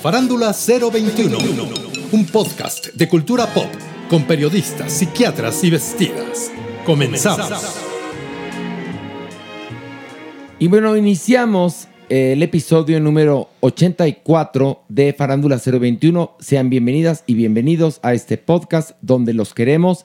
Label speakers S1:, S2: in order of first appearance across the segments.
S1: Farándula 021, un podcast de cultura pop con periodistas, psiquiatras y vestidas. Comenzamos.
S2: Y bueno, iniciamos eh, el episodio número 84 de Farándula 021. Sean bienvenidas y bienvenidos a este podcast donde los queremos.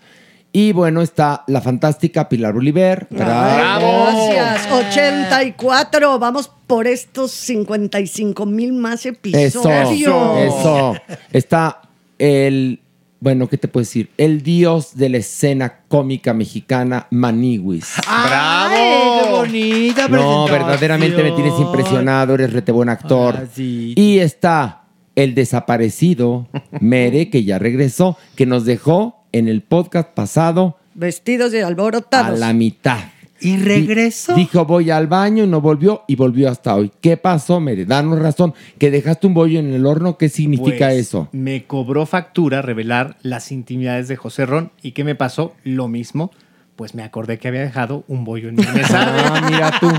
S2: Y bueno, está la fantástica Pilar Oliver.
S3: Gracias. 84. Vamos por estos 55 mil más
S2: Eso,
S3: episodios.
S2: eso. Está el, bueno, ¿qué te puedo decir? El dios de la escena cómica mexicana, Maniwis.
S4: ¡Bravo! ¡Qué bonita
S2: No,
S4: presentación!
S2: verdaderamente me tienes impresionado, eres rete buen actor.
S4: Ah, sí.
S2: Y está el desaparecido Mere, que ya regresó, que nos dejó en el podcast pasado
S3: Vestidos de
S2: a
S3: alborotados.
S2: la mitad.
S4: Y
S2: Di-
S4: regresó.
S2: Dijo, voy al baño y no volvió y volvió hasta hoy. ¿Qué pasó, Mere? Danos razón. ¿Que dejaste un bollo en el horno? ¿Qué significa
S4: Pues,
S2: eso?
S4: Me cobró factura revelar las intimidades de José Ron. ¿Y qué me pasó? Lo mismo. Pues me acordé que había dejado un bollo en mi mesa.
S2: Ah, mira tú.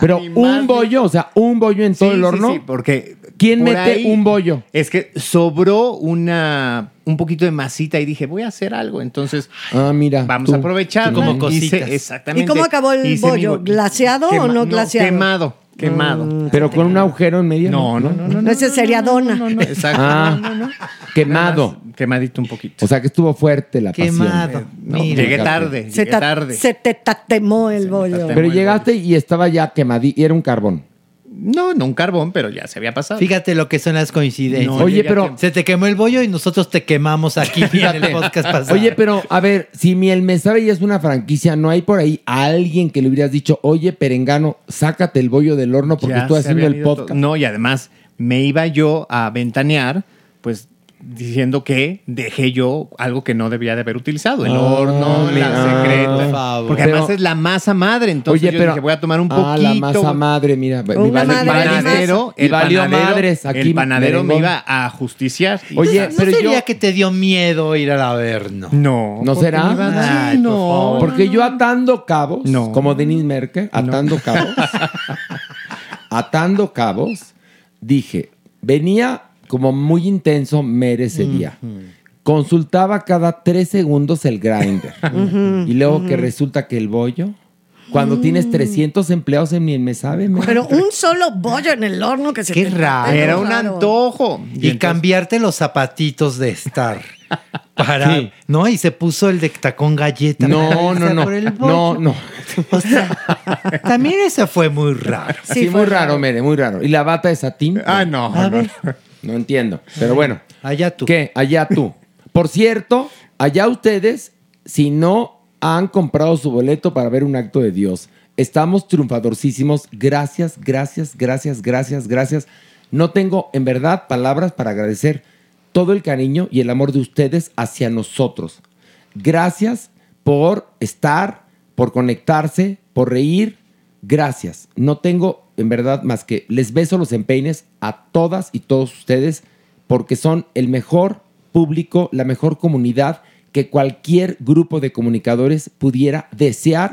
S2: Pero
S4: Ni más
S2: un
S4: ni-
S2: bollo, o sea, un bollo en todo
S4: Sí,
S2: el
S4: sí,
S2: horno.
S4: sí, porque
S2: ¿Quién
S4: por
S2: mete
S4: ahí-
S2: un bollo?
S4: Es que sobró una, un poquito de masita y dije, voy a hacer algo. Entonces,
S2: Ah, mira.
S4: vamos
S2: tú.
S4: a aprovechar.
S2: Tú,
S4: Como
S2: tú.
S4: cositas. exactamente.
S3: ¿Y cómo acabó el
S4: Hice mi
S3: bollo?
S4: bo-
S3: ¿Glaseado o
S4: Quema-
S3: no glaseado?
S4: Quemado, quemado.
S2: Pero con un agujero en medio.
S4: No, no, no, no.
S3: No, ese sería dona.
S4: No, no, exacto.
S2: Ah,
S4: No, no, no.
S2: quemado.
S4: Nada más Quemadito un poquito.
S2: O sea que estuvo fuerte la
S4: Eh,
S2: pasión.
S4: no,
S2: Eh,
S4: llegué
S2: fíjate.
S4: tarde,
S3: se,
S4: llegué
S3: ta-
S4: tarde.
S3: se te tatemó el bollo.
S4: tatemó.
S2: Pero llegaste y estaba ya quemadí y era un carbón.
S4: No, no un carbón, pero ya se había pasado.
S5: Fíjate lo que son las coincidencias.
S4: No,
S2: Oye,
S4: llegué a
S2: pero-
S4: tiempo.
S5: Se te quemó el bollo y nosotros te quemamos aquí en el podcast pasado.
S2: Oye, pero a ver, si Miel me sabe ya es una franquicia, ¿no hay por ahí alguien que le hubieras dicho, oye, Perengano, sácate el bollo del horno porque
S4: Ya
S2: estoy
S4: se
S2: haciendo
S4: habían
S2: el
S4: ido to-
S2: podcast?
S4: No, y además me iba yo a ventanear, pues diciendo que dejé yo algo que no debía de haber utilizado, el
S2: Ah,
S4: horno,
S2: mira.
S4: la
S1: Ah.
S4: secreta.
S2: Por
S5: favor.
S4: Porque
S2: Pero-
S4: además es la masa madre, entonces yo dije, voy a tomar un poquito.
S2: Ah, la masa madre, mira. me vale-
S3: Una
S4: El
S3: madre de
S4: panadero,
S2: masa. Y
S4: el
S2: valió
S4: panadero,
S2: madres aquí,
S4: el panadero me
S2: merengón.
S4: iba a justiciar. Y-
S2: Oye,
S5: ¿No
S2: pero
S5: sería
S2: yo-
S5: que te dio miedo ir al averno?
S4: no.
S2: ¿No
S4: porque
S2: será?
S4: me iban-
S5: Ay,
S4: Sí,
S5: por
S4: no.
S5: favor.
S2: Porque yo atando cabos,
S4: No.
S2: como Denise Merkel, atando cabos, atando cabos, dije, venía como muy intenso Mere ese día. Consultaba cada tres segundos el grinder. y luego que resulta que el bollo, cuando
S5: Mm.
S2: tienes 300 empleados en mi me sabe, Mere.
S3: Pero un solo bollo en el horno que se
S5: Qué
S3: te
S5: raro.
S3: tatemó.
S4: Era un antojo.
S5: Y, cambiarte los zapatitos de estar. Para,
S2: Sí.
S5: ¿No? Y se puso el de tacón galleta.
S2: no,
S5: Para
S2: no,
S5: irse
S2: no,
S5: por el
S2: no,
S5: bollo.
S2: no.
S5: O sea, también eso fue muy raro.
S2: Sí, muy raro, Mere, muy raro. ¿Y la bata de satín?
S4: Ah, no.
S5: A
S4: no.
S5: ver.
S2: No entiendo, pero bueno.
S5: Allá tú.
S2: ¿Qué? Allá tú. Por cierto, allá ustedes, si no han comprado su boleto para ver un acto de Dios, estamos triunfadorcísimos. Gracias, gracias, gracias, gracias, gracias. No tengo en verdad palabras para agradecer todo el cariño y el amor de ustedes hacia nosotros. Gracias por estar, por conectarse, por reír, Gracias. No tengo, en verdad, más que les beso los empeines a todas y todos ustedes porque son el mejor público, la mejor comunidad que cualquier grupo de comunicadores pudiera desear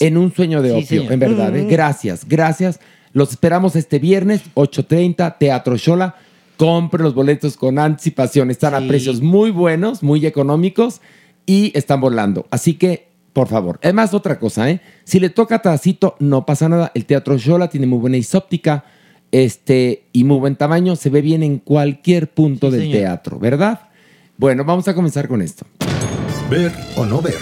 S2: en un sueño de
S6: Sí,
S2: opio.
S6: señor.
S2: En verdad, ¿eh?
S6: Mm.
S2: gracias, gracias. Los esperamos este viernes, 8.30, Teatro Shola. Compre los boletos con anticipación. Están a precios muy buenos, muy económicos y están volando. Así que, por favor. Además, otra cosa, ¿eh? Si le toca tacito, no pasa nada. El Teatro Shola tiene muy buena isóptica este, y muy buen tamaño. Se ve bien en cualquier punto del
S1: señor.
S2: teatro, ¿verdad? Bueno, vamos a comenzar con esto.
S1: Ver o no ver.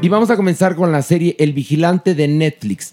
S2: Y vamos a comenzar con la serie El Vigilante de Netflix.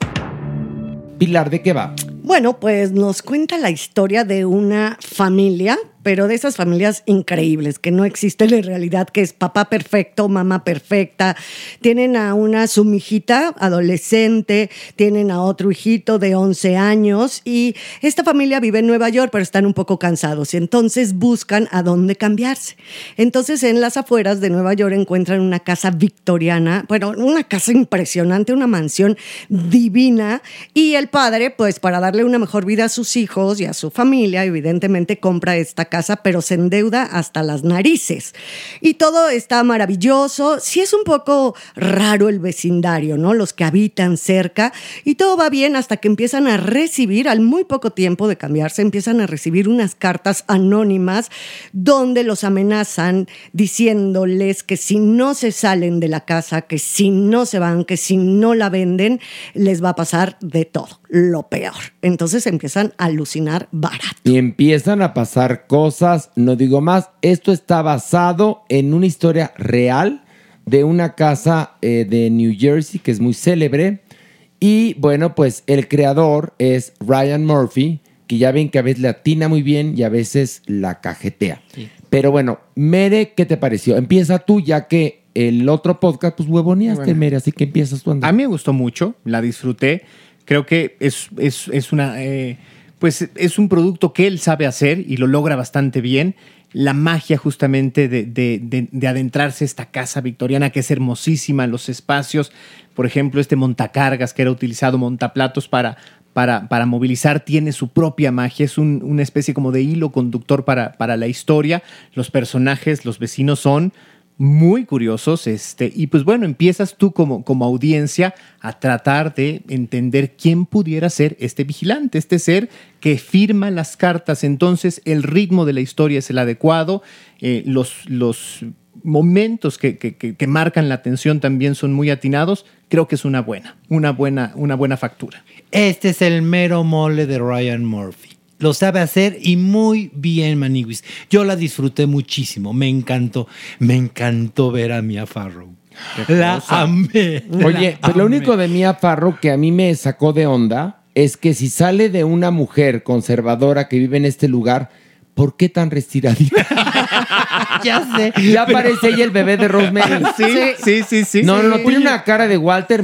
S2: Pilar, ¿de qué va?
S3: Bueno, pues nos cuenta la historia de una familia, pero de esas familias increíbles que no existen en realidad, que es papá perfecto, mamá perfecta. Tienen a una sumijita adolescente, tienen a otro hijito de 11 años y esta familia vive en Nueva York, pero están un poco cansados. Entonces buscan a dónde cambiarse. Entonces en las afueras de Nueva York encuentran una casa victoriana, bueno, una casa impresionante, una mansión divina y el padre, pues para darle una mejor vida a sus hijos y a su familia, evidentemente compra esta casa, pero se endeuda hasta las narices. Y todo está maravilloso, sí es un poco raro el vecindario, ¿no? Los que habitan cerca y todo va bien hasta que empiezan a recibir, al muy poco tiempo de cambiarse, empiezan a recibir unas cartas anónimas donde los amenazan diciéndoles que si no se salen de la casa, que si no se van, que si no la venden, les va a pasar de todo, lo peor. Entonces empiezan a alucinar barato.
S2: Y empiezan a pasar cosas, no digo más, esto está basado en una historia real de una casa eh, de New Jersey que es muy célebre. Y bueno, pues el creador es Ryan Murphy, que ya ven que a veces la atina muy bien y a veces la cajetea. Pero bueno, Mere, ¿qué te pareció? Empieza tú, ya que el otro podcast, pues huevoneaste,
S4: Bueno.
S2: Mere, así que empiezas tú.
S4: A mí me gustó mucho, la disfruté. Creo que es, es- es una. eh, pues es un producto que él sabe hacer y lo logra bastante bien. La magia, justamente, de, de- de- de adentrarse a esta casa victoriana que es hermosísima, los espacios. Por ejemplo, este montacargas que era utilizado, montaplatos para. Para, para movilizar tiene su propia magia, es un- una especie como de hilo conductor para, para la historia. Los personajes, los vecinos son muy curiosos, este, y pues bueno, empiezas tú como, como audiencia a tratar de entender quién pudiera ser este vigilante, este ser que firma las cartas, entonces el ritmo de la historia es el adecuado, eh, los, los momentos que, que- que- que marcan la atención también son muy atinados, creo que es una buena, una buena, una buena factura.
S5: Este es el mero mole de Ryan Murphy. Lo sabe hacer y muy bien, Maniguis. Yo la disfruté muchísimo. Me encantó. Me encantó ver a Mia Farrow. La
S2: cosa.
S5: amé.
S2: Oye,
S5: la
S2: pues lo
S5: amé.
S2: único de Mia Farro que a mí me sacó de onda es que si sale de una mujer conservadora que vive en este lugar, ¿por qué tan retiradita?
S5: ya sé.
S2: Ya aparece ella el bebé de Rosemary.
S5: Sí,
S4: sí, sí, sí.
S2: No, no, no,
S5: Sí.
S2: tiene una cara de Walter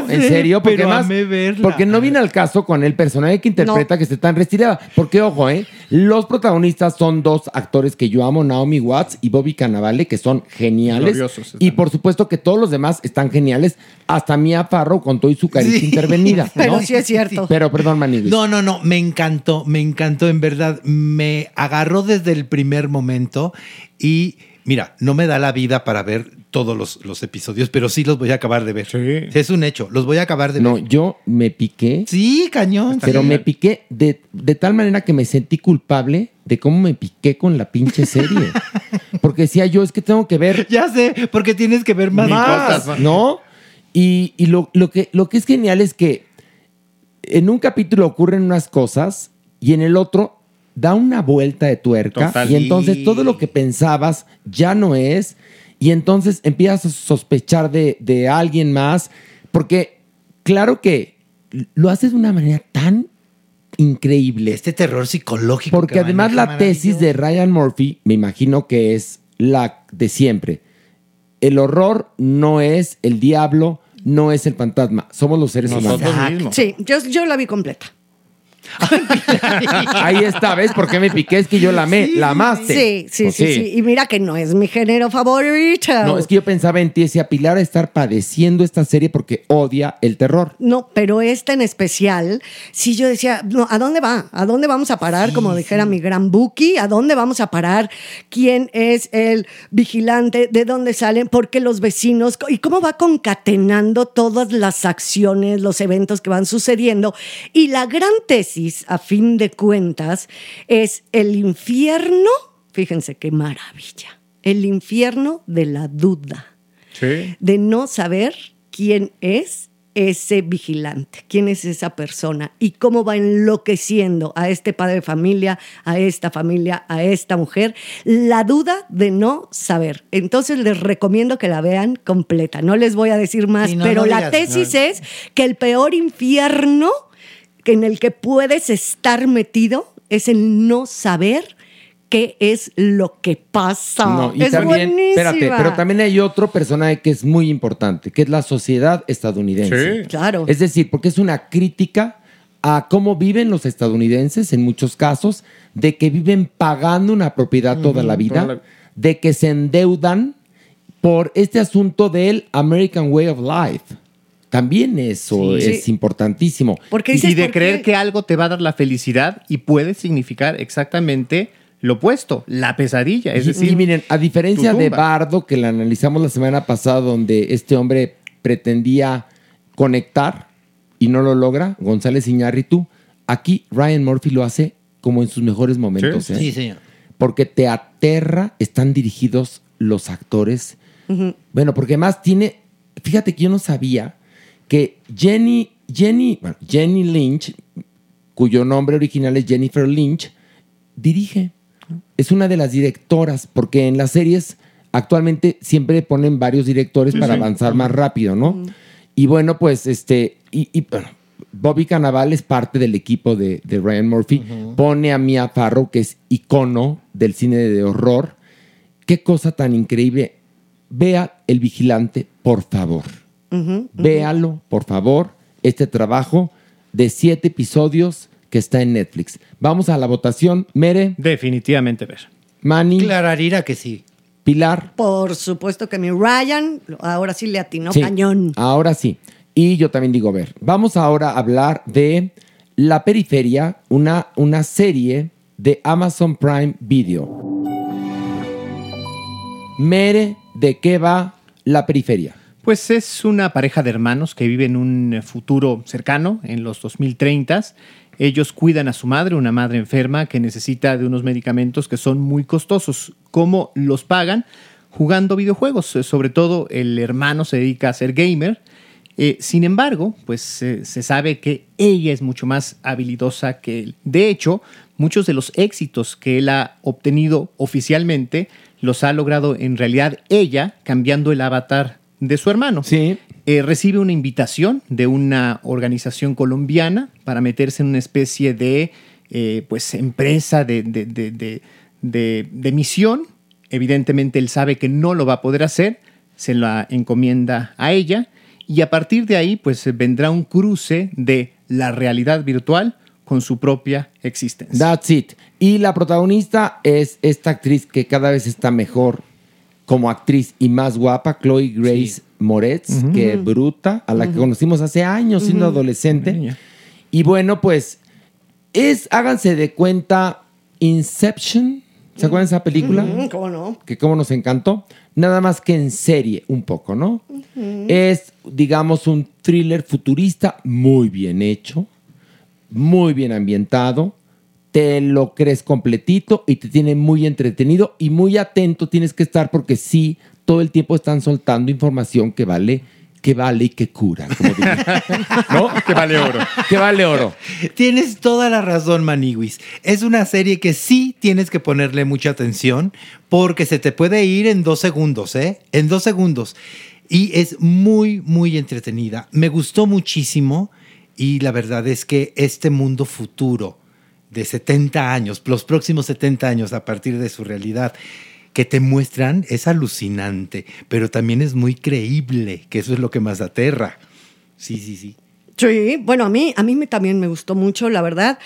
S5: Ya sé,
S2: en serio, porque
S5: pero
S2: más,
S5: amé verla.
S2: porque no viene al caso con el personaje que interpreta que esté tan retirada. Porque, ojo, ¿eh? los protagonistas son dos actores que yo amo, Naomi Watts y Bobby Cannavale, que son geniales.
S4: Gloriosos están.
S2: y por supuesto que todos los demás están geniales, hasta Mia Farrow con todo y su carita intervenida.
S5: Pero
S2: ¿no?
S5: sí es cierto.
S2: Pero, perdón, Maniguis.
S5: No, no, no, me encantó, me encantó, en verdad, me agarró desde el primer momento y mira, no me da la vida para ver todos los, los episodios, pero sí los voy a acabar de ver. Es un hecho, los voy a acabar de
S2: No,
S5: ver.
S2: yo me piqué.
S5: Sí, cañón.
S2: Pero
S5: sí.
S2: me piqué de, de tal manera que me sentí culpable de cómo me piqué con la pinche serie. Porque decía yo, es que tengo que ver.
S5: Ya sé, porque tienes que ver más. cosas.
S2: ¿No? Y, y lo, lo que, lo que es genial es que en un capítulo ocurren unas cosas y en el otro da una vuelta de tuerca.
S6: Total.
S2: Y entonces todo lo que pensabas ya no es. Y entonces empiezas a sospechar de, de alguien más. Porque, claro que lo haces de una manera tan increíble.
S5: Este terror psicológico.
S2: Porque
S5: que
S2: además
S5: maneja
S2: la tesis de Ryan Murphy, me imagino que es la de siempre. El horror no es el diablo, no es el fantasma, somos los seres humanos.
S3: Sí, yo, yo la vi completa.
S2: Ahí está, ¿ves por qué me piqué? Es que yo la amé, la amaste.
S3: Sí, sí,
S2: Pues
S3: sí, sí. Y mira que no es mi género favorito.
S2: No, es que yo pensaba en ti, decía Pilar a estar padeciendo esta serie porque odia el terror.
S3: No, pero esta en especial, sí yo decía, no, ¿a dónde va? ¿A dónde vamos a parar? Como dijera mi gran Buki, ¿a dónde vamos a parar? ¿Quién es el vigilante? ¿De dónde salen? ¿Por qué los vecinos? ¿Y cómo va concatenando todas las acciones, los eventos que van sucediendo? Y la gran tesis, a fin de cuentas, es el infierno, fíjense qué maravilla, el infierno de la duda
S4: Sí.
S3: de no saber quién es ese vigilante, quién es esa persona y cómo va enloqueciendo a este padre de familia, a esta familia, a esta mujer, la duda de no saber. Entonces les recomiendo que la vean completa. No les voy a decir más,
S6: Sí, no,
S3: pero
S6: no
S3: la
S6: digas,
S3: tesis
S6: no.
S3: es que el peor infierno en el que puedes estar metido es el no saber qué es lo que pasa.
S2: No, y
S3: Ah, es
S2: también,
S3: buenísima.
S2: espérate, pero también hay otro personaje que es muy importante, que es la sociedad estadounidense.
S3: Sí. Claro.
S2: Es decir, porque es una crítica a cómo viven los estadounidenses en muchos casos, de que viven pagando una propiedad toda
S7: Ujú,
S2: la vida,
S7: toda la-
S2: de que se endeudan por este asunto del American Way of Life. También eso
S4: Sí.
S2: es importantísimo.
S4: y, y de creer que algo te va a dar la felicidad y puede significar exactamente lo opuesto, la pesadilla. Es
S2: Y-
S4: decir,
S2: y miren, a diferencia
S4: tu
S2: de
S4: tumba.
S2: Bardo, que la analizamos la semana pasada, donde este hombre pretendía conectar y no lo logra, González Iñárritu, aquí Ryan Murphy lo hace como en sus mejores momentos. ¿eh?
S5: Sí, señor.
S2: Porque te aterra, están dirigidos los actores.
S5: Ujú.
S2: Bueno, porque más tiene, fíjate que yo no sabía que Jenny, Jenny, bueno, Jenny Lynch, cuyo nombre original es Jennifer Lynch, dirige. Es una de las directoras, porque en las series actualmente siempre ponen varios directores
S7: Sí,
S2: para
S7: sí.
S2: avanzar más rápido, ¿no? Y bueno, pues este, y, y, bueno, Bobby Cannavale es parte del equipo de, de Ryan Murphy, pone a Mia Farrow, que es icono del cine de horror. Qué cosa tan increíble. Vea El Vigilante, por favor.
S3: Ujú, ujú.
S2: Véalo, por favor, este trabajo de siete episodios que está en Netflix. Vamos a la votación. Mere.
S4: Definitivamente ver.
S2: Manny.
S5: Clararira que sí.
S2: Pilar.
S3: Por supuesto que mi Ryan ahora sí le atinó
S2: Sí,
S3: cañón.
S2: Ahora sí. Y yo también digo, ver, vamos ahora a hablar de La Periferia, una, una serie de Amazon Prime Video. Mere, ¿de qué va La Periferia?
S4: Pues es una pareja de hermanos que vive en un eh, futuro cercano, en los 2030. Ellos cuidan a su madre, una madre enferma que necesita de unos medicamentos que son muy costosos. ¿Cómo los pagan? Jugando videojuegos. Eh, Sobre todo el hermano se dedica a ser gamer. Eh, sin embargo, pues eh, se sabe que ella es mucho más habilidosa que él. De hecho, muchos de los éxitos que él ha obtenido oficialmente los ha logrado en realidad ella cambiando el avatar de su hermano. Eh,
S2: Sí.
S4: recibe una invitación de una organización colombiana para meterse en una especie de eh, pues, empresa de- de- de- de- de- de misión. Evidentemente él sabe que no lo va a poder hacer, se la encomienda a ella y a partir de ahí pues vendrá un cruce de la realidad virtual con su propia existencia.
S2: That's it. Y la protagonista es esta actriz que cada vez está mejor como actriz y más guapa, Chloe Grace Moretz,
S7: Ujú.
S2: que
S7: Ujú.
S2: bruta, a la que
S7: Ujú.
S2: conocimos hace años siendo
S7: Ujú.
S2: adolescente. Y bueno, pues es, háganse de cuenta, Inception. ¿Se acuerdan de esa película?
S3: Ujú, ¿Cómo no?
S2: Que como nos encantó. Nada más que en serie, un poco, ¿no? Es, digamos, un thriller futurista muy bien hecho, muy bien ambientado. Te lo crees completito y te tiene muy entretenido y muy atento tienes que estar porque sí, todo el tiempo están soltando información que vale, que vale y que cura. como diría. ¿No? Que vale oro. Que vale oro.
S5: Tienes toda la razón, Maniwis. Es una serie que sí tienes que ponerle mucha atención porque se te puede ir en dos segundos, ¿eh? En dos segundos. Y es muy, muy entretenida. Me gustó muchísimo y la verdad es que este mundo futuro de 70 años, los próximos 70 años a partir de su realidad, que te muestran es alucinante, pero también es muy creíble, que eso es lo que más aterra. Sí, sí, sí.
S3: Sí, bueno, a mí, a mí me- también me gustó mucho, la verdad.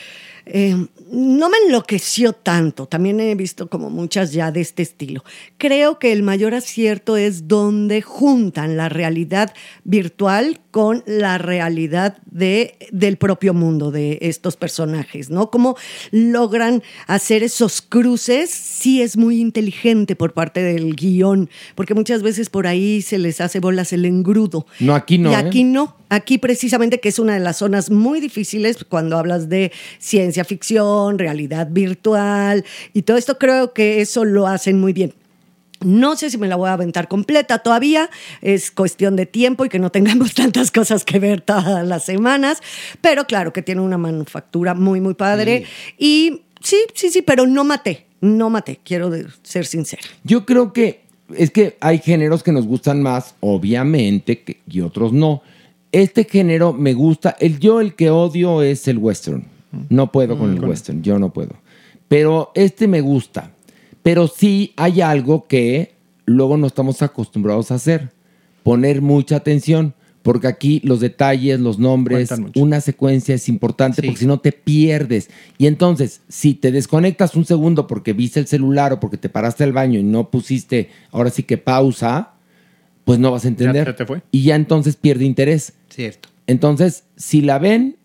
S3: Eh, no me enloqueció tanto, también he visto como muchas ya de este estilo. Creo que el mayor acierto es donde juntan la realidad virtual con la realidad de, del propio mundo de estos personajes, ¿no? Cómo logran hacer esos cruces, sí es muy inteligente por parte del guión, porque muchas veces por ahí se les hace bolas el engrudo.
S2: No, aquí no.
S3: Y
S2: ¿eh?
S3: aquí no. Aquí precisamente que es una de las zonas muy difíciles cuando hablas de ciencia ficción, realidad virtual y todo esto creo que eso lo hacen muy bien. No sé si me la voy a aventar completa todavía, es cuestión de tiempo y que no tengamos tantas cosas que ver todas las semanas, pero claro que tiene una manufactura muy, muy padre y sí, sí, sí, pero no maté, no maté, quiero de- ser sincera.
S2: Yo creo que es que hay géneros que nos gustan más, obviamente, que- y otros no. Este género me gusta. El yo el que odio es el western. No puedo con el western, yo no puedo. Pero este me gusta. Pero sí hay algo que luego no estamos acostumbrados a hacer. Poner mucha atención. Porque aquí los detalles, los nombres,
S4: Cuentan mucho.
S2: una secuencia es importante porque si no te pierdes. Y entonces, si te desconectas un segundo porque viste el celular o porque te paraste al baño y no pusiste, ahora sí que pausa, pues no vas a entender.
S4: ya te fue.
S2: Y ya entonces pierde interés.
S5: Cierto.
S2: Entonces, si la ven,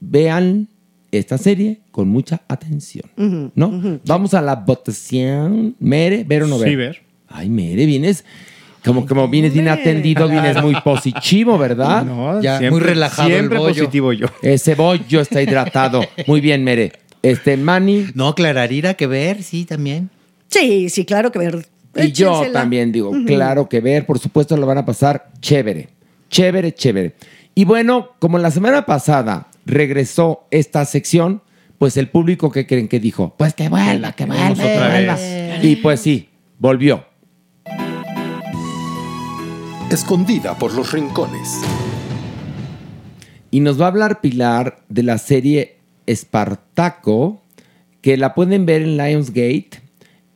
S2: vean esta serie con mucha atención.
S3: Ujú,
S2: ¿No?
S3: ujú.
S2: Vamos a la votación. Mere, ver o no ver.
S4: Sí, ver.
S2: Ay, Mere, vienes. Como, como vienes bien
S4: hombre.
S2: atendido, vienes muy positivo, ¿verdad?
S4: No, siempre- Muy relajado el siempre bollo. positivo yo.
S2: Ese bollo está hidratado. Muy bien, Mere. Este, Manny.
S5: No, Clararira, que ver, sí, también.
S3: Sí, sí, claro que ver.
S2: Y yo
S3: Échensela.
S2: también digo,
S3: Ujú.
S2: claro que ver, por supuesto lo van a pasar chévere, chévere, chévere. Y bueno, como la semana pasada regresó esta sección, pues el público que creen que dijo, pues que vuelva, que vuelva,
S4: otra
S2: que vuelva. Y pues sí, volvió.
S1: Escondida por los rincones.
S2: Y nos va a hablar Pilar de la serie Espartaco, que la pueden ver en Lionsgate.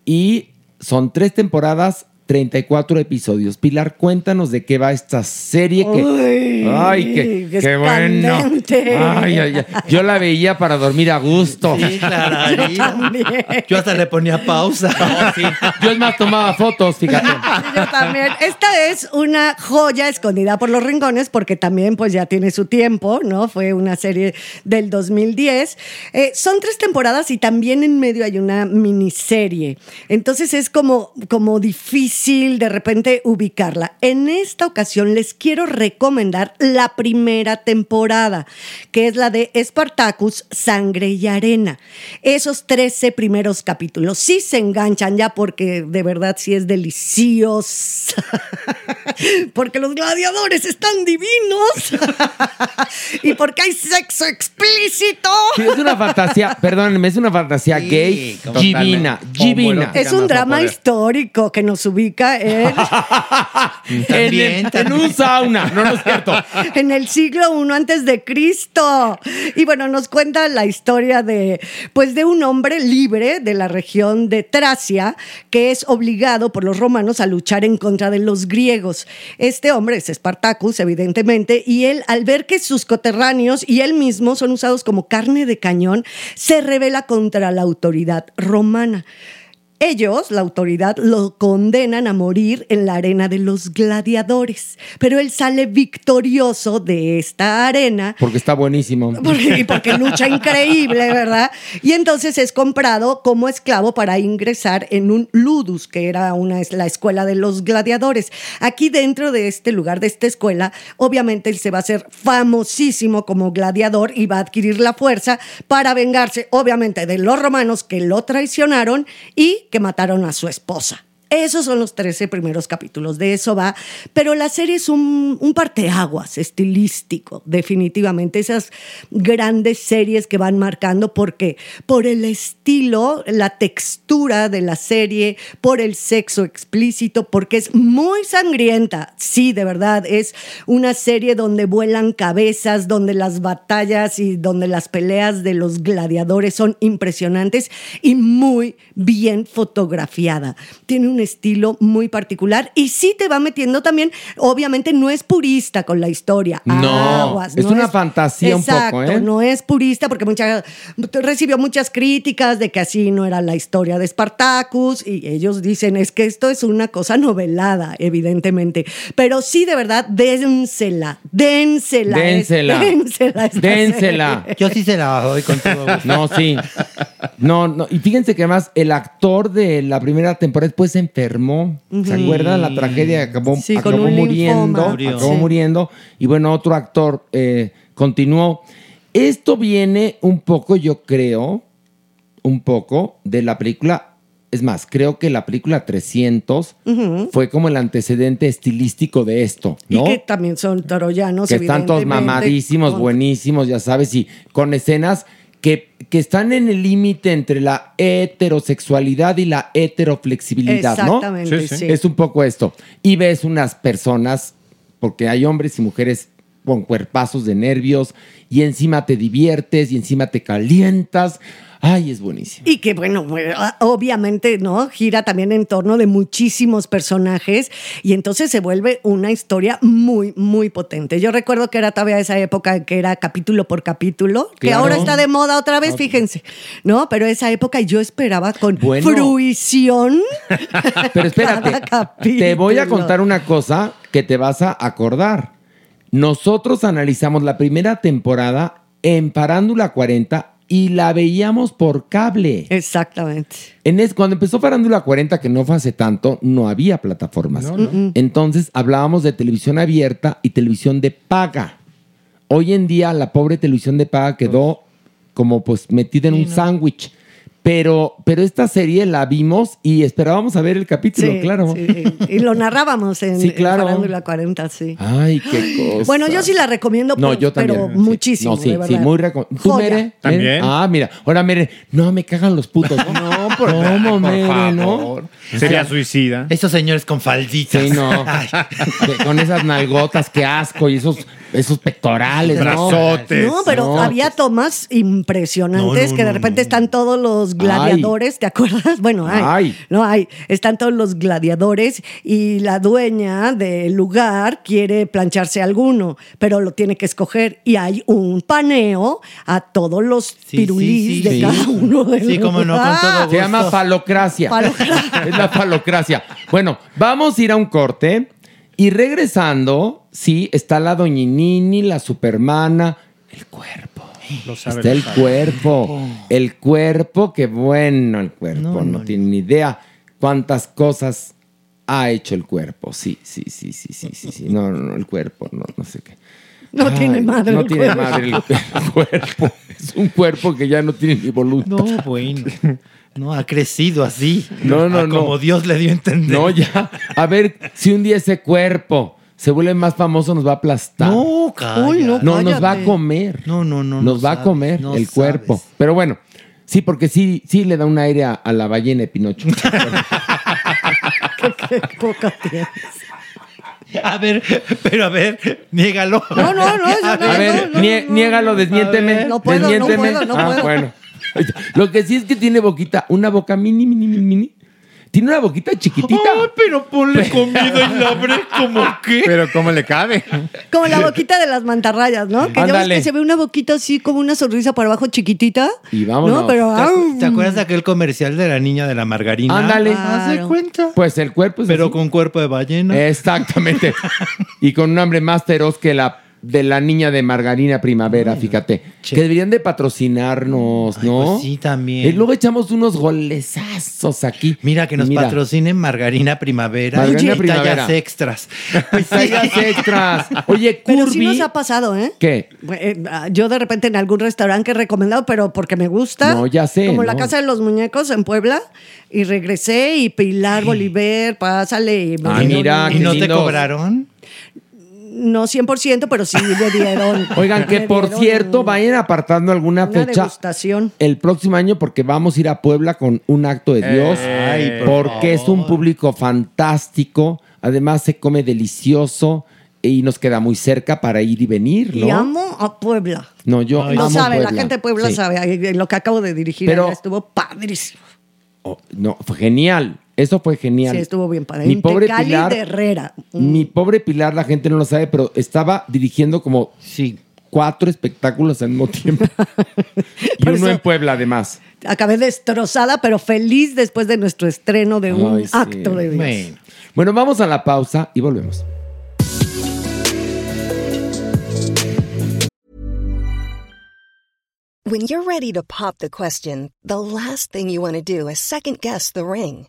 S2: Y son tres temporadas, 34 episodios. Pilar, cuéntanos de qué va esta serie. Que,
S3: Uy,
S2: ay, qué,
S3: qué
S2: qué bueno.
S3: escandante.
S2: Ay, ay, ay. Yo la veía para dormir a gusto.
S5: Sí,
S3: Yo
S5: Clararira.
S3: también.
S5: Yo hasta le ponía pausa.
S2: Yo es más tomaba fotos, fíjate.
S3: Yo también. Esta es una joya escondida por los rincones porque también pues ya tiene su tiempo, ¿no? Fue una serie del 2010. Eh, son tres temporadas y también en medio hay una miniserie. Entonces es como, como difícil de repente ubicarla. En esta ocasión les quiero recomendar la primera temporada, que es la de Spartacus, Sangre y Arena. Esos 13 primeros capítulos sí se enganchan ya porque de verdad sí es deliciosa. porque los gladiadores están divinos. y porque hay sexo explícito.
S2: Sí, es una fantasía, perdónenme, es una fantasía
S5: Sí,
S2: gay
S5: totalmente.
S2: divina, divina.
S5: Homoerótica.
S3: Es un
S5: más no
S3: drama
S5: poder.
S3: histórico que nos ubica en
S2: En, el-
S5: También,
S2: en un sauna, no, no es cierto.
S3: en el siglo I antes de Cristo. Y bueno, nos cuenta la historia de, pues, de un hombre libre de la región de Tracia que es obligado por los romanos a luchar en contra de los griegos. Este hombre es Espartacus, evidentemente, y él, al ver que sus coterráneos y él mismo son usados como carne de cañón, se revela contra la autoridad romana. Ellos, la autoridad, lo condenan a morir en la arena de los gladiadores, pero él sale victorioso de esta arena
S2: Porque está buenísimo.
S3: porque, y porque lucha increíble, ¿verdad? Y entonces es comprado como esclavo para ingresar en un ludus, que era una, es la escuela de los gladiadores. Aquí dentro de este lugar, de esta escuela, obviamente él se va a hacer famosísimo como gladiador y va a adquirir la fuerza para vengarse, obviamente, de los romanos que lo traicionaron y que mataron a su esposa. Esos son los 13 primeros capítulos, de eso va. Pero la serie es un, un parteaguas estilístico, definitivamente. Esas grandes series que van marcando, porque por el estilo, la textura de la serie, por el sexo explícito, porque es muy sangrienta. Sí, de verdad, es una serie donde vuelan cabezas, donde las batallas y donde las peleas de los gladiadores son impresionantes y muy bien fotografiada. Tiene una un estilo muy particular y sí te va metiendo también, obviamente no es purista con la historia.
S2: No,
S3: aguas,
S2: es una fantasía un poco,
S3: Exacto,
S2: ¿eh?
S3: no es purista porque mucha- recibió muchas críticas de que así no era la historia de Spartacus y ellos dicen es que esto es una cosa novelada, evidentemente. Pero sí, de verdad, dénsela, dénsela.
S2: Dénsela.
S3: Dénsela. esta
S2: Dénsela.
S3: serie.
S5: Yo sí se la doy con todo gusto.
S2: No, sí. No, no. Y fíjense que además el actor de la primera temporada después se enfermó. ¿Se
S3: Ujú.
S2: acuerdan? La tragedia acabó,
S3: Sí, con
S2: acabó
S3: un
S2: muriendo.
S3: linfoma. Murió.
S2: Acabó
S3: Sí.
S2: muriendo. Y bueno, otro actor eh, continuó. Esto viene un poco, yo creo, un poco de la película. Es más, creo que la película 300
S3: Ujú.
S2: fue como el antecedente estilístico de esto, ¿no?
S3: Y que también son troyanos,
S2: que están todos
S3: evidentemente,
S2: mamadísimos,
S3: con-
S2: buenísimos, ya sabes, y con escenas que, que están en el límite entre la heterosexualidad y la heteroflexibilidad, ¿no?
S3: Exactamente, Sí, sí. sí.
S2: Es un poco esto. Y ves unas personas, porque hay hombres y mujeres con cuerpazos de nervios, y encima te diviertes, y encima te calientas. Ay, es buenísimo.
S3: Y que bueno, bueno, eh, ah, obviamente, ¿no? Gira también en torno de muchísimos personajes y entonces se vuelve una historia muy, muy potente. Yo recuerdo que era todavía esa época que era capítulo por capítulo, que
S6: Claro.
S3: ahora está de moda otra
S2: Ah,
S3: vez, fíjense, ¿no? Pero esa época yo esperaba con fruición.
S2: Pero espérate, te voy a contar una cosa que te vas a acordar. Nosotros analizamos la primera temporada en Parándula 40 y la veíamos por cable.
S3: Exactamente.
S2: En es, cuando empezó Parándula 40, que no fue hace tanto, no había plataformas.
S3: No, no. Mm-mm.
S2: Entonces hablábamos de televisión abierta y televisión de paga. Hoy en día la pobre televisión de paga quedó como pues metida en un sándwich. Pero, pero esta serie la vimos y esperábamos a ver el capítulo,
S3: Sí,
S2: claro.
S3: sí. Y lo narrábamos en,
S2: Sí, claro.
S3: en Farándula 40, sí.
S2: Ay, qué cosa.
S3: Bueno, yo sí la recomiendo, pues,
S2: No,
S3: pero,
S2: yo también.
S3: pero
S2: Sí.
S3: muchísimo.
S2: No, sí,
S3: de
S2: sí,
S3: verdad.
S2: muy recomendable. ¿Tú,
S3: Joya.
S2: Mere? Mere?
S4: También.
S2: Ah, mira. Ahora, Mere, no, me cagan los putos. No, por, ¿Cómo, Mere, no?
S4: Sería suicida.
S5: Esos señores con falditas.
S2: Sí, no. Que Con esas nalgotas, qué asco. Y esos, esos pectorales, ¿no?
S3: No, pero había tomas impresionantes
S2: No, no,
S3: que de
S2: no,
S3: repente están todos los gladiadores, ¿te acuerdas? Bueno, hay.
S2: Ay.
S3: No hay. Están todos los gladiadores y la dueña del lugar quiere plancharse alguno, pero lo tiene que escoger. Y hay un paneo a todos los pirulís de cada uno de los
S2: Ah. Se llama falocracia. es la falocracia. Bueno, vamos a ir a un corte y regresando, sí, está la doñinini, la supermana,
S4: Lo sabe,
S2: está
S4: lo
S2: el
S4: sabe. Oh.
S2: cuerpo. El cuerpo, qué bueno el cuerpo. No, tienen ni idea cuántas cosas ha hecho el cuerpo. Sí, sí, sí, sí, sí, sí. sí. No, no, no, el cuerpo, no, no sé qué.
S3: No tiene madre
S2: No
S3: el
S2: tiene
S3: cuerpo.
S2: madre el, el cuerpo. Es un cuerpo que ya no tiene ni voluntad.
S5: No, bueno. No, ha crecido así.
S2: No, no,
S5: A
S2: no.
S5: Como Dios le dio a entender.
S2: No, ya. A ver, si un día ese cuerpo se vuelve más famoso, nos va a aplastar. No,
S5: calla. Uy, no,
S2: No, nos va a
S5: cállate.
S2: comer.
S5: No, no, no.
S2: nos
S5: no
S2: va a
S5: sabes,
S2: comer
S5: no
S2: el
S5: sabes.
S2: cuerpo. Pero bueno, sí, porque sí, sí le da un aire a, a la ballena de Pinocho.
S3: Qué poca tienes.
S5: A ver, pero a ver, niégalo.
S3: No, no, no, yo
S5: A
S3: no,
S5: ver,
S2: ver, nie- niégalo, desmiénteme.
S5: A ver.
S3: No puedo, no
S2: desmiénteme.
S3: puedo, no
S2: Ah,
S3: puedo.
S2: bueno. Lo que sí es que tiene boquita, una boca mini, mini, mini, mini. Tiene una boquita chiquitita.
S5: pero ponle
S4: comida
S5: y la abre como qué.
S4: Pero cómo le cabe.
S3: Como la boquita de las mantarrayas, ¿no? Que ya ves
S5: Ándale.
S3: que se ve una boquita así, como una sonrisa por abajo chiquitita.
S2: Y
S3: vámonos. No, pero,
S5: ¿Te,
S3: ah, mm.
S5: acu-
S3: au.
S5: te acuerdas de aquel comercial de la niña de la margarina? Ah,
S2: Ándale.
S3: Ah.
S5: cuenta?
S2: Pues el cuerpo es
S5: Pero
S2: así.
S5: con cuerpo de ballena.
S2: Exactamente. y con un hambre más feroz que la de la niña de margarina primavera, fíjate. Que deberían de patrocinarnos, ¿no?
S5: pues sí, también.
S2: Y luego echamos unos golesazos aquí.
S5: Mira, que nos
S2: Mira.
S5: patrocinen Margarina Primavera
S2: Margarina
S5: y
S2: Primavera. Pues
S5: tallas extras.
S2: Tallas extras. Oye,
S3: Pero sí
S2: Curvy.
S3: nos ha pasado, ¿eh?
S2: ¿Qué?
S3: Eh, ah, Yo de repente en algún restaurante que he recomendado, pero porque me gusta.
S2: No, ya sé,
S3: Como
S2: no.
S3: la Casa de los Muñecos en Puebla. Y regresé y Pilar Bolívar, pásale. Y me
S2: Ah,
S3: dieron
S2: mira,
S3: un-
S2: qué lindos.
S3: No 100%, pero sí me dieron.
S2: Oigan, que
S3: me
S2: por
S3: dieron
S2: cierto, vayan apartando alguna
S3: Una
S2: fecha.
S3: degustación.
S2: El próximo año, porque vamos a ir a Puebla con un acto de Dios.
S5: Eh, Ay, por
S2: porque es un público fantástico. Además, se come delicioso y nos queda muy cerca para ir y venir, ¿no?
S3: Y amo a Puebla.
S2: No, yo
S3: Lo
S2: amo
S3: sabe, la
S2: Puebla.
S3: gente de Puebla
S2: Sí.
S3: sabe. Ay, Lo que acabo de dirigir
S2: Pero-
S3: allá estuvo padrísimo.
S2: No, Oh, fue genial. Eso fue genial.
S3: Sí, estuvo bien padre.
S2: Mi
S3: De
S2: pobre
S3: Cali
S2: Pilar.
S3: de Herrera.
S2: Mi pobre Pilar, la gente no lo sabe, pero estaba dirigiendo como cuatro espectáculos al mismo tiempo. y uno en Puebla, además.
S3: Acabé destrozada, pero feliz después de nuestro estreno de un
S2: Ay, sí.
S3: acto de Dios.
S2: Bueno. Bueno, vamos a la pausa y volvemos.
S6: When you're ready to pop the question, the last thing you want to do is second guess the ring.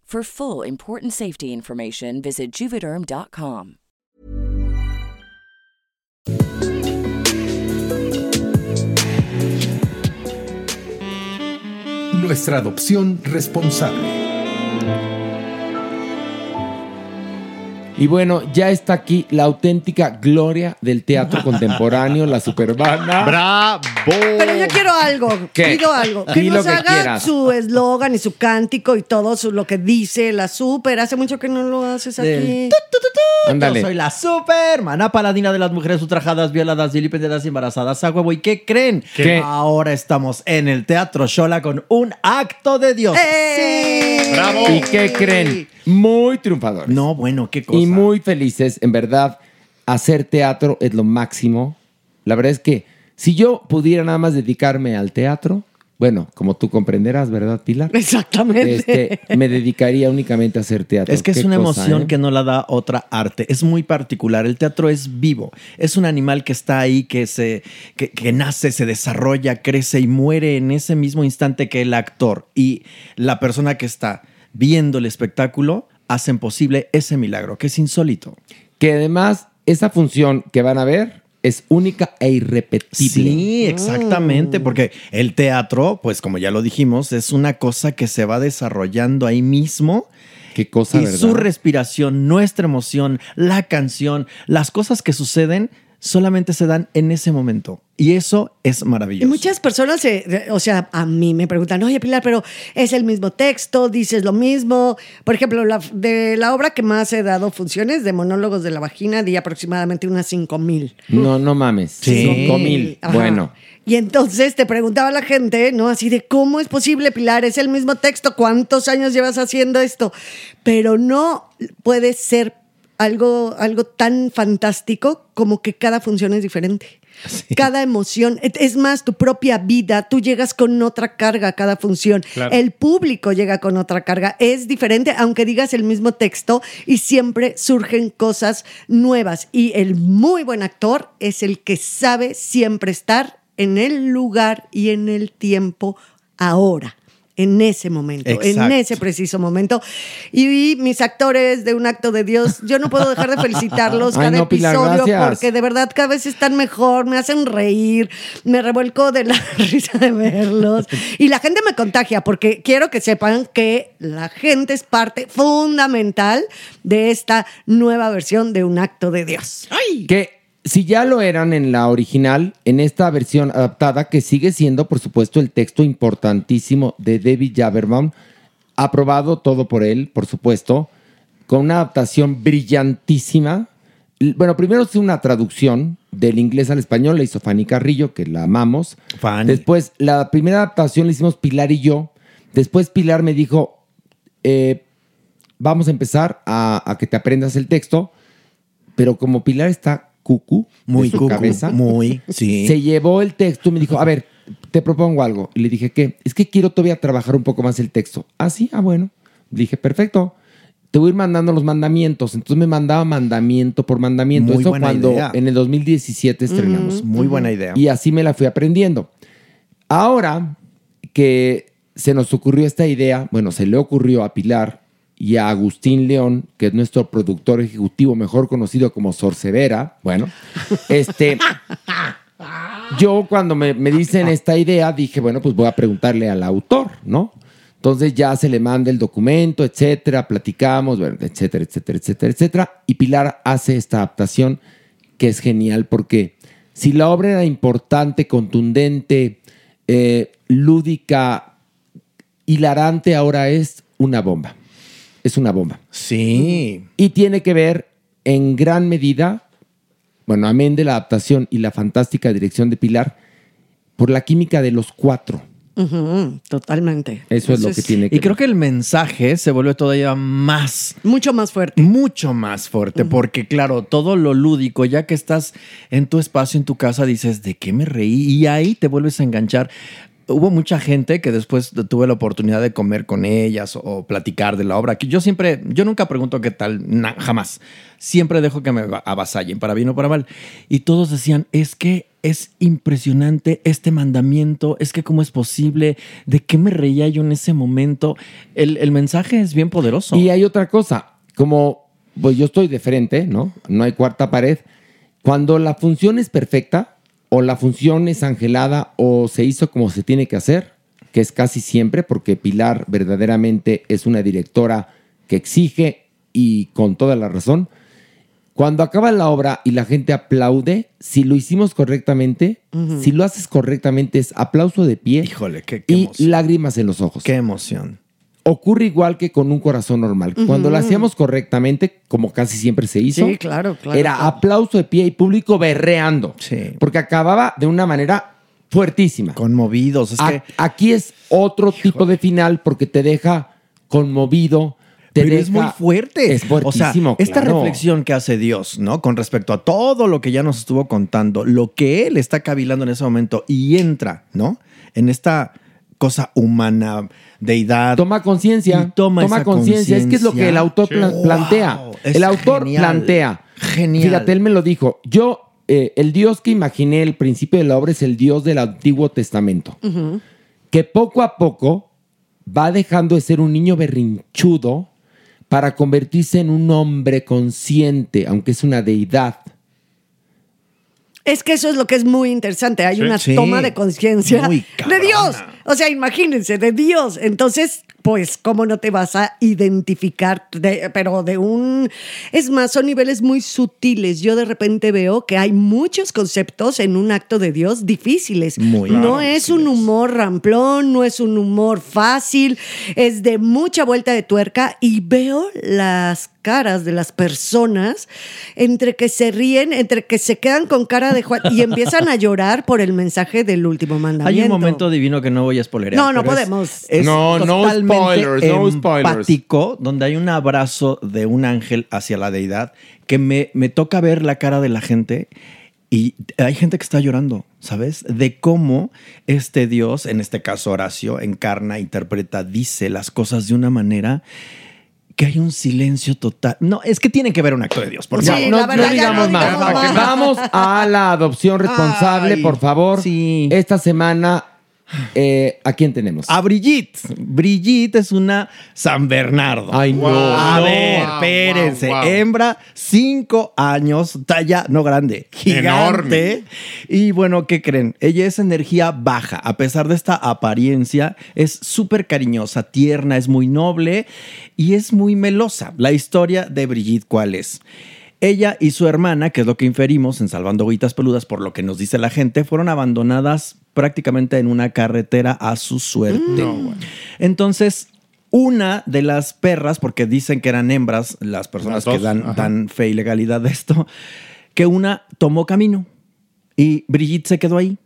S8: For full important safety information, visit juvederm.com.
S1: Nuestra adopción responsable.
S2: Y bueno, ya está aquí la auténtica gloria del teatro contemporáneo, la superbanda.
S4: ¡Bravo!
S3: Pero yo quiero algo,
S2: ¿Qué?
S3: pido algo. Que
S2: Di lo
S3: nos
S2: que
S3: haga
S2: quieras.
S3: su eslogan y su cántico y todo su- lo que dice la super. Hace mucho que no lo haces aquí.
S9: Yo soy la supermana paladina de las mujeres ultrajadas, violadas, vilipendiadas, embarazadas. A huevo. ¿Y qué creen?
S4: ¿Qué?
S9: Ahora estamos en el Teatro Shola con un acto de Dios.
S2: Eh.
S9: ¡Sí!
S2: ¡Bravo! ¿Y qué creen? Muy triunfadores.
S9: No, bueno, qué cosa.
S2: Y muy felices, en verdad. Hacer teatro es lo máximo. La verdad es que si yo pudiera nada más dedicarme al teatro, bueno, como tú comprenderás, ¿verdad, Pilar?
S3: Exactamente.
S2: Este, me dedicaría únicamente a hacer teatro.
S9: Es que es
S2: Qué
S9: una
S2: cosa,
S9: emoción
S2: ¿eh?
S9: que no la da otra arte. Es muy particular. El teatro es vivo. Es un animal que está ahí, que, se, que, que nace, se desarrolla, crece y muere en ese mismo instante que el actor y la persona que está viendo el espectáculo hacen posible ese milagro, que es insólito.
S2: Que además, esa función que van a ver es única e irrepetible.
S9: Sí, exactamente,
S3: Mm.
S9: porque el teatro, pues como ya lo dijimos, es una cosa que se va desarrollando ahí mismo.
S2: Qué cosa,
S9: Y
S2: ¿verdad?
S9: su respiración, nuestra emoción, la canción, las cosas que suceden solamente se dan en ese momento. Y eso es
S3: Y
S9: maravilloso.
S3: muchas personas, se- o sea, a mí me preguntan, oye Pilar, pero es el mismo texto, dices lo mismo. Por ejemplo, la, de la obra que más he dado funciones de monólogos de la vagina, di aproximadamente unas 5 mil.
S2: No, no mames.
S3: Sí.
S2: Cinco mil.
S3: Ajá.
S2: Bueno.
S3: Y entonces te preguntaba la gente, ¿no? Así de, ¿cómo es posible, Pilar? Es el mismo texto, ¿cuántos años llevas haciendo esto? Pero no puede ser algo, algo tan fantástico como que cada función es diferente. Cada emoción, Et- es más, tu propia vida, tú llegas con otra carga a cada función.
S10: Claro.
S3: El público llega con otra carga. Es diferente, aunque digas el mismo texto, y siempre surgen cosas nuevas. Y el muy buen actor es el que sabe siempre estar en el lugar y en el tiempo ahora. en ese momento, en
S9: Exacto.
S3: ese preciso momento. Y, y mis actores de un acto de Dios, yo no puedo dejar de felicitarlos
S2: Ay,
S3: cada
S2: no, Pilar,
S3: episodio
S2: gracias.
S3: porque de verdad cada vez están mejor, me hacen reír, me revuelco de la risa de verlos. Y la gente me contagia porque quiero que sepan que la gente es parte fundamental de esta nueva versión de un acto de Dios.
S2: Que si ya lo eran en la original, en esta versión adaptada, que sigue siendo, por supuesto, el texto importantísimo de David Jaberman, aprobado todo por él, por supuesto, con una adaptación brillantísima. L- Bueno, primero hizo una traducción del inglés al español, la hizo Fanny Carrillo, que la amamos. Después, la primera adaptación la hicimos Pilar y yo. Después Pilar me dijo, eh, vamos a empezar a, a que te aprendas el texto, pero como Pilar está cucu, de
S9: Muy
S2: su
S9: cucu,
S2: cabeza,
S9: muy, sí.
S2: se llevó el texto y me dijo, a ver, te propongo algo. Y le dije, ¿qué? Es que quiero todavía trabajar un poco más el texto. Ah, sí, ah, bueno. Le dije, perfecto. Te voy a ir mandando los mandamientos. Entonces me mandaba mandamiento por mandamiento.
S9: Muy
S2: Eso
S9: buena
S2: cuando
S9: idea.
S2: en el 2017 estrenamos.
S9: Ujú, Muy ujú. buena idea.
S2: Y así me la fui aprendiendo. Ahora que se nos ocurrió esta idea, bueno, se le ocurrió a Pilar y a Agustín León, que es nuestro productor ejecutivo, mejor conocido como Sorcevera, bueno, este, yo cuando me, me dicen esta idea, dije, bueno, pues voy a preguntarle al autor, ¿no? Entonces ya se le manda el documento, etcétera, platicamos, bueno, etcétera, etcétera, etcétera, etcétera. Y Pilar hace esta adaptación que es genial porque si la obra era importante, contundente, eh, lúdica, hilarante, ahora es una bomba. Es una bomba. Sí. Y tiene que ver en gran medida, bueno, amén de la adaptación y la fantástica dirección de Pilar, por la química de los cuatro.
S3: Ujú, totalmente.
S2: Eso es lo que tiene que
S9: Y creo que el mensaje se vuelve todavía más.
S3: Mucho más fuerte.
S9: Mucho más fuerte, porque claro, todo lo lúdico, ya que estás en tu espacio, en tu casa, dices, ¿de qué me reí? Y ahí te vuelves a enganchar. Hubo mucha gente que después tuve la oportunidad de comer con ellas o platicar de la obra. Que yo siempre, yo nunca pregunto qué tal, na- jamás. Siempre dejo que me avasallen, para bien o para mal. Y todos decían, es que es impresionante este mandamiento, es que cómo es posible, de qué me reía yo en ese momento. El, el mensaje es bien poderoso.
S2: Y hay otra cosa, como pues yo estoy de frente, ¿no? No hay cuarta pared. Cuando la función es perfecta o la función es angelada o se hizo como se tiene que hacer, que es casi siempre porque Pilar verdaderamente es una directora que exige y con toda la razón, cuando acaba la obra y la gente aplaude, si lo hicimos correctamente,
S9: Ujú.
S2: si lo haces correctamente es aplauso de pie
S9: Híjole, qué,
S2: y lágrimas en los ojos.
S9: Qué emoción.
S2: Ocurre igual que con un corazón normal.
S9: Ujú.
S2: Cuando lo hacíamos correctamente, como casi siempre se hizo,
S9: Sí, claro, claro,
S2: era
S9: claro.
S2: aplauso de pie y público berreando. Porque acababa de una manera fuertísima.
S9: Conmovidos.
S2: A- Aquí es otro tipo de final porque te deja conmovido. Te
S9: Pero es
S2: deja-
S9: muy fuerte.
S2: Es
S9: O sea,
S2: fuertísimo.
S9: esta
S2: claro.
S9: reflexión que hace Dios, ¿no? Con respecto a todo lo que ya nos estuvo contando, lo que Él está cavilando en ese momento y entra, ¿no? En esta cosa humana, deidad.
S2: Toma conciencia.
S9: Toma,
S2: Toma
S9: esa
S2: conciencia. Es que es lo que el autor
S9: Sí.
S2: plan-
S9: Wow,
S2: plantea.
S9: es
S2: el autor
S9: genial.
S2: plantea.
S9: Genial.
S2: Fíjate, él me lo dijo. Yo, eh, el Dios que imaginé el principio de la obra es el Dios del Antiguo Testamento,
S3: Mm-hmm.
S10: Ujú.
S2: que poco a poco va dejando de ser un niño berrinchudo para convertirse en un hombre consciente, aunque es una deidad.
S3: Es que eso es lo que es muy interesante. Hay
S2: Sí.
S3: una
S2: Sí.
S3: toma de conciencia
S2: Muy
S3: de Dios. O sea, imagínense, de Dios. Entonces, pues, ¿cómo no te vas a identificar? De- pero de un... Es más, son niveles muy sutiles. Yo de repente veo que hay muchos conceptos en un acto de Dios difíciles.
S9: Muy
S3: no
S9: claro,
S3: es un humor ramplón, no es un humor fácil, es de mucha vuelta de tuerca y veo las caras de las personas entre que se ríen, entre que se quedan con cara de Juan y empiezan a llorar por el mensaje del último mandamiento.
S9: Hay un momento divino que no voy a spoilear.
S3: No, no podemos.
S9: no,
S2: No, no
S9: totalmente
S2: spoilers, no spoilers.
S9: empático, donde hay un abrazo de un ángel hacia la deidad que me, me toca ver la cara de la gente y hay gente que está llorando, ¿sabes? De cómo este Dios, en este caso Horacio, encarna, interpreta, dice las cosas de una manera que hay un silencio total. No, es que tiene que ver un acto de Dios, por
S2: Ya,
S9: favor.
S2: no, no digamos más. Vamos a la adopción responsable, por favor. Esta semana Eh, ¿A quién tenemos?
S9: A Brigitte. Brigitte es una San Bernardo. Ay,
S2: no.
S9: A
S2: No.
S9: ver,
S2: Wow,
S9: espérense.
S2: wow, wow.
S9: Hembra, cinco años, talla no grande, gigante. Y bueno, ¿qué creen? Ella es energía baja. A pesar de esta apariencia, es súper cariñosa, tierna, es muy noble y es muy melosa. La historia de Brigitte, ¿cuál es? Ella y su hermana, que es lo que inferimos en Salvando Huitas Peludas, por lo que nos dice la gente, fueron abandonadas prácticamente en una carretera a su suerte. Mm. Entonces, una de las perras, porque dicen que eran hembras las personas
S4: Las dos,
S9: que dan,
S4: ajá.
S9: dan fe y legalidad de esto, que una tomó camino y Brigitte se quedó ahí.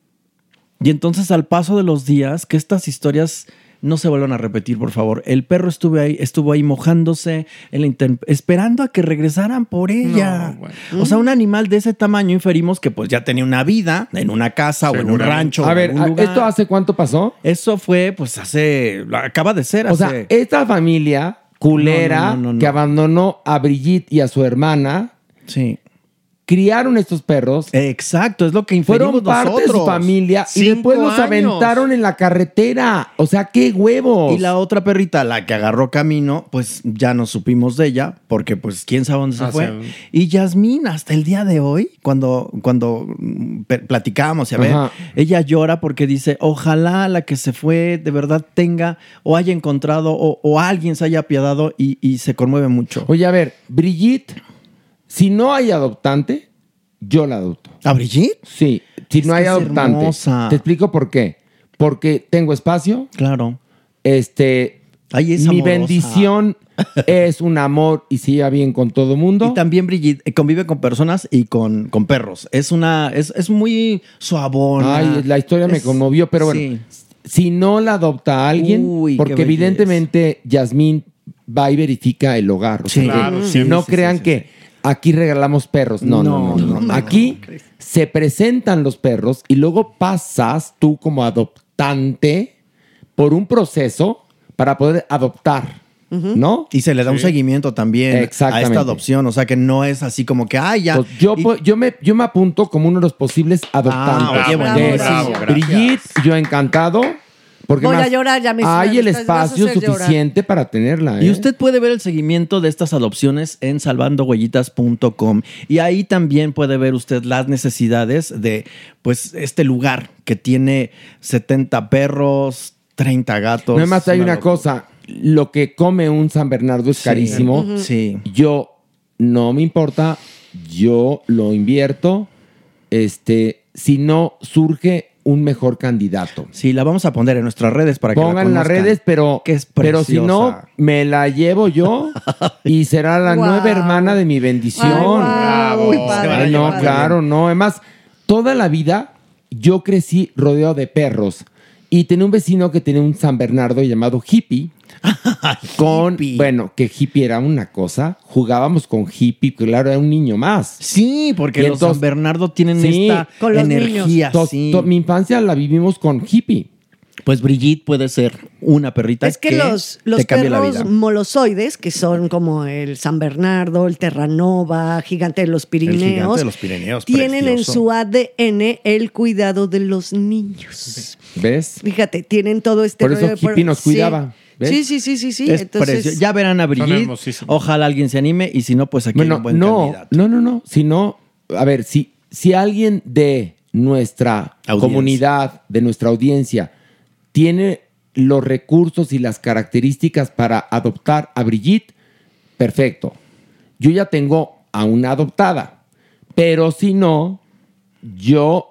S9: Y entonces al paso de los días, que estas historias no se vuelvan a repetir, por favor. El perro estuvo ahí, estuvo ahí mojándose, en la inter- esperando a que regresaran por ella. O sea, un animal de ese tamaño inferimos que pues ya tenía una vida en una casa o en un
S2: Seguramente.
S9: rancho.
S2: A
S9: o en
S2: ver,
S9: un
S2: ¿a-
S9: lugar.
S2: ¿esto hace cuánto pasó?
S9: Eso fue, pues hace. lo Acaba de ser.
S2: O sea, esta familia culera
S9: No, no, no, no, no.
S2: que abandonó a Brigitte y a su hermana.
S9: Sí.
S2: Criaron estos perros.
S9: Exacto, es lo que
S2: Fueron
S9: inferimos
S2: parte de su
S9: nosotros.
S2: familia y
S9: Cinco
S2: después los
S9: años.
S2: aventaron en la carretera. O sea, qué huevos.
S9: Y la otra perrita, la que agarró camino, pues ya no supimos de ella, porque pues quién sabe dónde se
S4: Ah,
S9: fue.
S4: sí.
S9: Y Yasmín, hasta el día de hoy, cuando, cuando mm, pe- platicamos y a ver,
S4: Ajá.
S9: ella llora porque dice, ojalá la que se fue de verdad tenga o haya encontrado o, o alguien se haya apiadado y, y se conmueve mucho.
S2: Oye, a ver, Brigitte, si no hay adoptante, yo la adopto.
S9: ¿A Brigitte?
S2: Sí, si
S9: Es
S2: no
S9: que
S2: hay
S9: es
S2: adoptante.
S9: hermosa.
S2: Te explico por qué. Porque tengo espacio.
S9: Claro.
S2: Este.
S9: es
S2: mi
S9: amorosa.
S2: bendición es un amor y se lleva bien con todo mundo.
S9: Y también Brigitte eh, convive con personas y con, con perros. Es una, es, es muy suavona.
S2: Ay, la historia me
S9: Es-
S2: conmovió, pero bueno.
S9: sí.
S2: Si no la adopta alguien,
S9: Uy, qué
S2: porque
S9: belleza.
S2: evidentemente Yasmín va y verifica el hogar. O sea,
S9: Sí.
S2: que
S9: Claro, sí,
S2: no
S9: sí,
S2: crean que aquí regalamos perros. No, no, no. no, no. Aquí se presentan los perros y luego pasas tú como adoptante por un proceso para poder adoptar, ¿no?
S9: Y se le da un
S2: Sí.
S9: seguimiento también a
S2: Exactamente.
S9: esta adopción. O sea que no es así como que, ay, ya.
S2: Pues yo, po- yo, me, yo me apunto como uno de los posibles adoptantes.
S9: Ah, oye,
S2: de
S9: buenísimo.
S2: eso.
S9: Bravo, gracias.
S2: Brigitte, yo encantado. Porque
S3: Voy a
S2: más
S3: llorar, ya me hizo
S2: hay
S3: una
S2: el
S3: lista, me vas a
S2: espacio
S3: hacer llorar.
S2: suficiente para tenerla. ¿eh?
S9: Y usted puede ver el seguimiento de estas adopciones en salvandohuellitas.com y ahí también puede ver usted las necesidades de pues este lugar que tiene 70 perros, 30 gatos.
S2: Nada más hay una
S9: locura.
S2: cosa. Lo que come un San Bernardo es
S9: Sí.
S2: carísimo.
S9: Ujú. Sí.
S2: Yo no me importa. Yo lo invierto. Este, si no surge un mejor candidato.
S9: Sí, la vamos a poner en nuestras redes para que la
S2: Pongan en las
S9: conozcan.
S2: redes, pero,
S9: Que es
S2: pero si no,
S9: preciosa.
S2: me la llevo yo y será la
S9: Guau.
S2: nueva hermana de mi bendición.
S9: Ay, guau, Bravo. muy padre,
S2: Ay, no,
S9: muy padre.
S2: claro, no. Además, toda la vida yo crecí rodeado de perros y tenía un vecino que tenía un San Bernardo llamado Hippie. con, bueno, que hippie era una cosa, jugábamos con hippie, claro, era un niño más.
S9: Sí, porque los San Bernardo tienen esta Con los energía, niños.
S2: To-
S9: sí.
S2: to- Mi infancia la vivimos con hippie.
S9: Pues Brigitte puede ser una perrita
S3: Es que los, los
S9: te cambia la vida.
S3: perros molosoides, que son como el San Bernardo, el Terranova, gigante de los Pirineos,
S9: Gigante de los Pirineos,
S3: tienen
S9: precioso.
S3: en su ADN el cuidado de los niños.
S2: ¿Ves?
S3: Fíjate, tienen todo este
S9: Por eso
S3: rollo de
S9: Hippie nos
S3: Sí.
S9: cuidaba, ¿ves?
S3: Sí, sí, sí, sí, sí.
S9: Es
S3: Entonces,
S9: precioso. Ya verán a Brigitte. Ojalá alguien se anime y si no, pues aquí hay
S2: Bueno,
S9: un buen
S2: no,
S9: candidato.
S2: no, no, no. Si no, a ver, si, si alguien de nuestra comunidad, de nuestra audiencia, tiene los recursos y las características para adoptar a Brigitte, perfecto. Yo ya tengo a una adoptada. Pero si no, yo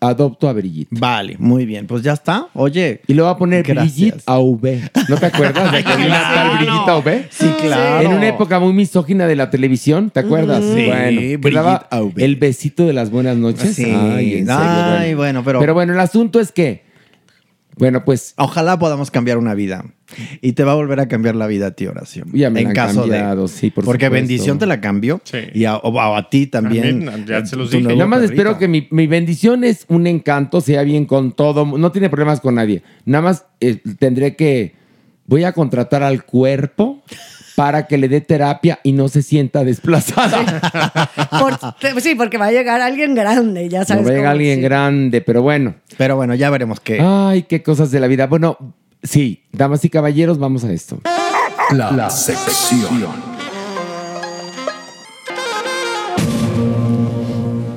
S2: adopto a Brigitte.
S9: Vale, muy bien. Pues ya está. Oye.
S2: Y le voy a poner
S9: gracias.
S2: Brigitte AV. ¿No te acuerdas de que había una tal Brigitte AV?
S9: Sí, claro.
S2: Ah, En una época muy misógina de la televisión, ¿te acuerdas?
S9: Sí,
S2: bueno, que
S9: Brigitte
S2: daba el besito de las buenas noches.
S9: Sí.
S2: en
S9: Ay, bueno, pero-
S2: Pero bueno, el asunto es que. Bueno, pues.
S9: Ojalá podamos cambiar una vida. Y te va a volver a cambiar la vida a ti, Horacio.
S2: Ya me
S9: en
S2: la han
S9: caso
S2: cambiado,
S9: de.
S2: sí, por
S9: Porque
S2: supuesto.
S9: bendición te la cambió. Y a, o a- o a ti también.
S2: ya se
S9: los dije.
S2: Nada más
S9: perrito.
S2: espero que mi, mi bendición es un encanto, sea bien con todo. mu- No tiene problemas con nadie. Nada más eh, tendré que. Voy a contratar al cuerpo para que le dé terapia y no se sienta desplazada.
S3: Por- sí, porque va a llegar alguien grande, ya sabes.
S2: No venga
S3: cómo-
S2: alguien
S3: sí.
S2: grande, pero bueno.
S9: Pero bueno, ya veremos qué.
S2: Ay, qué cosas de la vida. Bueno, sí, damas y caballeros, vamos a esto.
S1: La, sección.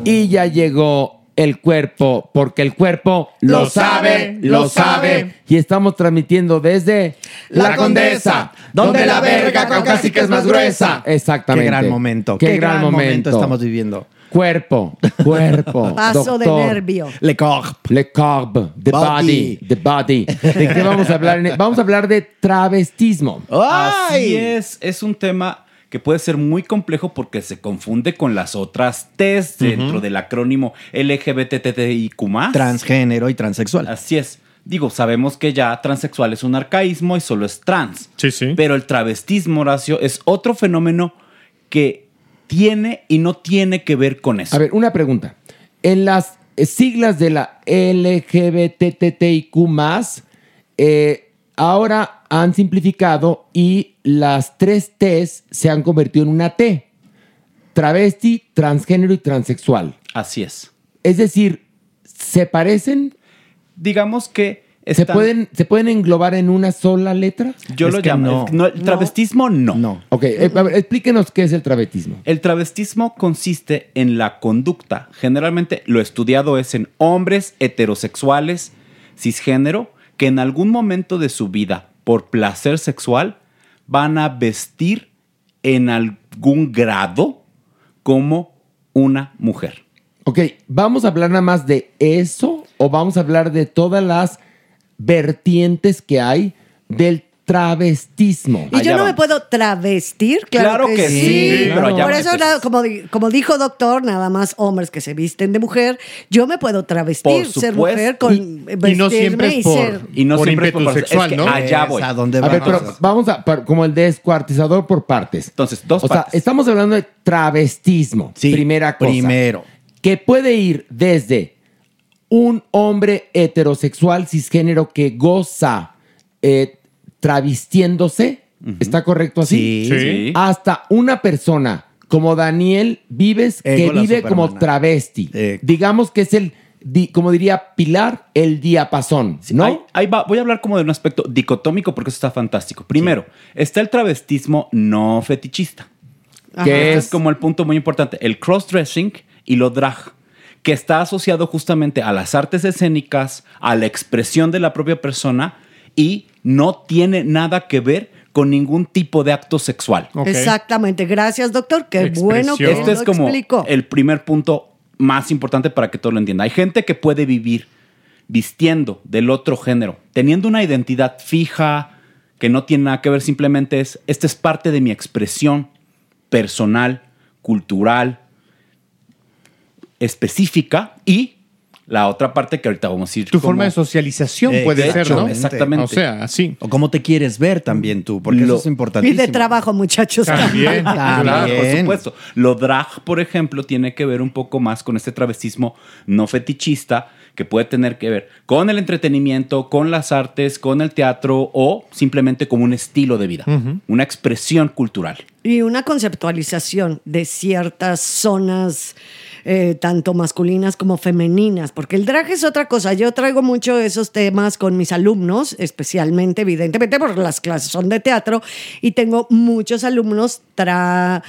S2: Y ya llegó el cuerpo, porque el cuerpo
S1: Lo sabe, lo sabe.
S2: Y estamos transmitiendo desde
S1: La Condesa, donde la verga con cacique es más gruesa.
S2: Exactamente.
S9: Qué gran momento.
S2: Qué, gran, momento.
S9: estamos viviendo.
S2: Cuerpo, cuerpo.
S3: Paso de
S2: doctor.
S3: nervio.
S9: Le corp.
S2: Le corp. The body.
S9: Body.
S2: The body. ¿De qué vamos a hablar? en- e-? Vamos a hablar de travestismo.
S10: Así es, es un tema que puede ser muy complejo porque se confunde con las otras T's dentro del acrónimo LGBTTIQ+.
S9: Transgénero y transexual.
S10: Así es. Digo, sabemos que ya transexual es un arcaísmo y solo es trans. Sí, sí. Pero el travestismo, Horacio, es otro fenómeno que tiene y no tiene que ver con eso.
S2: A ver, una pregunta. En las eh, siglas de la LGBTTIQ, eh, ahora han simplificado y las tres T's se han convertido en una T: travesti, transgénero y transexual.
S10: Así es.
S2: Es decir, ¿se parecen?
S10: Digamos que.
S2: ¿Se, pueden, ¿Se pueden englobar en una sola letra?
S10: Yo lo llamo. es- no, el travestismo no. No.
S2: Ok, eh, a ver, explíquenos qué es el travestismo.
S10: El travestismo consiste en la conducta. Generalmente lo estudiado es en hombres heterosexuales, cisgénero, que en algún momento de su vida, por placer sexual, van a vestir en algún grado como una mujer.
S2: Ok, ¿vamos a hablar nada más de eso o vamos a hablar de todas las vertientes que hay del travestismo?
S3: Y yo no me puedo travestir, claro,
S2: Claro que sí, Sí, pero allá
S3: Por
S2: vamos
S3: eso,
S2: después.
S3: la- como, di- como dijo doctor, nada más hombres que se visten de mujer, yo me puedo travestir,
S10: Por
S3: ser
S10: supuesto.
S3: mujer con vestirme y ser-
S10: y no
S2: por
S10: siempre es
S2: ímpetu
S10: por placer.
S2: sexual,
S10: Es que
S2: ¿no?
S10: allá
S2: Es
S10: voy.
S2: a A ver, pero vamos a, par- como el descuartizador por partes.
S10: Entonces, dos
S2: o sea, estamos hablando de travestismo. primera cosa.
S9: primero.
S2: Que puede ir desde un hombre heterosexual cisgénero que goza eh, travestiéndose. ¿Está correcto así?
S9: Sí. Sí.
S2: Hasta una persona como Daniel Vives
S9: Ego
S2: que
S9: la
S2: vive como
S9: supermana.
S2: travesti. Digamos que es el, di- como diría Pilar, el diapasón, ¿no?
S10: Ahí, ahí va. Voy a hablar como de un aspecto dicotómico porque eso está fantástico. Primero, está el travestismo no fetichista.
S2: Ajá.
S10: Que
S2: ¿Qué
S10: este
S2: es?
S10: es como el punto muy importante. El crossdressing y lo drag. Que está asociado justamente a las artes escénicas, a la expresión de la propia persona y no tiene nada que ver con ningún tipo de acto sexual.
S3: Exactamente, gracias doctor, qué bueno que
S10: Este
S3: nos
S10: es
S3: lo
S10: como
S3: explicó.
S10: el primer punto más importante para que todo lo entienda. Hay gente que puede vivir vistiendo del otro género, teniendo una identidad fija que no tiene nada que ver, simplemente es, esta es parte de mi expresión personal, cultural, específica y la otra parte que ahorita vamos a ir.
S4: Tu
S10: como-
S4: forma de socialización
S10: Eh,
S4: puede ser, ¿no?
S10: Exactamente. Exactamente.
S4: O
S9: Ah,
S4: sea, así.
S9: O cómo te quieres ver también tú, porque
S10: Lo-
S9: eso es
S3: Y
S9: importantísimo.
S3: de trabajo, muchachos.
S9: Pues También,
S10: Claro, por
S9: También.
S10: supuesto. Lo drag, por ejemplo, tiene que ver un poco más con este travestismo no fetichista que puede tener que ver con el entretenimiento, con las artes, con el teatro o simplemente como un estilo de vida,
S3: Ujú.
S10: una expresión cultural.
S3: Y una conceptualización de ciertas zonas, eh, tanto masculinas como femeninas, porque el drag es otra cosa. Yo traigo mucho esos temas con mis alumnos, especialmente, evidentemente, porque las clases son de teatro, y tengo muchos alumnos tra-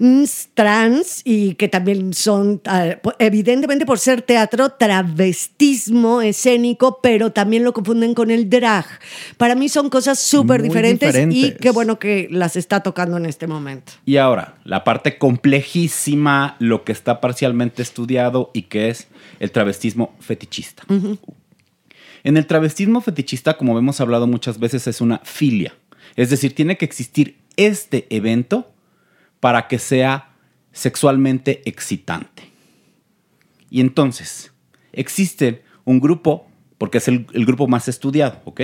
S3: ns- Mm, trans y que también son ah, po- evidentemente por ser teatro travestismo escénico pero también lo confunden con el drag para mí son cosas súper
S10: Muy
S3: diferentes, y
S10: diferentes.
S3: qué bueno que las está tocando en este momento
S10: Y ahora, la parte complejísima, lo que está parcialmente estudiado y que es el travestismo fetichista. En el travestismo fetichista, como hemos hablado muchas veces, es una filia. Es decir, tiene que existir este evento para que sea sexualmente excitante. Y entonces, existe un grupo, porque es el, el grupo más estudiado, ¿ok?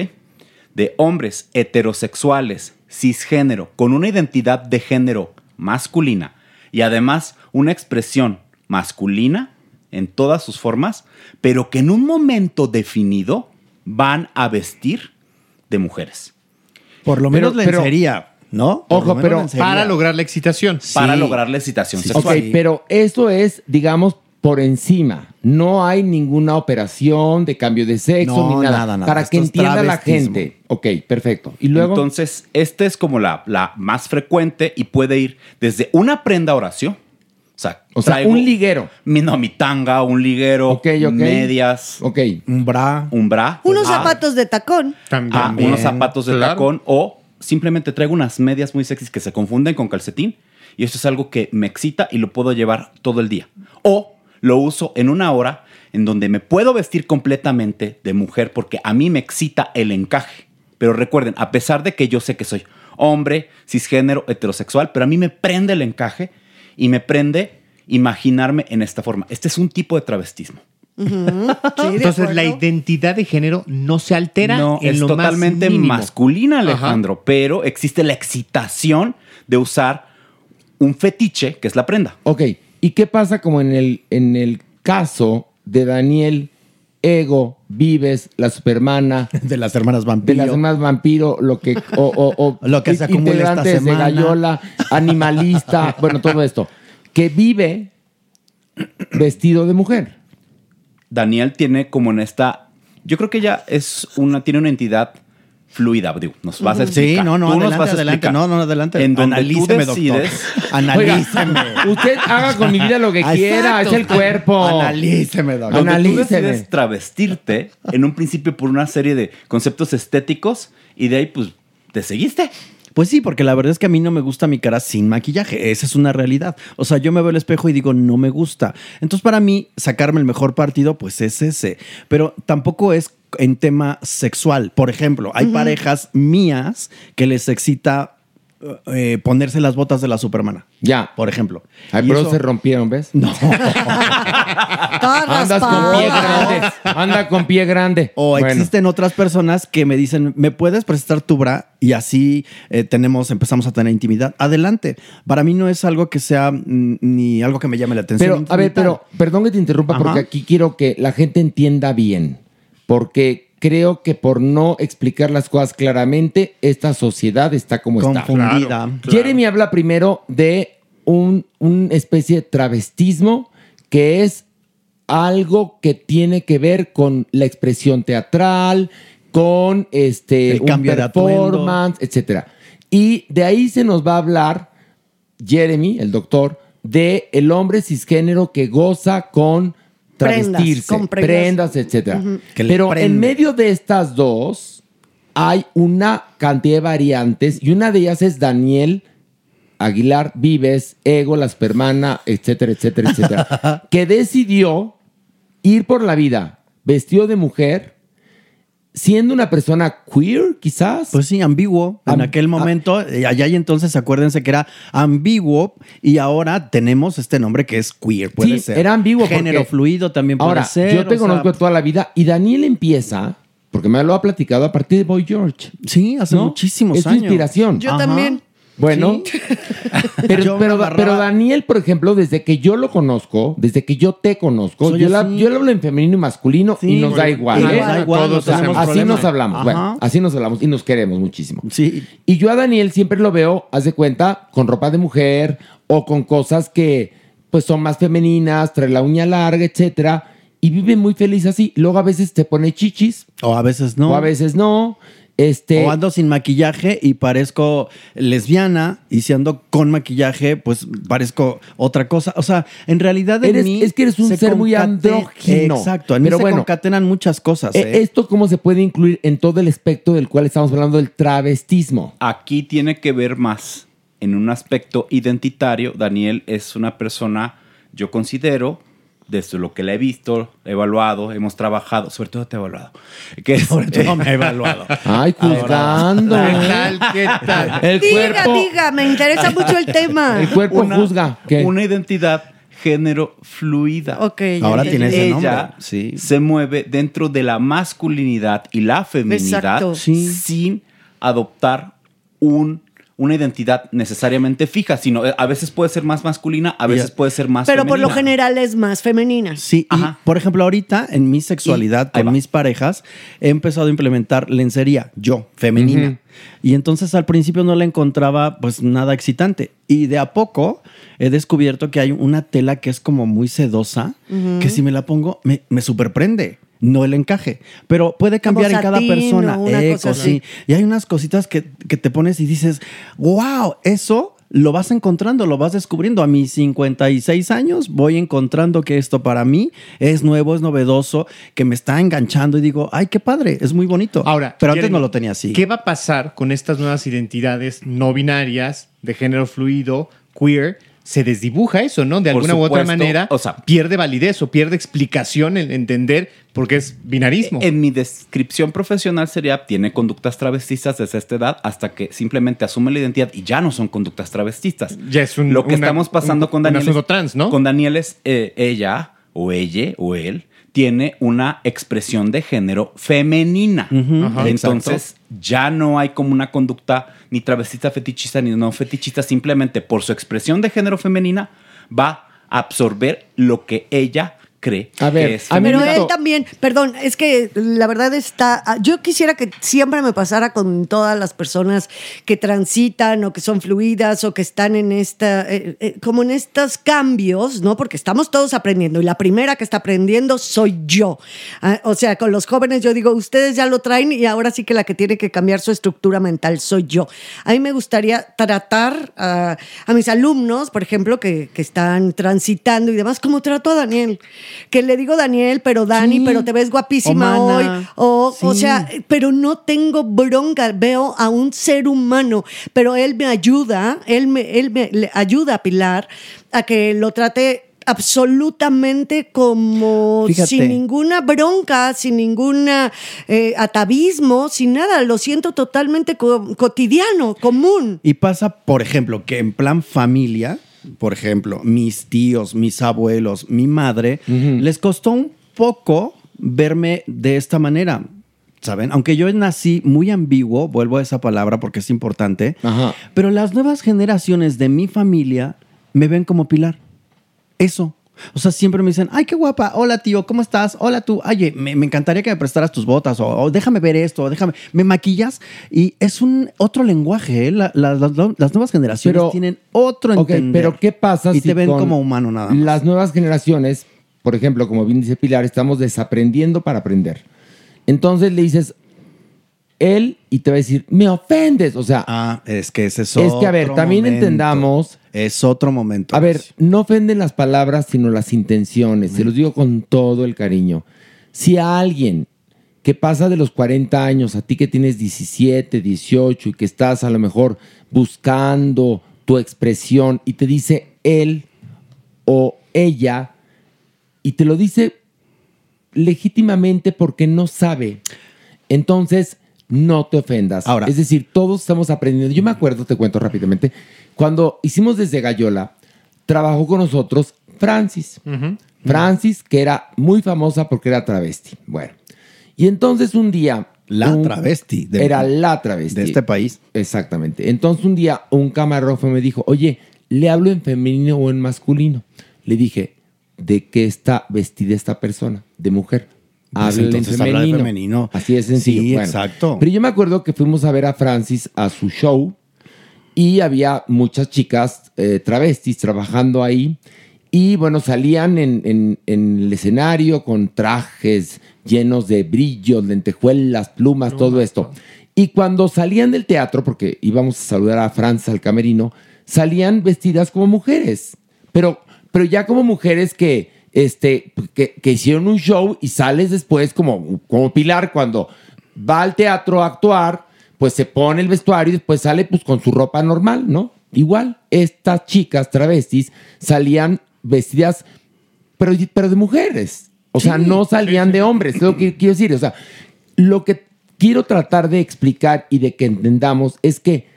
S10: De hombres heterosexuales, cisgénero, con una identidad de género masculina y además una expresión masculina en todas sus formas, pero que en un momento definido van a vestir de mujeres.
S9: Por lo menos lencería. ¿no? Por lo
S2: Ojo,
S9: menos
S2: pero
S9: en seguida.
S4: lograr la excitación.
S10: Para
S2: Sí.
S10: lograr la excitación
S2: Ok,
S10: sexual.
S2: pero esto es, digamos, por encima. No hay ninguna operación de cambio de sexo
S10: No,
S2: ni nada.
S10: nada, nada.
S2: Para que
S10: Esto es
S2: entienda la
S10: travestismo.
S2: gente. Ok, perfecto. Y luego.
S10: Entonces, esta es como la, la más frecuente y puede ir desde una prenda oración. O sea,
S2: O sea,
S10: traigo
S2: un liguero.
S10: Mi, no, mi tanga, un liguero,
S2: ok.
S10: medias.
S2: Un
S10: bra. Un bra.
S2: Pues
S3: Unos
S10: Ah,
S3: zapatos de tacón.
S10: ah,
S4: También.
S10: unos zapatos de
S4: Claro.
S10: tacón o simplemente traigo unas medias muy sexys que se confunden con calcetín y eso es algo que me excita y lo puedo llevar todo el día. O lo uso en una hora en donde me puedo vestir completamente de mujer porque a mí me excita el encaje. Pero recuerden, a pesar de que yo sé que soy hombre, cisgénero, heterosexual, pero a mí me prende el encaje y me prende imaginarme en esta forma. Este es un tipo de travestismo.
S4: Entonces la identidad de género no se altera
S10: No,
S4: en
S10: es
S4: lo más
S10: totalmente
S4: mínimo.
S10: masculina, Alejandro, pero existe la excitación de usar un fetiche, que es la prenda.
S2: Ok, ¿y qué pasa como en el, en el caso de Daniel Ego, Vives, la supermana?
S9: De las hermanas
S2: De
S9: vampiro.
S2: las demás vampiro, lo que, o, o- o-
S9: Lo que se acumula esta
S2: integrantes de
S9: semana.
S2: Gallola, animalista, bueno, todo esto, que vive vestido de mujer.
S10: Daniel tiene como en esta. Yo creo que ella es una, tiene una entidad fluida, digo, nos vas a
S9: Ujú. Sí,
S10: explicar.
S9: no, no,
S10: Tú nos
S9: adelante,
S10: vas a
S9: adelante.
S10: explicar.
S9: No, no, adelante.
S10: En donde
S9: Analíceme,
S10: tú
S9: doctor.
S10: decides.
S9: Analíceme. Oiga,
S2: usted haga con mi vida lo que
S9: Exacto.
S2: quiera, es el cuerpo.
S9: Analíceme, doctor.
S10: Donde tú
S2: Analíceme.
S10: decides travestirte en un principio por una serie de conceptos estéticos y de ahí, pues, te seguiste.
S9: Pues sí, porque la verdad es que a mí no me gusta mi cara sin maquillaje. Esa es una realidad. O sea, yo me veo al espejo y digo, no me gusta. Entonces, para mí, sacarme el mejor partido, pues es ese. Pero tampoco es en tema sexual. Por ejemplo, hay
S3: Ujú.
S9: parejas mías que les excita eh, ponerse las botas de la supermana.
S2: Ya.
S9: Por ejemplo.
S2: Ay,
S9: Y
S2: pero
S9: eso-
S2: se rompieron, ¿ves?
S9: No.
S3: Todas
S2: Andas con pie grande.
S3: raspadas.
S2: Anda con pie grande.
S9: O
S2: Bueno.
S9: existen otras personas que me dicen, ¿me puedes prestar tu bra? Y así eh, tenemos, empezamos a tener intimidad. Adelante. Para mí no es algo que sea mm, ni algo que me llame la atención.
S2: Pero, a ver,
S9: Intimidad.
S2: pero, perdón que te interrumpa, porque
S9: Ajá.
S2: aquí quiero que la gente entienda bien. Porque creo que por no explicar las cosas claramente, esta sociedad está como
S9: Confundida.
S2: está.
S9: Claro, claro.
S2: Jeremy habla primero de un, una especie de travestismo que es algo que tiene que ver con la expresión teatral, con este
S9: El cambio de atuendo.
S2: performance, etcétera. Y de ahí se nos va a hablar Jeremy, el doctor, de el hombre cisgénero que goza con
S3: Prendas,
S2: travestirse,
S3: con prendas.
S2: prendas, etcétera.
S3: Ujú.
S9: Que le
S2: Pero en
S9: prende.
S2: medio de estas dos hay una cantidad de variantes y una de ellas es Daniel Aguilar Vives, Ego, La Supermana, etcétera, etcétera, etcétera, que decidió ir por la vida vestido de mujer, siendo una persona queer, quizás. ah.
S9: Pues sí, ambiguo. En aquel momento, eh, allá y entonces, acuérdense que era ambiguo y ahora tenemos este nombre que es queer. Puede
S2: Sí,
S9: ser.
S2: era ambiguo
S9: Género
S2: porque-
S9: fluido también puede
S2: Ahora,
S9: ser.
S2: yo te
S9: o
S2: conozco
S9: sea,
S2: toda la vida y Daniel empieza, porque me lo ha platicado a partir de Boy George.
S9: Sí, hace muchísimos
S2: es tu
S9: años.
S2: inspiración.
S3: Yo también.
S2: Bueno, pero, pero, pero Daniel, por ejemplo, desde que yo lo conozco, desde que yo te conozco,
S9: Soy
S2: yo, la-
S9: así.
S2: yo le hablo en femenino y masculino
S9: Sí,
S2: y nos da
S9: igual. Igual,
S2: igual. ¿eh?
S9: da igual,
S2: O
S9: no
S2: sea,
S9: tenemos
S2: así
S9: problema.
S2: nos hablamos,
S9: Ajá.
S2: bueno, así nos hablamos y nos queremos muchísimo.
S9: Sí.
S2: Y yo a Daniel siempre lo veo, haz de cuenta, con ropa de mujer o con cosas que pues son más femeninas, trae la uña larga, etcétera, y vive muy feliz así. Luego a veces te pone chichis
S9: O a veces no.
S2: o a veces no. Este,
S9: O ando sin maquillaje y parezco lesbiana, y si ando con maquillaje, pues parezco otra cosa. O sea, en realidad en
S2: Eres-
S9: mí
S2: es que eres un
S9: se
S2: ser muy
S9: concate-
S2: andrógino.
S9: Exacto, en mí
S2: Pero
S9: se
S2: bueno.
S9: concatenan muchas cosas.
S2: Eh,
S9: ¿eh?
S2: ¿Esto cómo se puede incluir en todo el aspecto del cual estamos hablando del travestismo?
S10: Aquí tiene que ver más en un aspecto identitario. Daniel es una persona, yo considero, desde lo que le he visto, evaluado, hemos trabajado, sobre todo te he evaluado. Que es-
S9: Sobre todo me he evaluado.
S2: Ay, juzgando. ¿eh? El
S3: diga,
S2: cuerpo,
S3: diga, me interesa mucho el tema.
S2: el cuerpo juzga. ¿Qué?
S10: una identidad género fluida.
S3: Ok, ya
S9: Ahora
S3: entendí.
S9: tiene ese nombre.
S10: Ella
S9: Sí.
S10: se mueve dentro de la masculinidad y la feminidad
S3: Exacto.
S9: Sí.
S10: sin adoptar un una identidad necesariamente fija, sino eh, a veces puede ser más masculina, a veces puede ser más
S3: Pero por lo
S10: femenina.
S3: general es más femenina.
S9: Sí, y, por ejemplo, ahorita en mi sexualidad con mis parejas he empezado a implementar lencería, yo, femenina.
S3: Ujú.
S9: Y entonces al principio no la encontraba pues nada excitante. Y de a poco he descubierto que hay una tela que es como muy sedosa,
S3: Ujú.
S9: que si me la pongo me, me superprende. No el encaje, pero puede cambiar en cada
S3: satín o
S9: persona.
S3: una
S9: Eh,
S3: cosa
S9: cos-
S3: así.
S9: sí. Y hay unas cositas que, que te pones y dices, wow, eso lo vas encontrando, lo vas descubriendo. A mis 56 años voy encontrando que esto para mí es nuevo, es novedoso, que me está enganchando y digo, ay, qué padre, es muy bonito. Ahora, pero antes
S4: Jeremy,
S9: no lo tenía así.
S4: ¿Qué va a pasar con estas nuevas identidades no binarias, de género fluido, queer? Se desdibuja eso, ¿no? De
S10: Por
S4: alguna u otra
S10: supuesto,
S4: manera,
S10: o sea,
S4: pierde validez o pierde explicación el entender porque es binarismo.
S10: En mi descripción profesional sería, tiene conductas travestistas desde esta edad hasta que simplemente asume la identidad y ya no son conductas travestistas.
S4: Ya es un-
S10: Lo que
S4: una-
S10: estamos pasando
S4: un-
S10: con
S4: un
S10: Daniel.
S4: asunto
S10: es- Con Daniel es eh, ella o ella o él tiene una expresión de género femenina.
S9: Ajá.
S10: Entonces ya no hay como una conducta ni travestista fetichista ni no fetichista, simplemente por su expresión de género femenina va a absorber lo que ella cree
S2: A ver,
S10: que es
S3: Pero
S10: femenino.
S3: él también, perdón, es que la verdad está, ah, yo quisiera que siempre me pasara con todas las personas que transitan o que son fluidas o que están en esta, eh, eh, como en estos cambios, ¿no? Porque estamos todos aprendiendo y la primera que está aprendiendo soy yo. Ah, o sea, con los jóvenes yo digo, ustedes ya lo traen y ahora sí que la que tiene que cambiar su estructura mental soy yo. A mí me gustaría tratar a, a mis alumnos, por ejemplo, que, que están transitando y demás, como trato a Daniel. Que le digo Daniel, pero Dani, pero te ves guapísima
S9: O
S3: hoy.
S9: mana.
S3: O, o
S9: Sí.
S3: sea, pero no tengo bronca, veo a un ser humano, pero él me ayuda, él me, él me le ayuda a Pilar a que lo trate absolutamente como
S9: Fíjate.
S3: sin ninguna bronca, sin ninguna eh, atavismo, sin nada, lo siento totalmente co- cotidiano, común.
S9: Y pasa, por ejemplo, que en plan familia, por ejemplo, mis tíos, mis abuelos, mi madre, les costó un poco verme de esta manera. ¿Saben? Aunque yo nací muy ambiguo, vuelvo a esa palabra porque es importante, pero las nuevas generaciones de mi familia me ven como pilar. Eso. O sea, siempre me dicen, ay, qué guapa, hola tío, ¿cómo estás? Hola tú, oye, me, me encantaría que me prestaras tus botas, o, o déjame ver esto, o déjame, me maquillas. Y es un otro lenguaje, ¿eh? La- la- la- la- las nuevas generaciones
S2: Pero-
S9: tienen otro
S2: Ok,
S9: entender.
S2: pero ¿qué pasa
S9: Y
S2: si
S9: te ven
S2: con
S9: como humano nada más.
S2: Las nuevas generaciones, por ejemplo, como bien dice Pilar, estamos desaprendiendo para aprender. Entonces le dices él y te va a decir, me ofendes. O sea,
S9: Ah, es que ese es
S2: es que, a ver,
S9: otro
S2: también
S9: momento.
S2: entendamos.
S9: Es otro momento.
S2: A ver, no ofenden las palabras, sino las intenciones. Se los digo con todo el cariño. Si a alguien que pasa de los 40 años, a ti que tienes 17, 18 y que estás a lo mejor buscando tu expresión y te dice él o ella y te lo dice legítimamente porque no sabe. Entonces, no te ofendas. Ahora. Es decir, todos estamos aprendiendo. Yo me acuerdo, te cuento rápidamente, cuando hicimos desde Gallola, trabajó con nosotros Francis. Francis, que era muy famosa porque era travesti. Bueno. Y entonces un día.
S9: La
S2: un-
S9: travesti de-
S2: era la travesti.
S9: de este
S2: país. Exactamente. Entonces un día un camarógrafo me dijo, oye, ¿le hablo en femenino o en masculino? Le dije, ¿de qué está vestida esta persona? De mujer.
S9: Pues
S2: Háblale en
S9: entonces habla de
S2: femenino.
S9: femenino.
S2: Así es sencillo.
S9: Sí,
S2: Bueno,
S9: exacto.
S2: Pero yo me acuerdo que fuimos a ver a Francis a su show y había muchas chicas eh, travestis trabajando ahí. Y bueno, salían en, en- en el escenario con trajes llenos de brillos, lentejuelas, plumas, todo esto. Y cuando salían del teatro, porque íbamos a saludar a Franz al camerino, salían vestidas como mujeres. Pero, pero ya como mujeres que, este, que, que hicieron un show y sales después como, como Pilar cuando va al teatro a actuar, pues se pone el vestuario y después sale pues con su ropa normal, ¿no? Igual, estas chicas travestis salían vestidas, pero, pero de mujeres. O sea, no salían de hombres, es lo que quiero decir. O sea, lo que quiero tratar de explicar y de que entendamos es que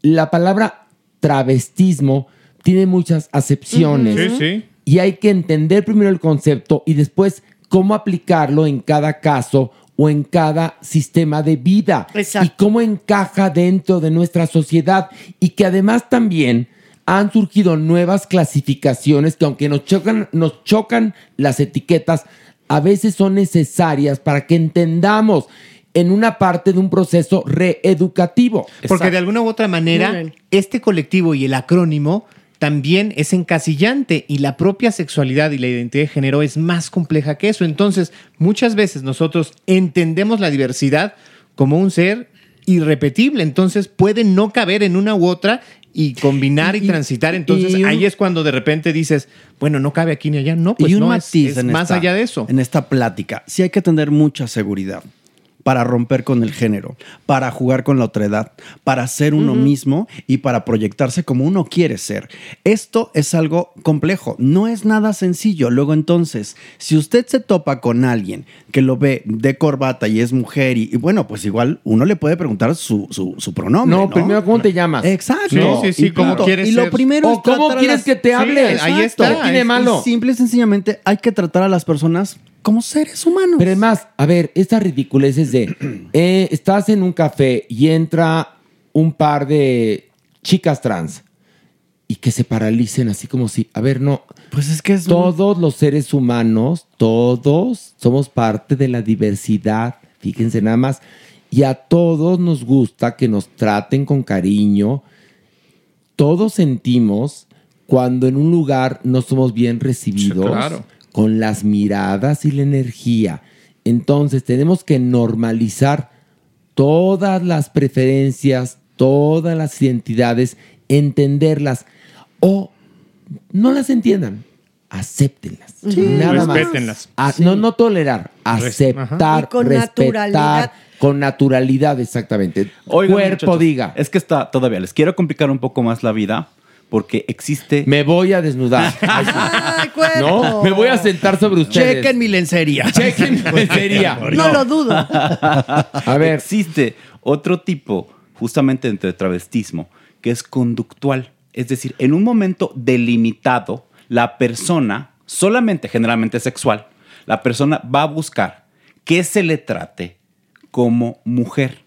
S2: la palabra travestismo tiene muchas acepciones.
S4: Ujú. Sí, sí.
S2: Y hay que entender primero el concepto y después cómo aplicarlo en cada caso o en cada sistema de vida y cómo encaja dentro de nuestra sociedad y que además también han surgido nuevas clasificaciones que aunque nos chocan, nos chocan las etiquetas, a veces son necesarias para que entendamos en una parte de un proceso reeducativo.
S4: Porque de alguna u otra
S2: Muy
S4: manera,
S2: bien.
S4: este colectivo y el acrónimo también es encasillante y la propia sexualidad y la identidad de género es más compleja que eso. Entonces, muchas veces nosotros entendemos la diversidad como un ser irrepetible, entonces puede no caber en una u otra y combinar y, transitar. Entonces,
S9: y un-
S4: ahí es cuando de repente dices, bueno, no cabe aquí ni allá. No, pues
S9: y un
S4: no, es-
S9: matiz
S4: es
S9: en
S4: más
S9: esta-
S4: allá de eso.
S9: En esta plática, sí hay que tener mucha seguridad para romper con el género, para jugar con la otredad, para ser uno
S11: Ujú.
S9: mismo y para proyectarse como uno quiere ser. Esto es algo complejo, no es nada sencillo. Luego entonces, si usted se topa con alguien que lo ve de corbata y es mujer y, y bueno, pues igual uno le puede preguntar su, su, su pronombre.
S2: No,
S9: No,
S2: primero, ¿cómo te llamas?
S9: Exacto.
S2: Sí, sí, sí,
S9: Ah, Y
S2: ¿cómo
S9: punto.
S2: quieres
S9: Y lo
S2: ser?
S9: primero
S2: O
S9: es
S2: ¿cómo
S9: tratar a
S2: quieres
S9: las-
S2: que te Sí, hable? ahí Exacto. está. ¿Qué tiene
S9: Es-
S2: malo?
S9: y Simple y sencillamente hay que tratar a las personas como seres humanos.
S2: Pero además, a ver, estas ridiculeces de eh, estás en un café y entra un par de chicas trans y que se paralicen así como si, a ver, no.
S9: Pues es que es
S2: todos los seres humanos, todos somos parte de la diversidad, fíjense nada más, y a todos nos gusta que nos traten con cariño. Todos sentimos cuando en un lugar no somos bien recibidos
S12: claro.
S2: con las miradas y la energía. Entonces tenemos que normalizar todas las preferencias, todas las identidades, entenderlas o no las entiendan, acéptenlas.
S3: Sí.
S2: Nada más.
S3: Respétenlas.
S2: A- No, no tolerar, aceptar,
S3: Y con
S2: respetar,
S3: naturalidad.
S2: con naturalidad, exactamente.
S10: Oigan,
S2: Cuerpo
S10: muchachos,
S2: diga.
S10: Es que está, todavía les quiero complicar un poco más la vida porque existe.
S2: Me voy a desnudar. No, me voy a sentar sobre ustedes.
S9: Chequen mi lencería.
S2: Chequen mi
S10: Pues,
S2: lencería.
S3: No lo dudo.
S10: A ver. Existe otro tipo, justamente entre travestismo, que es conductual. Es decir, en un momento delimitado, la persona, solamente generalmente sexual, la persona va a buscar que se le trate como mujer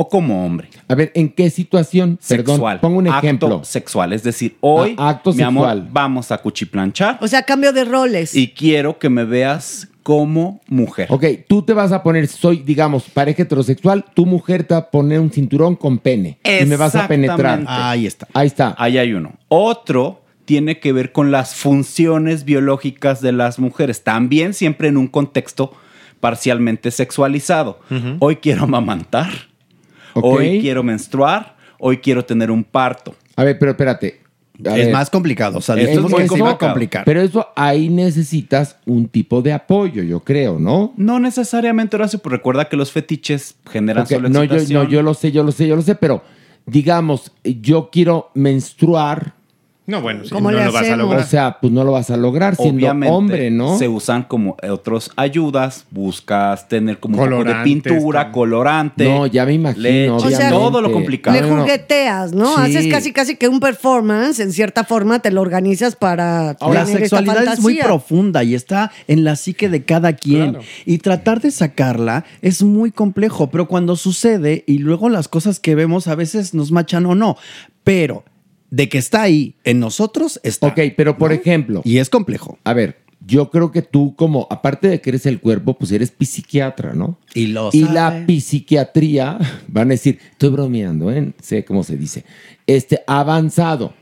S10: o como hombre.
S2: A ver, ¿en qué situación? Perdón,
S10: Sexual.
S2: pongo un
S10: Acto
S2: ejemplo.
S10: sexual. Es decir, hoy,
S2: Ah, acto
S10: mi amor,
S2: sexual.
S10: vamos a cuchiplanchar
S3: O sea, cambio de roles.
S10: y quiero que me veas como mujer.
S2: Ok, tú te vas a poner, soy, digamos, pareja heterosexual, tu mujer te va a poner un cinturón con pene y me vas a penetrar.
S10: Exactamente. Ahí
S9: está.
S2: Ahí está.
S10: Ahí hay uno. Otro tiene que ver con las funciones biológicas de las mujeres, también siempre en un contexto parcialmente sexualizado. Hoy quiero amamantar,
S2: Ok.
S10: hoy quiero menstruar, hoy quiero tener un parto.
S2: A ver, pero espérate. A
S10: Es
S2: ver.
S10: más complicado, o sea, Esto es dijimos muy que se iba a complicado. complicar.
S2: Pero eso ahí necesitas un tipo de apoyo, yo creo, ¿no?
S10: No necesariamente, Horacio, pues recuerda que los fetiches generan
S2: Ok,
S10: solo
S2: no, yo,
S10: excitación.
S2: no, yo lo sé, yo lo sé, yo lo sé, pero digamos, yo quiero menstruar.
S4: No, bueno, sí,
S10: ¿Cómo
S4: no
S10: le
S4: lo vas a
S10: hacemos?
S4: lograr.
S2: O sea, pues no lo vas a lograr siendo
S10: Obviamente,
S2: hombre, ¿no?
S10: Se usan como otros ayudas, buscas tener como un poco de
S2: Colorantes
S10: pintura, colorante.
S2: No, ya me imagino,
S10: leche,
S2: O sea,
S10: todo lo complicado.
S3: Le jugueteas, ¿no?
S10: Sí.
S3: Haces casi casi que un performance, en cierta forma te lo organizas para
S9: Ahora, la
S3: tener esta
S9: sexualidad es muy
S3: fantasía.
S9: profunda y está en la psique de cada quien. Y tratar de sacarla es muy complejo, pero cuando sucede y luego las cosas que vemos a veces nos machan o no. Pero de que está ahí en nosotros está. Ok,
S2: pero por ejemplo.
S9: Y es complejo.
S2: A ver, yo creo que tú, como, aparte de que eres el cuerpo, pues eres psiquiatra, ¿no?
S9: Y lo
S2: Y
S9: sabe.
S2: la psiquiatría, van a decir, estoy bromeando, ¿eh? sé cómo se dice, este, ha avanzado.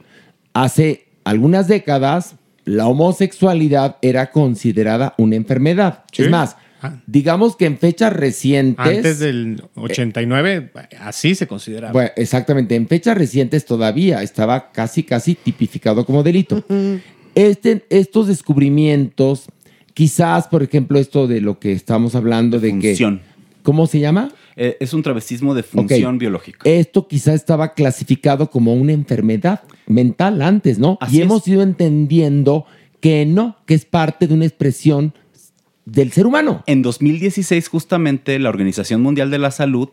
S2: Hace algunas décadas, la homosexualidad era considerada una enfermedad.
S4: Sí. Ah.
S2: Es más, digamos que en fechas recientes...
S4: Antes del 89, así se consideraba.
S2: Bueno, exactamente, en fechas recientes todavía estaba casi, casi tipificado como delito. Este, estos descubrimientos, quizás, por ejemplo, esto de lo que estamos hablando de,
S10: función.
S2: que... ¿Cómo se llama?
S10: Eh, es un travestismo de función biológica.
S2: Esto quizás estaba clasificado como una enfermedad mental antes, ¿no? y hemos ido entendiendo que no, que es parte de una expresión del ser humano.
S10: En 2016, justamente, la Organización Mundial de la Salud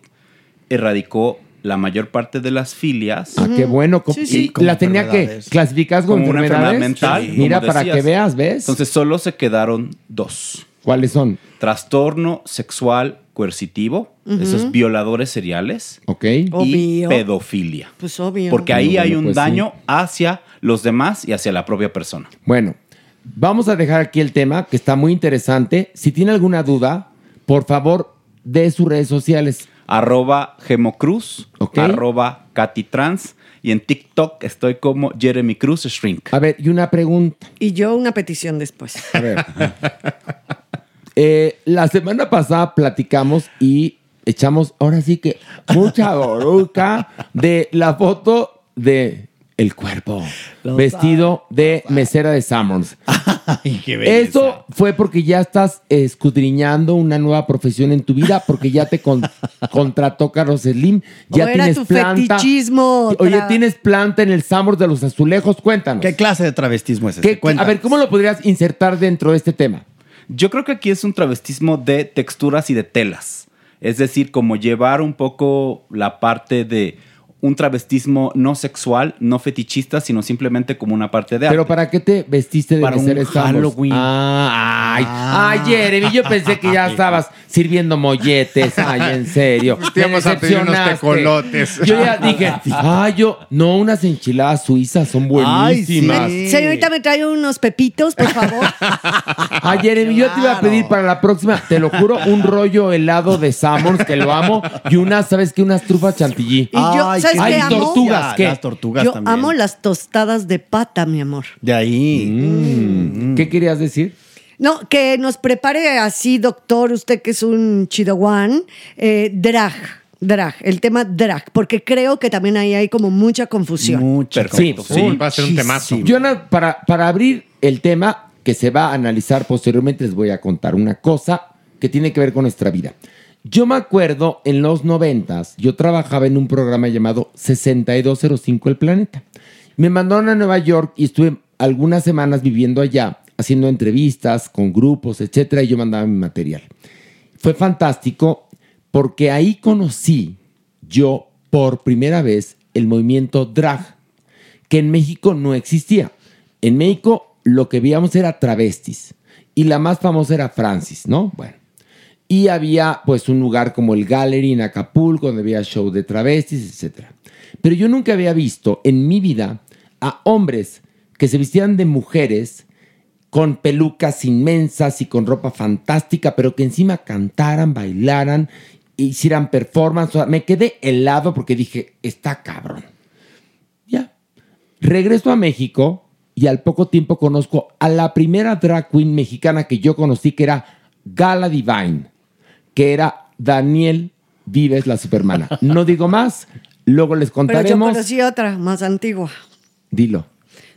S10: erradicó la mayor parte de las filias.
S2: Ah, qué bueno. com-
S10: Sí, sí.
S2: y la tenía que
S10: Enfermedades.
S2: clasificar como,
S10: Como una enfermedad
S2: enfermedades.
S10: mental. como
S2: Mira, para
S10: decías.
S2: que veas, ¿ves?
S10: Entonces, solo se quedaron dos.
S2: ¿Cuáles son?
S10: Trastorno sexual coercitivo,
S3: Ujú.
S10: esos violadores seriales y
S3: Obvio.
S10: pedofilia.
S3: Pues obvio.
S10: Porque ahí hay un
S2: pues, sí.
S10: daño hacia los demás y hacia la propia persona.
S2: Bueno, vamos a dejar aquí el tema que está muy interesante. Si tiene alguna duda, por favor, de sus redes sociales.
S10: Arroba Gemocruz, arroba Catitrans y en TikTok estoy como Jeremy Cruz Shrink.
S2: A ver, y una pregunta.
S3: Y yo una petición después.
S2: A ver. Eh, la semana pasada platicamos y echamos, ahora sí que, mucha boruca de la foto de el cuerpo
S9: Lo
S2: vestido de mesera de Summers. Eso fue porque ya estás escudriñando una nueva profesión en tu vida, porque ya te con- contrató Carlos Slim, ya
S3: O era
S2: tienes
S3: tu
S2: planta.
S3: fetichismo,
S2: Oye,
S3: tra-
S2: tienes planta en el Summers de los Azulejos, cuéntanos. ¿Qué
S9: clase de travestismo es
S2: ese? A ver, ¿cómo lo podrías insertar dentro de este tema?
S10: Yo creo que aquí es un travestismo de texturas y de telas. Es decir, como llevar un poco la parte de un travestismo no sexual, no fetichista, sino simplemente como una parte de arte.
S2: ¿Pero para qué te vestiste de
S10: Para un
S2: mesera de Star Wars?
S10: Halloween.
S2: Ah, ay, ay, Jeremy, yo pensé que ya estabas sirviendo molletes. Ay, en serio.
S11: Te íbamos a pedir unos
S2: decepcionaste.
S11: tecolotes.
S2: Yo ya dije, ay, yo, no, unas enchiladas suizas son buenísimas.
S3: Me- Señorita, me trae unos pepitos, pues, por favor.
S2: Ay, Jeremy, yo te iba a pedir para la próxima, te lo juro, un rollo helado de Samors, que lo amo, y unas, ¿sabes qué? Unas trufas chantilly.
S3: Y yo, ¿sabes
S2: Ay,
S3: qué amo?
S2: tortugas, ¿qué?
S3: Yo amo las tostadas de pata, mi amor.
S9: De ahí.
S2: Mm. ¿Qué querías decir?
S3: No, que nos prepare así, doctor, usted que es un chidoguán, eh, drag, drag, el tema drag, porque creo que también ahí hay como mucha confusión.
S2: Sí, Yo na- para, para abrir el tema que se va a analizar posteriormente, les voy a contar una cosa que tiene que ver con nuestra vida. Yo me acuerdo en los noventas, yo trabajaba en un programa llamado 6205 El Planeta. Me mandaron a Nueva York y estuve algunas semanas viviendo allá, haciendo entrevistas con grupos, etcétera, y yo mandaba mi material. Fue fantástico porque ahí conocí yo por primera vez el movimiento drag que en México no existía. En México lo que veíamos era travestis y la más famosa era Francis, ¿no? Bueno. Y había pues un lugar como el Gallery en Acapulco donde había show de travestis, etc. Pero yo nunca había visto en mi vida a hombres que se vestían de mujeres con pelucas inmensas y con ropa fantástica, pero que encima cantaran, bailaran, hicieran performance. O sea, me quedé helado porque dije, está cabrón. Regreso a México y al poco tiempo conozco a la primera drag queen mexicana que yo conocí, que era Gala Divine, que era Daniel Vives, la supermana. No digo más, luego les
S3: Pero yo
S2: contaremos.
S3: conocí otra más antigua,
S2: Dilo.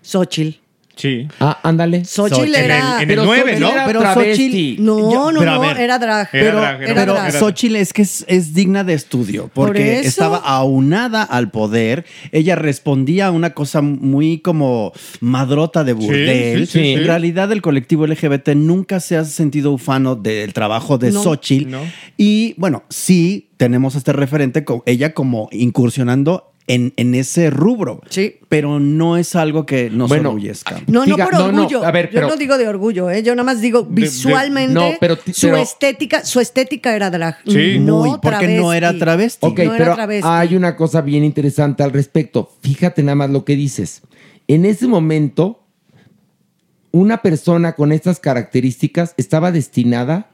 S3: Xochitl.
S2: Sí. Ah, ándale.
S3: Xochitl era...
S2: Pero Xochitl era
S9: Pero Xochitl-
S2: travesti.
S3: No,
S9: Yo-
S3: no,
S9: pero a
S3: no,
S9: ver.
S3: era drag.
S9: Pero,
S3: era
S9: pero
S3: drag.
S9: Xochitl es que es, es digna de estudio, porque
S3: eso.
S9: estaba aunada al poder. Ella respondía a una cosa muy como madrota de burdel.
S5: sí, sí,
S9: en
S5: sí.
S9: realidad, el colectivo LGBT nunca se ha sentido ufano del trabajo de
S5: No,
S9: Xochitl.
S5: no.
S9: Y bueno, sí tenemos a este referente, con ella como incursionando en, en ese rubro.
S3: Sí.
S9: Pero no es algo que nos
S2: Bueno,
S9: orgullezca.
S3: No,
S9: Diga,
S3: no por orgullo.
S9: a ver,
S3: yo
S9: pero-
S3: no digo de orgullo, ¿eh? yo nada más digo
S9: de-
S3: visualmente
S9: no, pero ti-
S3: su
S9: pero-
S3: estética, su estética era drag. no
S9: Muy, porque no era travesti.
S2: Ok, pero hay una cosa bien interesante al respecto. Fíjate nada más lo que dices. En ese momento, una persona con estas características estaba destinada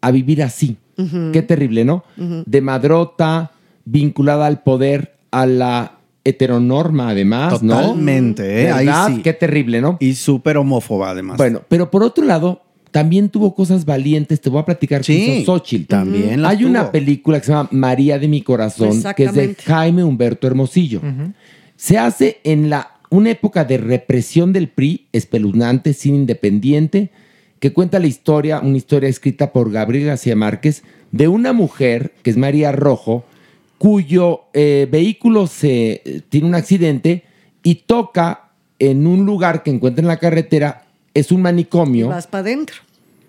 S2: a vivir así.
S9: Mm.
S12: Ujú.
S2: Qué terrible, ¿no?
S12: Ujú.
S2: De madrota, vinculada al poder, a la heteronorma, además, ¿no?
S9: Totalmente, ¿eh? Ahí
S2: ¿Verdad?
S9: sí.
S2: Qué terrible, ¿no? Pues,
S9: Y súper homófoba, además.
S2: Bueno, pero por otro lado, también tuvo cosas valientes. Te voy a platicar que
S9: Sí,
S2: hizo Xochitl.
S9: también las
S2: Hay una
S9: tuvo.
S2: película que se llama María de mi corazón, que es de
S9: Exactamente.
S2: Jaime Humberto Hermosillo. Se hace en la, una época de represión del PRI, espeluznante, sin independiente, que cuenta la historia, una historia escrita por Gabriel García Márquez, de una mujer, que es María Rojo, cuyo eh, vehículo se, eh, tiene un accidente y toca en un lugar que encuentra en la carretera, es un manicomio
S3: Vas para adentro.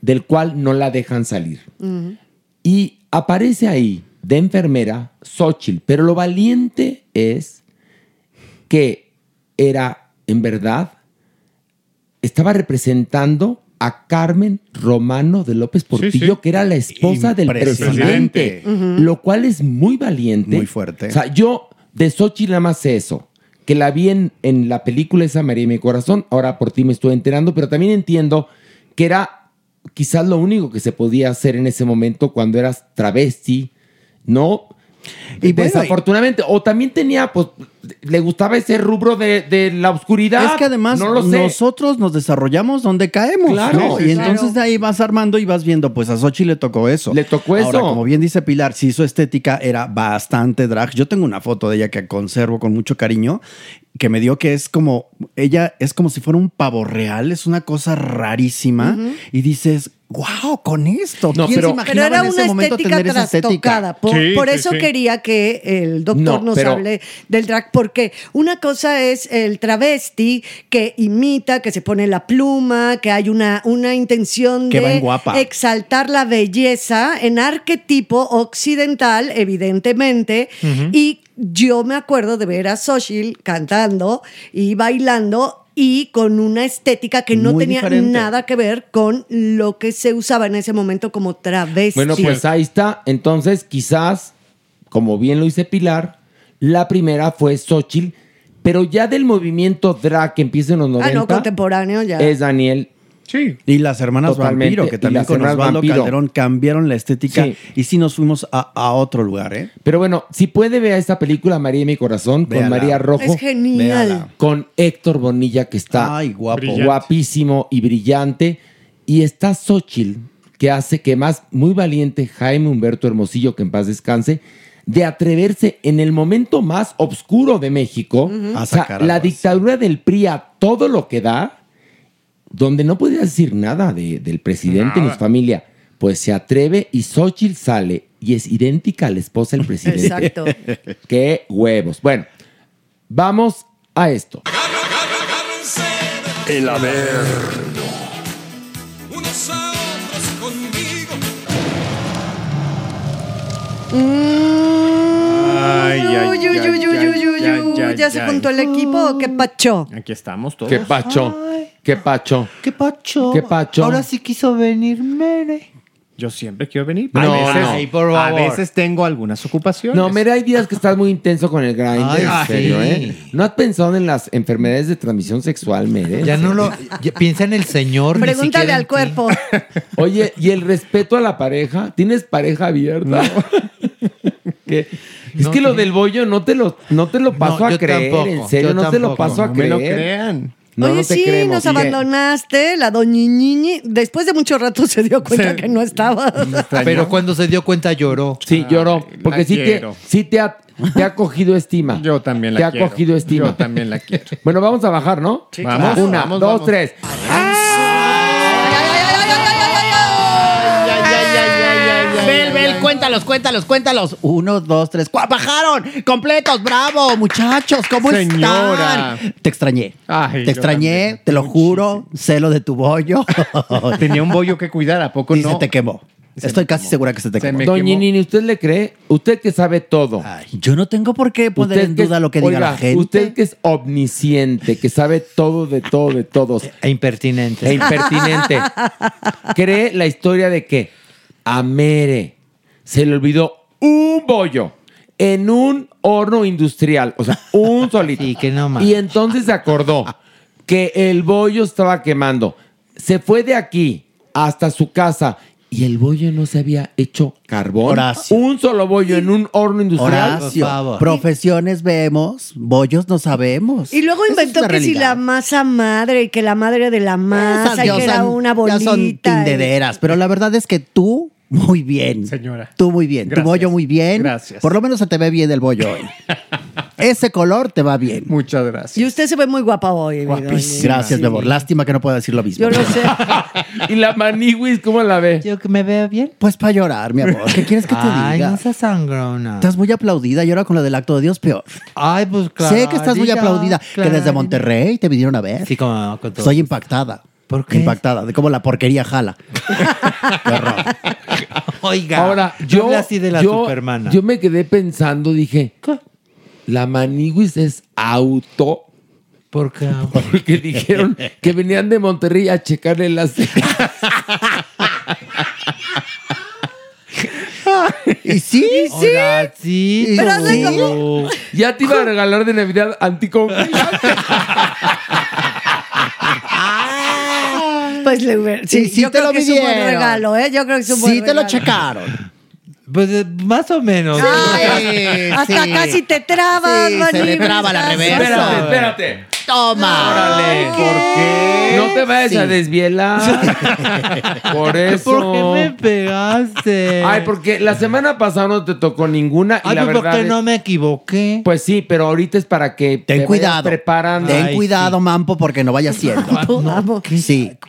S2: del cual no la dejan salir.
S3: Ujú.
S2: Y aparece ahí de enfermera Xochitl, pero lo valiente es que era, en verdad, estaba representando a Carmen Romano de López Portillo, que era la esposa del
S5: Impresionante.
S2: presidente,
S5: Ujú.
S2: lo cual es muy valiente.
S5: Muy fuerte.
S2: O sea, yo de Sochi nada más sé eso, que la vi en, en la película esa María y mi corazón, ahora por ti me estoy enterando, pero también entiendo que era quizás lo único que se podía hacer en ese momento cuando eras travesti, ¿no? Y desafortunadamente, o también tenía, pues, le gustaba ese rubro de, de la oscuridad.
S9: Es que además
S2: no lo sé.
S9: nosotros nos desarrollamos donde caemos.
S2: Claro,
S9: ¿no?
S2: sí,
S9: y
S2: sí,
S9: entonces
S2: claro.
S9: de ahí vas armando y vas viendo, pues a Sochi le tocó eso. Le tocó
S2: eso.
S9: Como bien dice Pilar, sí, su estética era bastante drag. Yo tengo una foto de ella que conservo con mucho cariño, que me dio que es como, ella es como si fuera un pavo real, es una cosa rarísima.
S3: Ujú.
S9: Y dices, wow, con esto.
S3: No,
S9: ¿Quién
S3: pero-
S9: se imaginaba
S3: Pero era
S9: en ese
S3: una
S9: momento
S3: estética
S9: tener esa
S3: trastocada.
S9: estética?
S3: Por, por eso quería que el
S9: No,
S3: doctor nos
S9: pero-
S3: hable del drag, porque una cosa es el travesti que imita, que se pone la pluma, que hay una, una intención
S9: Que va
S3: de
S9: en guapa.
S3: exaltar la belleza en arquetipo occidental, evidentemente,
S11: Ujú.
S3: y yo me acuerdo de ver a Soshil cantando y bailando y con una estética que no
S2: Muy
S3: tenía
S2: diferente.
S3: nada que ver con lo que se usaba en ese momento como travesti.
S2: Bueno, pues ahí está. Entonces, quizás, como bien lo dice Pilar, la primera fue Xochitl, pero ya del movimiento drag que empieza en los 90
S3: Ah, no, contemporáneo ya.
S2: es Daniel.
S9: Sí. Y las hermanas
S2: Totalmente.
S9: Vampiro, que
S2: Y
S9: también
S2: las
S9: con
S2: hermanas
S9: Osvaldo
S2: Vampiro.
S9: Calderón cambiaron la estética
S2: Sí.
S9: y sí nos fuimos a, a otro lugar, ¿eh?
S2: Pero bueno, si puede ver esta película María y mi corazón
S9: Véala.
S2: con María Rojo.
S9: Es genial. Véala.
S2: Con Héctor Bonilla que está
S9: Ay, guapo. Brillante.
S2: guapísimo y brillante y está Xochitl que hace que más muy valiente Jaime Humberto Hermosillo que en paz descanse de atreverse en el momento más oscuro de México,
S9: A
S2: o sea,
S9: sacar algo
S2: la
S9: así.
S2: dictadura del PRI a todo lo que da, donde no podía decir nada de- del presidente ni
S9: Nada.
S2: su familia, pues se atreve y Xochitl sale y es idéntica a la esposa del presidente.
S3: Exacto.
S2: Qué huevos. Bueno, vamos a esto.
S12: El haber.
S13: Unos a otros conmigo.
S12: Mm.
S4: Ay, ay,
S3: Uy, uy,
S4: ay,
S3: uy, uy, uy,
S4: ay,
S3: uy,
S4: ay,
S3: uy,
S4: ay,
S3: ¿Ya se
S4: ay.
S3: juntó el equipo o qué pacho?
S4: Aquí estamos todos.
S2: Qué pacho. Qué pacho.
S4: Qué pacho.
S2: Qué pacho. Ahora
S4: sí quiso venir Mere. Yo siempre quiero venir.
S2: No,
S4: a veces,
S2: no. Ay, por
S4: a
S2: favor.
S4: veces tengo algunas ocupaciones.
S2: No, mira, hay días que estás muy intenso con el grind.
S4: Ay,
S2: en
S4: sí.
S2: serio, ¿eh? ¿No has pensado en las enfermedades de transmisión sexual, Mere?
S5: Ya no lo-
S2: piensa en el señor.
S3: Pregúntale al cuerpo.
S2: Oye, ¿y el respeto a la pareja? ¿Tienes pareja abierta? ¿Qué? Es que lo del bollo no te lo, no te lo paso
S5: No,
S2: a
S5: yo
S2: creer,
S5: tampoco,
S2: en serio,
S5: yo
S2: no te lo
S5: tampoco.
S2: paso a
S5: No me
S2: creer.
S5: lo crean.
S2: No,
S3: Oye,
S2: no te
S3: sí,
S2: creemos.
S3: nos
S2: Y-
S3: abandonaste, la doñiñiñi. Después de mucho rato se dio cuenta que no estaba.
S5: Pero cuando se dio cuenta lloró. Ah.
S2: Sí, lloró. Porque sí te,
S5: quiero.
S2: sí te ha, te ha cogido estima. Yo también
S5: la
S2: Te ha
S5: quiero.
S2: cogido estima.
S5: Yo
S2: también la quiero. Bueno, vamos a bajar, ¿no?
S5: Sí, Vamos, claro.
S2: Una,
S5: vamos,
S2: dos,
S5: vamos.
S2: tres.
S1: Bel, Bel, cuéntalos, cuéntalos, cuéntalos. Uno, dos, tres, cuatro. ¡Bajaron! ¡Completos! ¡Bravo! Muchachos, ¿cómo
S9: Señora.
S1: están? pues, Te extrañé.
S9: Ay,
S1: te
S9: yo
S1: extrañé, te lo juro. Celo de tu bollo.
S9: Tenía un
S4: bollo que cuidar, ¿a poco
S1: Y
S9: no?
S1: se te quemó.
S9: Estoy casi segura que se te quemó.
S2: Doña Nini, ¿usted le cree? Usted que sabe todo.
S1: yo no tengo por qué poner en duda lo que diga la gente.
S2: Usted que es omnisciente, que sabe todo de todo, de todos. E impertinente. E impertinente. ¿Cree la historia de que a Mere se le olvidó un bollo en un horno industrial? O sea, un solito. Y que no Y entonces se acordó que el bollo estaba quemando. Se fue de aquí hasta su casa y el bollo no se había hecho carbón.
S1: Horacio.
S2: Un solo bollo en un horno industrial.
S1: Horacio, profesiones vemos, bollos no sabemos.
S3: Y luego
S1: Esa es
S3: inventó
S1: una
S3: que si
S1: realidad.
S3: la masa madre y que la madre de la masa
S1: Esas
S3: y
S1: ya
S3: que era
S1: son-
S3: una
S1: ya son
S3: bolita.
S1: tindederas, pero la verdad es que tú muy bien. Señora. Tú muy bien, tu bollo muy bien. Gracias. Por lo menos se te ve bien el bollo hoy. Ese color te va bien.
S4: Muchas gracias.
S3: Y usted se ve muy guapa hoy. mi doña.
S1: Gracias, mi amor. Lástima que no pueda decir lo mismo.
S3: Yo lo sé.
S2: ¿Y la maniwis cómo la ve?
S1: ¿Yo que me veo bien? Pues para llorar, mi amor. ¿Qué quieres que te
S5: Ay,
S1: diga?
S5: no seas sangrona.
S1: Estás muy aplaudida y ahora con lo del acto de Dios peor.
S5: Ay, pues claro.
S1: sé que estás muy aplaudida, que desde Monterrey te vinieron a ver.
S5: Sí, como con todo.
S1: Estoy impactada. ¿Por qué? Impactada de cómo la porquería jala.
S5: Oiga.
S2: Ahora,
S5: no
S2: yo,
S5: hable así de la
S2: yo-
S5: supermana.
S2: yo me quedé pensando, dije, la maniguis es auto
S5: Por cabrón.
S2: Porque dijeron que venían de Monterrey a checar el láser.
S1: ¿Y sí?
S2: ¿Y sí? sí.
S13: Pero hazle como-
S2: Ya te iba a regalar de Navidad anticongelante.
S3: Pues le hubiera. Sí,
S1: Y sí
S3: yo
S1: te
S3: creo
S1: lo
S3: que es un buen
S1: midieron.
S3: regalo, ¿eh? Yo creo que es un buen
S1: Sí te lo
S3: regalo.
S1: checaron.
S5: Pues eh, más o menos.
S3: Ay, hasta
S1: sí.
S3: casi te trabas,
S1: Sí,
S3: Mani.
S1: se le traba la reversa.
S2: Espérate, espérate.
S1: Toma.
S2: Órale. ¿Por qué? No te vayas
S1: Sí.
S2: a desvielar. Por eso.
S5: ¿Por qué me pegaste?
S2: Ay, porque la semana pasada no te tocó ninguna. Y
S5: Ay,
S2: la
S5: pues,
S2: verdad
S5: porque no
S2: me
S5: equivoqué.
S2: Pues sí, pero ahorita es para que te
S1: Ten
S2: vayas
S1: cuidado.
S2: preparando.
S1: Ten cuidado, Mampo, porque no vayas siendo. sí,
S2: ¿Por qué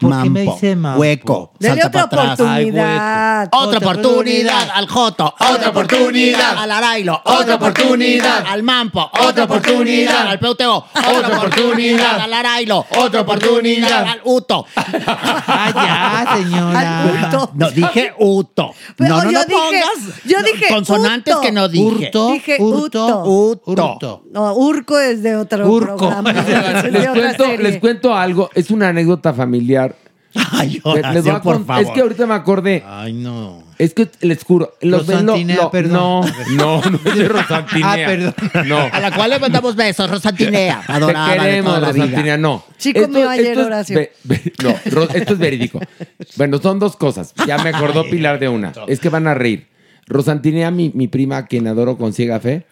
S2: me
S1: Mampo.
S2: dice Mampo?
S1: Hueco.
S2: Dele
S1: salta
S2: otra
S1: para atrás. pues.
S2: oportunidad. Ay, hueco.
S1: Otra oportunidad al Joto. Otra oportunidad al Arailo. Otra oportunidad al Mampo. Otra oportunidad al Peuteo. Otra oportunidad al Arailo. Otra oportunidad al Uto.
S5: Ah, ya, señora.
S1: No, dije Uto.
S5: Pero
S1: no, no,
S5: yo
S1: no
S5: dije-
S1: pongas
S3: Pues, yo
S1: no,
S3: dije
S1: consonantes
S3: Uto.
S1: que no dije.
S3: Urto, Dije Urto,
S1: Uto.
S3: No, Urco es de otro programa. Es de
S2: les,
S3: otra
S2: cuento,
S3: serie.
S2: les cuento algo. Es una anécdota familiar. Ay,
S5: Horacio, por favor.
S2: Es que ahorita me acordé. Ay,
S5: no.
S2: Es que les juro. Los ven- lo-
S5: Rosantinea,
S2: lo-
S5: perdón.
S2: No, no, no es de Rosantinea.
S5: Ah, perdón.
S2: No.
S1: A la cual le mandamos besos, Rosantinea. Adorada
S2: Te queremos,
S1: de toda la vida.
S2: Rosantinea, no.
S1: Chico mío ayer,
S2: es
S1: Horacio.
S2: ve- ve- no, Ro- esto es verídico. Bueno, son dos cosas. Ya me acordó Pilar de una. Es que van a reír. Rosantinea, mi, mi prima, a quien adoro con ciega fe,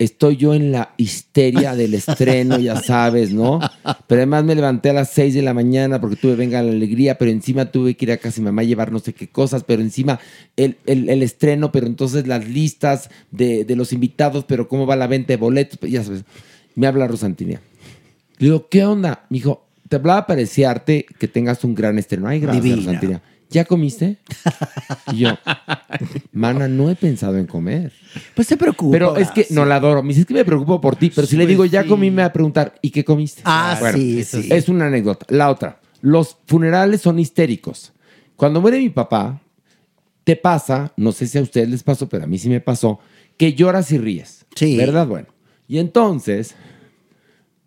S2: estoy yo en la histeria del estreno, ya sabes, ¿no? Pero además me levanté a las 6 de la mañana porque tuve Venga la Alegría, pero encima tuve que ir a casa de mamá a llevar no sé qué cosas, pero encima el, el- el estreno, pero entonces las listas de, de los invitados, pero cómo va la venta de boletos, pues, ya sabes. Me habla Rosantinea. Le digo, ¿qué onda? Me dijo, te hablaba para desearte que tengas un gran estreno. Ay, gracias,
S1: Divino.
S2: Rosantinea. ¿Ya comiste? Y yo, mana, no he pensado en comer.
S1: Pues te preocupa.
S2: Pero es que no la adoro. Me dice, es que me preocupo por ti. Pero si le digo, ya comí, me va a preguntar, ¿y qué comiste?
S1: Ah, sí,
S2: eso
S1: sí.
S2: Es una anécdota. La otra, los funerales son histéricos. Cuando muere mi papá, te pasa, no sé si a ustedes les pasó, pero a mí sí me pasó, que lloras y ríes. Sí. ¿Verdad? Bueno. Y entonces,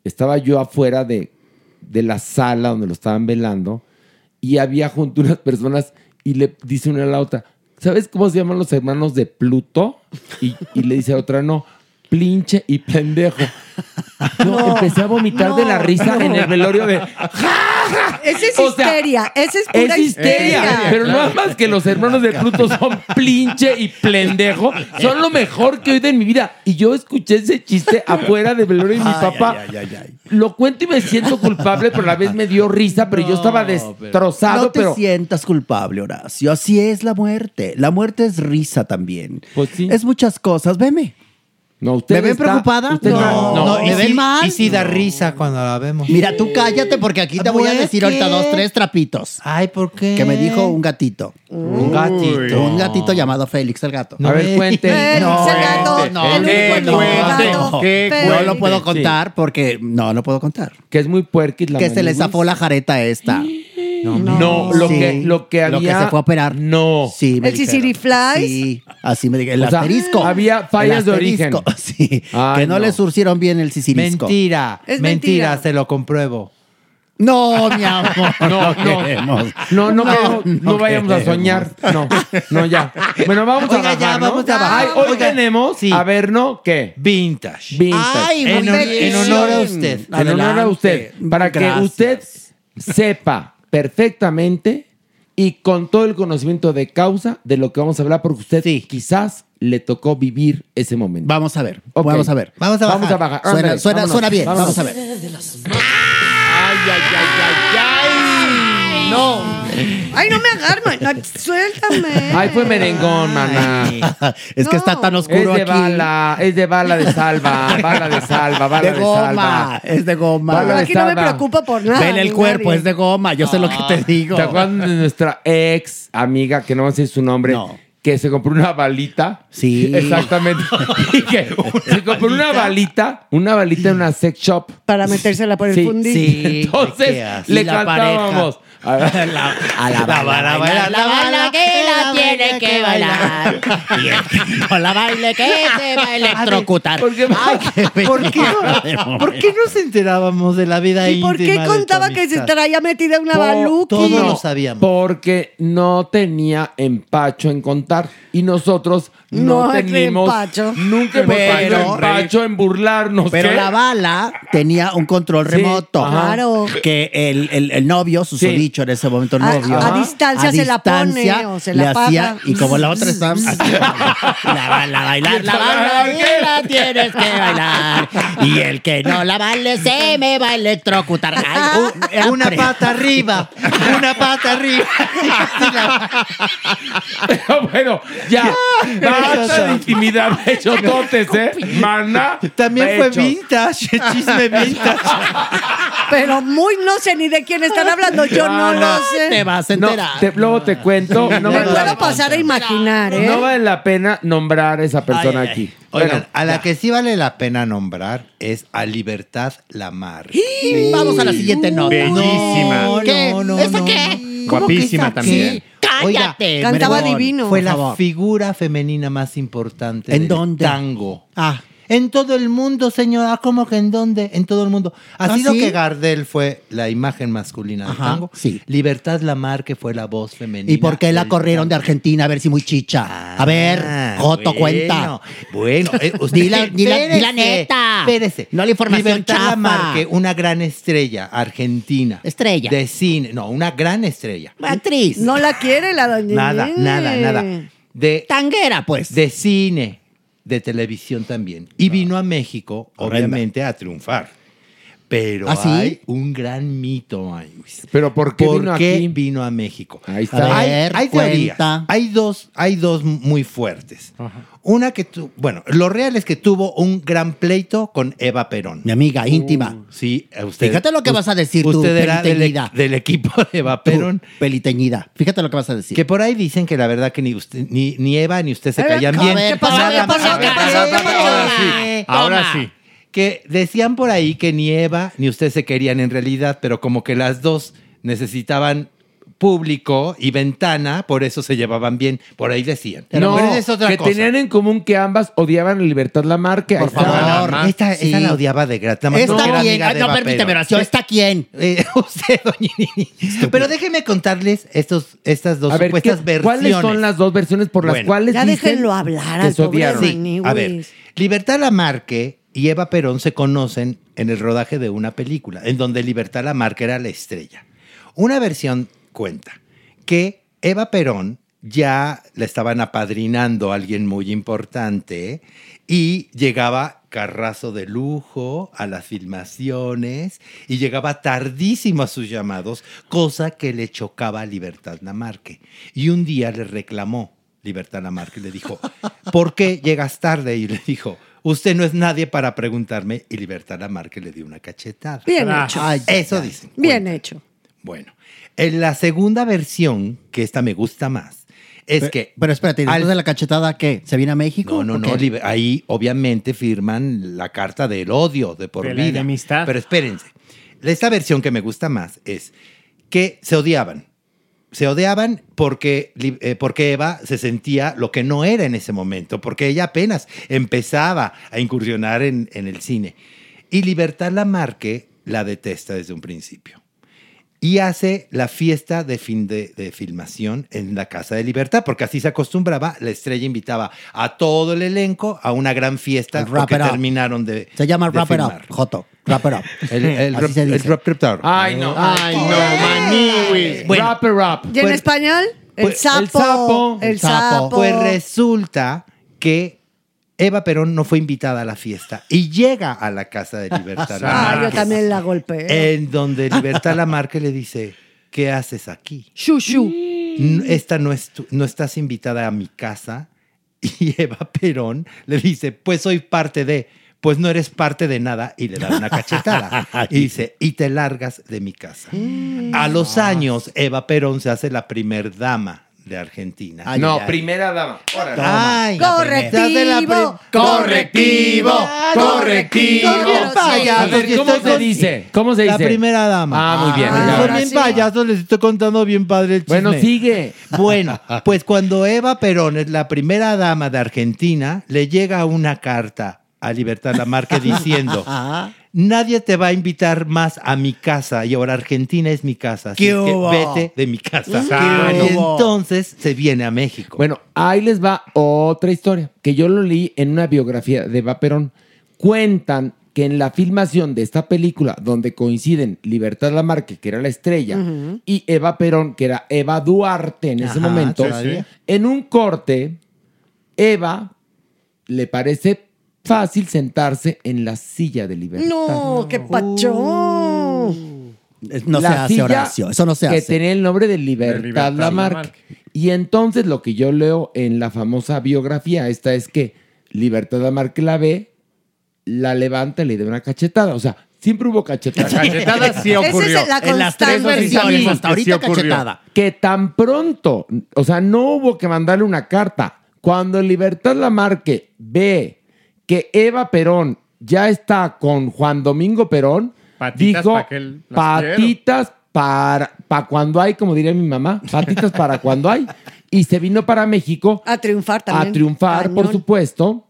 S2: estaba yo afuera de, de la sala donde lo estaban velando y había junto unas personas y le dice una a la otra, ¿sabes cómo se llaman los hermanos de Pluto? Y, y le dice a otra, no, plinche y pendejo. Yo empecé a vomitar de la risa en el velorio de...
S3: Esa es
S2: O sea,
S3: histeria. Esa es
S2: Es
S3: pura
S2: histeria, pero no es más que los hermanos de Pluto son plinche y pendejo. Son lo mejor que he oído en mi vida. Y yo escuché ese chiste afuera de velorio y mi papá lo cuento y me siento culpable, pero a la vez me dio risa, pero yo estaba destrozado,
S1: No te
S2: pero
S1: sientas culpable, Horacio. Así es la muerte. La muerte es risa también. Es muchas cosas. Veme.
S2: No,
S1: ¿Me ven preocupada?
S5: no, no,
S1: ¿Me
S5: y
S1: ven
S5: sí-
S1: mal?
S5: Y sí da risa cuando la vemos.
S1: Mira, tú cállate porque aquí te voy a
S5: Pues,
S1: decir ahorita
S5: ¿qué?
S1: dos, tres trapitos.
S5: Ay, ¿por qué?
S1: Que me dijo un gatito.
S5: Un gatito.
S1: Un gatito llamado Félix el gato.
S5: No, A ver, eh. cuente. Félix el gato, el
S1: que
S5: único gato, que
S1: No lo
S5: cuente.
S1: puedo contar porque no lo puedo contar.
S2: Que es muy puerquis la
S1: Que se le
S2: manigüis.
S1: zafó la jareta esta.
S2: No, lo
S1: Sí.
S2: que lo que había
S1: Lo que se fue a operar.
S2: No.
S1: Sí, me
S3: ¿El
S1: dijeron.
S3: Sisiri Flies?
S1: Sí, así me dijeron. El
S2: O sea,
S1: asterisco.
S2: había fallas
S1: El
S2: de origen.
S1: asterisco, Sí, que no,
S5: no.
S1: le surcieron bien el sicilisco.
S5: Mentira.
S1: Es
S5: mentira.
S1: mentira.
S5: se lo compruebo.
S1: No, mi amor.
S2: No, no. No, no, creo- no vayamos a
S5: queremos.
S2: soñar. No, no, ya. Bueno, vamos
S5: Oiga,
S2: a
S5: ya,
S2: bajar, ¿no?
S5: vamos a bajar.
S2: Ay, hoy
S5: Oiga,
S2: tenemos, a ver, ¿no? ¿Qué?
S5: Vintage.
S2: Vintage.
S5: Ay, muy En hon- bien. en honor a usted.
S2: En honor a usted.
S5: Adelante.
S2: Para que
S5: Gracias.
S2: usted sepa perfectamente y con todo el conocimiento de causa de lo que vamos a hablar, porque usted quizás le tocó vivir ese momento.
S1: Vamos a ver.
S2: Ok.
S1: Vamos a ver.
S2: Vamos a bajar. Vamos a bajar.
S1: Suena-
S2: Ándale,
S1: suena-
S2: vámonos.
S1: suena bien. Vamos
S2: Vámonos.
S1: a ver.
S2: Ay, ay, ay, ay, ay. No.
S3: Ay, no me agarman. Suéltame.
S2: Ay, fue merengón, maná.
S1: Es que está tan oscuro
S2: Es de
S1: aquí.
S2: bala, es de bala de salva, bala de salva, bala de,
S1: de goma,
S2: salva.
S1: es de goma.
S2: Bala de
S3: Aquí no me
S2: salva.
S3: preocupa por nada.
S1: Ven el
S3: ni
S1: cuerpo,
S3: nadie.
S1: es de goma, yo sé lo que te digo.
S2: ¿Te acuerdas de nuestra ex amiga, que no va a decir su nombre, que se compró una balita.
S1: Sí.
S2: Exactamente. Y que se compró una balita, una balita en una sex shop.
S3: Para metérsela por el
S2: Sí,
S3: fundillo.
S2: sí. Entonces,
S3: Ay, qué asco.
S2: le
S3: Y la
S2: cantábamos. A ver, la,
S1: la bala,
S2: bala,
S1: la bala que la tiene que bailar. No la baile que te va a electrocutar. ¿Por qué,
S5: ah, ¿Por qué, no, por qué nos enterábamos de la vida
S3: ¿Y por qué
S5: íntima de tu
S3: contaba que se
S5: amistad?
S3: traía metida una baluqui?
S5: sabíamos.
S2: Porque no tenía empacho en contar. Y nosotros no,
S3: No,
S2: teníamos
S3: empacho.
S2: nunca hemos
S1: Pero-
S2: tenido empacho en burlarnos.
S1: Pero
S2: ¿qué?
S1: la bala tenía un control
S2: Sí,
S1: remoto.
S2: ajá.
S3: Claro.
S1: Que el, el- el novio, su susodicho en ese momento, el
S3: A-
S1: novio.
S3: a distancia se la pone
S1: distancia
S3: o se la
S1: le hacía,
S3: apaga.
S1: y como la otra estaba. la bala, bailar, la bala, y la tienes que bailar. Y el que no la baile se me va a electrocutar. Ah, uh, eh, una pata arriba, una pata arriba.
S2: Pero bueno, ya. Basta de intimidad de chototes, ¿eh? Mana.
S5: También fue
S2: pechos.
S5: vintage, chisme vintage.
S3: Pero muy no sé ni de quién están hablando. Yo no, lo sé.
S2: No, te- luego te cuento. No
S3: Me
S2: vale la-
S3: puedo pasar a imaginar, ¿eh?
S2: no vale la pena nombrar a esa persona
S5: Ay, ay,
S2: aquí.
S5: ay. Oigan,
S2: Bueno,
S5: a la que sí vale la pena nombrar es a Libertad Lamar.
S1: Vamos a la siguiente nota.
S5: Bellísima.
S1: No,
S5: ¿Qué?
S1: no, no,
S5: ¿Esa
S1: no.
S5: qué?
S1: ¿Cómo que
S5: Guapísima
S1: esa
S5: también.
S1: qué? Cállate.
S5: Oiga,
S1: Cantaba
S5: perdón,
S1: divino.
S5: Fue
S1: Por
S5: la
S1: favor.
S5: figura femenina más importante
S1: ¿En
S5: del
S1: dónde?
S5: tango.
S1: Ah,
S5: En todo el mundo, señora. ¿Cómo que en dónde? En todo el mundo. Ha
S1: ¿Ah,
S5: sido
S1: sí?
S5: que Gardel fue la imagen masculina del
S1: Ajá,
S5: tango. Libertad Lamar, que fue la voz femenina.
S1: ¿Y por qué la
S5: del
S1: corrieron de Argentina? A ver si muy chicha. A ver, Joto,
S5: Ah, bueno,
S1: cuenta.
S5: Bueno, eh, usted-
S1: Di la- di la- di la
S5: espérese,
S1: neta.
S5: Espérese.
S1: No la información
S5: Libertad
S1: chafa.
S5: Lamarque, una gran estrella argentina.
S1: Estrella.
S5: De cine. No, una gran estrella.
S1: Actriz.
S3: No la quiere la doña
S5: Nada,
S3: Irene.
S5: nada, nada. De,
S1: Tanguera, pues.
S5: De cine, de televisión también. Y
S2: Ah.
S5: vino a México, obviamente, a triunfar. Pero
S1: ¿Ah, sí?
S5: hay un gran mito, ay, Luis.
S2: ¿Pero por qué
S5: ¿Por
S2: vino
S5: qué
S2: aquí?
S5: vino a México?
S2: Ahí
S5: A ver,
S2: está.
S5: hay, hay teorías.
S1: cuenta.
S5: Hay dos, hay dos muy fuertes. Una que tu, bueno, lo real es que tuvo un gran pleito con Eva Perón.
S1: Mi amiga íntima.
S2: Uh.
S5: Sí, a usted.
S1: Fíjate lo que
S5: us-
S1: vas a decir tú,
S5: usted era del,
S1: peliteñida.
S5: e- del equipo de Eva Perón.
S1: Peliteñida. Peliteñida. Fíjate lo que vas a decir.
S5: Que por ahí dicen que la verdad que ni usted, ni, ni Eva ni usted se caían
S1: a
S5: bien.
S1: ver, ¿qué pasó?
S5: Nada
S1: ¿Qué pasó?
S5: más.
S1: ¿Qué pasó? ¿Qué pasó?
S5: Ahora sí.
S1: Toma.
S5: Ahora sí. Que decían por ahí que ni Eva ni usted se querían en realidad, pero como que las dos necesitaban público y ventana, por eso se llevaban bien. Por ahí decían.
S2: no,
S5: pero esa es otra
S2: que
S5: cosa.
S2: tenían en común que ambas odiaban a Libertad Lamarque. Por
S5: Esta, esta la odiaba de grata. nada más porque era
S1: ¿Está quién?
S5: amiga
S1: Ay,
S5: de
S1: No,
S5: Eva
S1: permíteme,
S5: Perón.
S1: Horacio. ¿Está quién?
S5: Eh, usted, doña Nini. Pero déjenme contarles estos, estas dos
S2: A ver,
S5: supuestas
S2: ¿qué-
S5: versiones.
S2: ¿cuáles son las dos versiones por las
S5: Bueno.
S2: cuales
S3: Ya
S2: dicen
S3: déjenlo hablar
S2: que
S3: al
S2: se
S3: pobre
S2: odiaron?
S3: René.
S5: Sí, a ver, Libertad Lamarque y Eva Perón se conocen en el rodaje de una película, en donde Libertad Lamarque era la estrella. Una versión cuenta que Eva Perón ya la estaban apadrinando a alguien muy importante y llegaba carrazo de lujo a las filmaciones y llegaba tardísimo a sus llamados, cosa que le chocaba a Libertad Lamarque. Y un día le reclamó Libertad Lamarque, le dijo, ¿por qué llegas tarde? Y le dijo, usted no es nadie para preguntarme. Y Libertad Lamarque le dio una cachetada.
S3: Bien hecho.
S5: Ah, Ay, Eso dicen.
S3: Bien hecho.
S5: Bueno, en la segunda versión, que esta me gusta más, es
S1: Pero-
S5: que...
S1: Pero espérate, ¿y después
S5: al-
S1: de la cachetada qué? ¿Se viene a
S5: no,
S1: México?
S5: no,
S1: ¿O
S5: no.
S1: qué?
S5: liber- Ahí obviamente firman la carta del odio de por
S4: De la
S5: vida. amistad. Pero espérense. Esta versión que me gusta más es que se odiaban. Se odiaban porque, li- eh, porque Eva se sentía lo que no era en ese momento, porque ella apenas empezaba a incursionar en, en el cine. Y Libertad Lamarque la detesta desde un principio y hace la fiesta de fin de, de filmación en la Casa de Libertad, porque así se acostumbraba, la estrella invitaba a todo el elenco a una gran fiesta
S1: El wrap
S5: porque
S1: it up.
S5: terminaron de
S1: Se llama
S5: de
S1: Wrap It Up,
S5: filmar.
S1: Joto. Wrap It Up.
S5: El, el,
S1: Así
S5: rap-
S1: se
S5: el
S1: dice.
S5: rap- rap- rap.
S2: Ay, no.
S1: Ay, no,
S2: maniwis.
S1: Bueno.
S2: Wrap it up.
S3: ¿Y en español? El
S5: pues, el
S3: sapo.
S5: sapo,
S3: El
S1: el sapo.
S3: sapo.
S5: Pues resulta que Eva Perón no fue invitada a la fiesta y llega a la Casa de Libertad.
S3: Ah, yo
S5: Lamarque,
S3: también la golpeé.
S5: En donde Libertad Lamarque le dice, ¿qué haces aquí?
S3: Shushu.
S5: "N- esta no, es tu- no estás invitada a mi casa. Y Eva Perón le dice, pues soy parte de, pues no eres parte de nada. Y le da una cachetada. y dice, y te
S2: Ah.
S5: largas de mi casa. a los años, Eva Perón se hace la primer dama de Argentina.
S2: Ay, No, ay, ay. primera dama. Órale.
S5: Toma.
S2: Ay,
S5: La primera.
S2: correctivo,
S5: Ya de la prim-
S2: correctivo, correctivo.
S5: Son bien
S2: A ver,
S5: y
S2: ¿cómo
S5: estoy
S2: se dice? ¿Cómo se
S5: La
S2: dice?
S5: primera dama.
S2: Ah, muy bien, ya.
S5: Son
S2: Ahora
S5: bien
S2: sí.
S5: payasos, les estoy contando bien padre el chisme.
S2: Bueno, sigue.
S5: Bueno, pues cuando Eva Perón es la primera dama de Argentina, le llega una carta a Libertad Lamarque diciendo... Nadie te va a invitar más a mi casa y ahora Argentina es mi casa. Así
S2: ¿Qué
S5: es que
S2: hubo?
S5: vete de mi casa.
S2: ¿Qué
S5: Y
S2: hubo?
S5: entonces se viene a México.
S2: Bueno, ahí les va otra historia que yo lo leí en una biografía de Eva Perón. Cuentan que en la filmación de esta película, donde coinciden Libertad Lamarque, que era la estrella,
S13: Ujú.
S2: y Eva Perón, que era Eva Duarte en
S5: Ajá,
S2: ese momento,
S5: todavía.
S2: en un corte, Eva le parece fácil sentarse en la silla de Libertad.
S3: No, qué pacho.
S1: No se
S2: La
S1: hace,
S2: silla
S1: Horacio. Eso no se
S2: que
S1: hace.
S2: tenía el nombre de Libertad,
S1: De Libertad
S2: Lamarque. Y entonces lo que yo leo en la famosa biografía esta es que Libertad Lamarque la ve, la levanta y le da una cachetada. O sea, siempre hubo cachetada.
S13: La cachetada sí Esa es ocurrió. la En las tres constante versiones, sabemos hasta que ahorita sí ocurrió. cachetada.
S2: Que tan pronto, o sea, no hubo que mandarle una carta. Cuando Libertad Lamarque ve que Eva Perón ya está con Juan Domingo Perón,
S11: Patitas
S2: dijo,
S11: pa' que él las
S2: patitas para, pa' cuando hay, como diría mi mamá, patitas para cuando hay. Y se vino para México.
S3: A triunfar
S2: también. A triunfar, por supuesto.